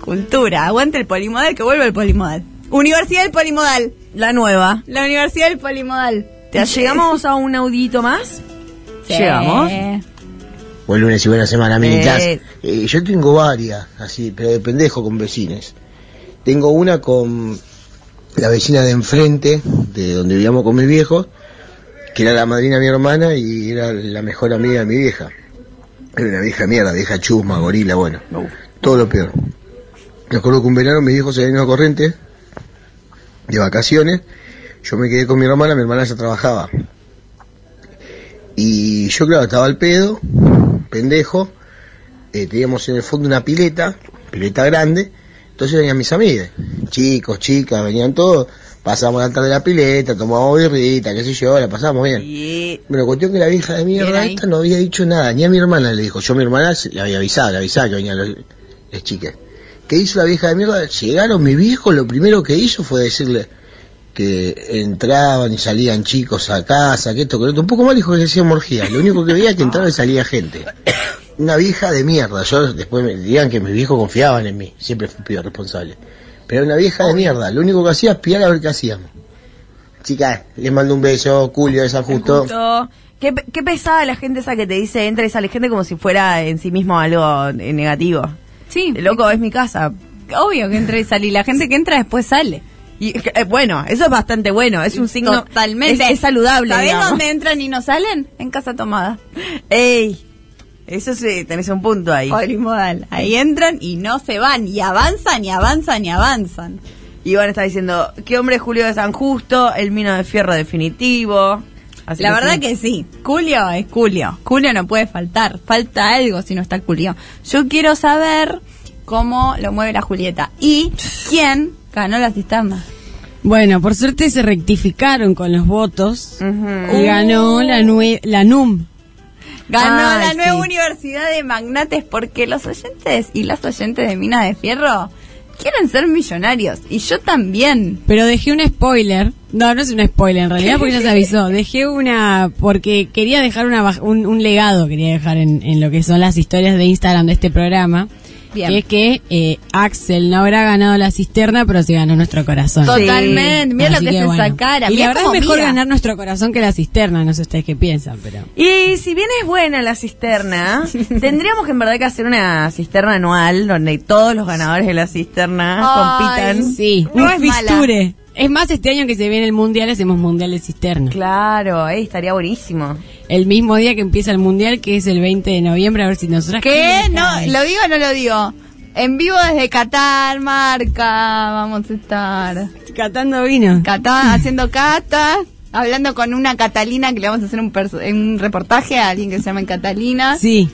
S3: cultura. Aguante el polimodal, que vuelve el polimodal. Universidad del Polimodal.
S5: La nueva.
S3: La Universidad del Polimodal.
S5: ¿Te llegamos a un audito más?
S3: Sí.
S5: Llegamos.
S14: Buen lunes y buena semana, militas.
S5: Eh.
S14: Eh, yo tengo varias, así, pero de pendejo con vecines. Tengo una con la vecina de enfrente, de donde vivíamos con mis viejos, que era la madrina de mi hermana y era la mejor amiga de mi vieja. Era una vieja mierda, vieja chusma, gorila, bueno. Todo lo peor. Me acuerdo que un verano mis viejos se vinieron a corriente, de vacaciones. Yo me quedé con mi hermana, mi hermana ya trabajaba. Y yo, claro, estaba al pedo, pendejo. eh, teníamos en el fondo una pileta, pileta grande. Entonces venían mis amigas, chicos, chicas, venían todos. Pasamos la tarde de la pileta, tomamos birrita, qué sé yo, la pasamos bien. Bueno, cuestión que la vieja de mierda esta no había dicho nada, ni a mi hermana le dijo. Yo a mi hermana se- le había avisado, le avisaba que venían los- las chicas. ¿Qué hizo la vieja de mierda? Llegaron mis viejos, lo primero que hizo fue decirle que entraban y salían chicos a casa, que esto, que lo otro. Un poco mal dijo que hacían orgías. Lo único que veía es que entraba y salía gente. Una vieja de mierda. Yo después me digan que mis viejos confiaban en mí. Siempre fui un pibe responsable. Pero era una vieja de mierda. Lo único que hacía es pillar a ver qué hacíamos. Chicas, les mando un beso. Julio de San Justo.
S5: Justo. Qué, pe- qué pesada la gente esa que te dice entra y sale gente como si fuera en sí mismo algo eh, negativo.
S3: Sí.
S5: Loco, es mi casa.
S3: Obvio que entra y sale. Y la gente que entra después sale.
S5: Y, eh, bueno, eso es bastante bueno. Es un signo.
S3: Totalmente.
S5: Es, es saludable.
S3: ¿Sabés
S5: digamos.
S3: dónde entran y no salen? En Casa Tomada.
S5: Ey, eso sí, tenés un punto ahí.
S3: Polimodal. Ahí entran y no se van. Y avanzan, y avanzan, y avanzan.
S5: Iván está diciendo, ¿qué hombre es Julio de San Justo? El mino de fierro definitivo. Así
S3: la verdad
S5: sí.
S3: que sí. Julio es Julio. Julio no puede faltar. Falta algo si no está Julio. Yo quiero saber cómo lo mueve la Julieta. Y quién ganó las cisternas.
S2: Bueno, por suerte se rectificaron con los votos y
S5: Uh.
S2: ganó la, nue- la NUM.
S3: Ganó
S2: Ay,
S3: la nueva
S2: sí.
S3: Universidad de Magnates porque los oyentes y las oyentes de Mina de Fierro quieren ser millonarios. Y yo también.
S2: Pero dejé un spoiler. No, no es un spoiler en realidad porque ya se avisó. Dejé una. Porque quería dejar una, baj- un, un legado, quería dejar en, en lo que son las historias de Instagram de este programa.
S3: Bien.
S2: Que es que eh, Axel no habrá ganado la cisterna, pero se ganó nuestro corazón.
S3: Totalmente. Mirá lo
S2: Así
S3: que es esa cara.
S2: Y la
S3: Mirá
S2: verdad
S3: cómo
S2: es mejor
S3: mira.
S2: ganar nuestro corazón que la cisterna. No sé ustedes qué piensan, pero.
S5: Y si bien es buena la cisterna, tendríamos que en verdad que hacer una cisterna anual donde todos los ganadores de la cisterna
S2: Ay,
S5: compitan.
S2: Sí,
S5: No
S2: un
S5: es mala.
S2: fisture. Es más, este año que se viene el mundial, hacemos mundial de cisterna.
S5: Claro, eh, estaría buenísimo.
S2: El mismo día que empieza el mundial, que es el 20 de noviembre, a ver si nosotras.
S3: ¿Qué?
S2: queremos
S3: No,
S2: estar ahí.
S3: ¿Lo digo o no lo digo? En vivo desde Qatar, marca. Vamos a estar.
S2: Catando vino.
S3: Catá, haciendo catas. Hablando con una Catalina que le vamos a hacer un, perso- un reportaje a alguien que se llama Catalina.
S2: Sí.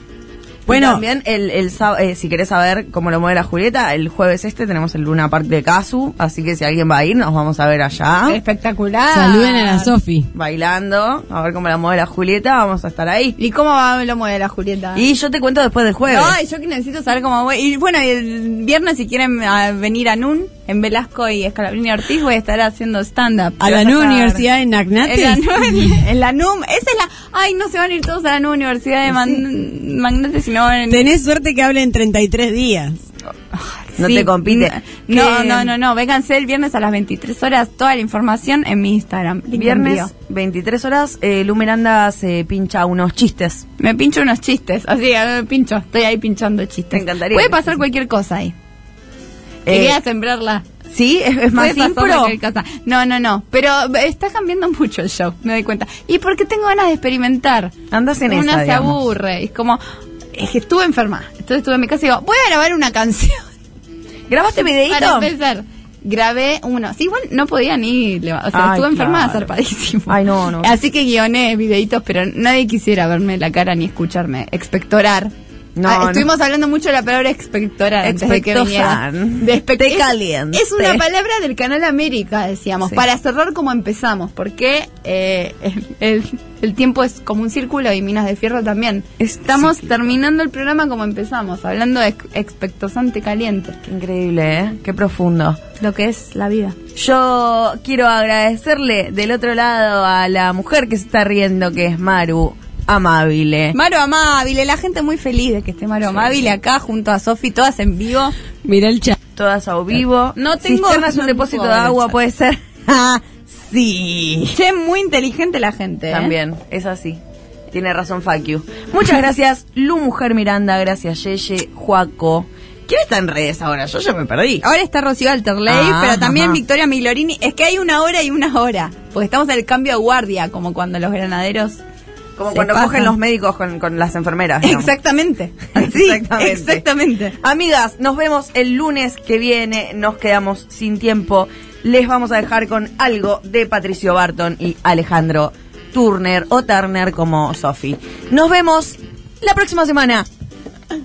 S5: Bueno, también el, el sá- eh, si querés saber cómo lo mueve la Julieta, el jueves este tenemos el Luna Park de Casu, así que si alguien va a ir, nos vamos a ver allá.
S2: Espectacular.
S5: Saluden a la
S2: Sofi.
S5: Bailando, a ver cómo la mueve la Julieta, vamos a estar ahí.
S3: ¿Y cómo va lo mueve la Julieta?
S5: Y yo te cuento después del jueves.
S3: No, y yo que necesito saber cómo voy. Y bueno, el viernes si quieren ah, venir a NUN, en Velasco y Escalabrini Ortiz, voy a estar haciendo stand-up.
S2: A
S3: Vas
S2: la nueva
S3: estar-
S2: universidad de
S3: En la, NUN,
S2: Nagnates.
S3: en la NUM, esa es la... Ay, no se van a ir todos a la NUM, Universidad de Man- Magnates, sino en...
S2: Tenés suerte que hable en 33 días.
S5: No te compite.
S3: No,
S5: Que-
S3: no, no, no, vénganse el viernes a las 23 horas, toda la información en mi Instagram.
S5: Viernes, 23 horas, eh, Lu Miranda se pincha unos chistes.
S3: Me pincho unos chistes, así, eh, pincho, estoy ahí pinchando chistes.
S5: Me encantaría.
S3: Puede pasar cualquier cosa ahí.
S5: Eh,
S3: Quería sembrarla.
S5: Sí, es, es más
S3: Puede pasar
S5: impro.
S3: cualquier cosa. No, no, no. Pero está cambiando mucho el show, me doy cuenta. Y porque tengo ganas de experimentar.
S5: Andas en
S3: Una
S5: esa,
S3: se
S5: digamos.
S3: aburre. Es como, es que estuve enferma. Entonces estuve en mi casa y digo, voy a grabar una canción.
S5: ¿Grabaste videíto?
S3: Para empezar. Grabé uno. Sí, igual no podía ni levantar. O sea,
S5: Ay,
S3: estuve enferma
S5: claro.
S3: zarpadísimo.
S5: Ay, no, no.
S3: Así que guioné videitos, pero nadie quisiera verme la cara ni escucharme. Expectorar.
S5: No,
S3: Ah,
S5: no.
S3: estuvimos hablando mucho de la palabra expectorar antes de que viniera.
S5: Expectosan.
S3: De expect-
S5: Te
S3: es-
S5: caliente.
S3: Es una palabra del Canal América, decíamos,
S5: Sí.
S3: para cerrar como empezamos, porque eh, el, el- el tiempo es como un círculo y Minas de Fierro también. Estamos terminando el programa como empezamos, hablando de ex- expectosante caliente.
S5: Increíble, ¿eh? Qué profundo.
S3: Lo que es la vida.
S5: Yo quiero agradecerle del otro lado a la mujer que se está riendo, que es Maru Amabile.
S3: Maro Amabile, la gente muy feliz de que esté Maro Amabile acá junto a Sofi, todas en vivo.
S2: Mira el chat.
S5: Todas a vivo.
S3: No tengo-
S5: Cisternas, un
S3: no
S5: depósito
S3: puedo
S5: de
S3: ver el
S5: agua,
S3: chat.
S5: puede ser. sí.
S3: Che, muy inteligente la gente. ¿eh?
S5: También, es así. Tiene razón, fuck you. Muchas gracias, Lu Mujer Miranda. Gracias, Yeye, Juaco. ¿Quién está en redes ahora? Yo ya me perdí.
S3: Ahora está Rocío Alterley,
S5: Ah,
S3: pero también
S5: ajá.
S3: Victoria Miglorini. Es que hay una hora y una hora, porque estamos en el cambio de guardia, como cuando los granaderos.
S5: Como
S3: se
S5: cuando
S3: pasan.
S5: cogen los médicos con, con las enfermeras. digamos.
S3: Exactamente. Sí,
S5: Exactamente.
S3: exactamente.
S5: Amigas, nos vemos el lunes que viene. Nos quedamos sin tiempo. Les vamos a dejar con algo de Patricio Barton y Alejandro Turner o Turner como Sofi. Nos vemos la próxima semana.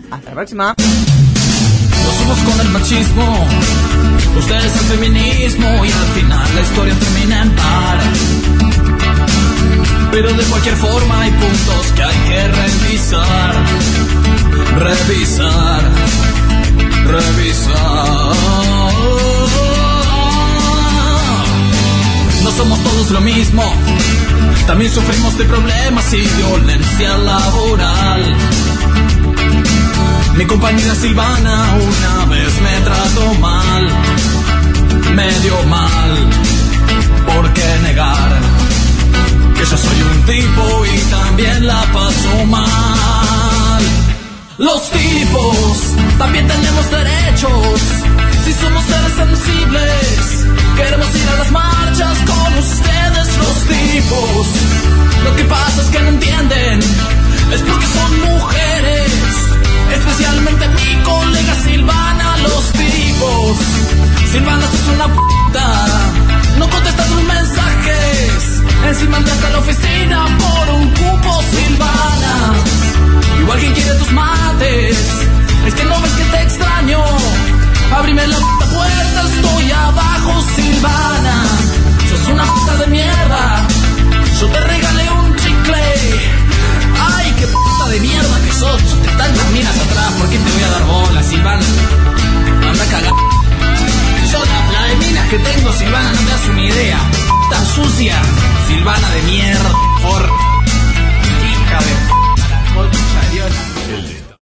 S5: Hasta la próxima.
S4: Nos fuimos con el machismo, ustedes el feminismo y al final la historia termina en par. Pero de cualquier forma hay puntos que hay que revisar, revisar,
S1: Oh,
S4: revisar. No somos todos lo mismo, también sufrimos de problemas y violencia laboral. Mi compañera Silvana una vez me trató mal, medio mal, ¿por qué negar? Que yo soy un tipo y también la paso mal. Los tipos también tenemos derechos, si somos seres sensibles, queremos ir a las marchas con ustedes los tipos. Lo que pasa es que no entienden, es porque son mujeres. Especialmente mi colega Silvana, los tipos. Silvana sos una puta. No contestas tus mensajes. Encima andaste a la oficina por un cupo, Silvana. Igual quien quiere tus mates. Es que no ves que te extraño. Ábrime la puta puerta, estoy abajo, Silvana. Sos una puta de mierda. Yo te regalé un chicle. ¡Ay, qué puta de mierda que sos! Te están las minas atrás, ¿por qué te voy a dar bola, Silvana? Anda a cagar. Yo la, la de minas que tengo, Silvana, no te das una idea. Tan sucia, Silvana de mierda, por. Hija de. p- la concha de Dios.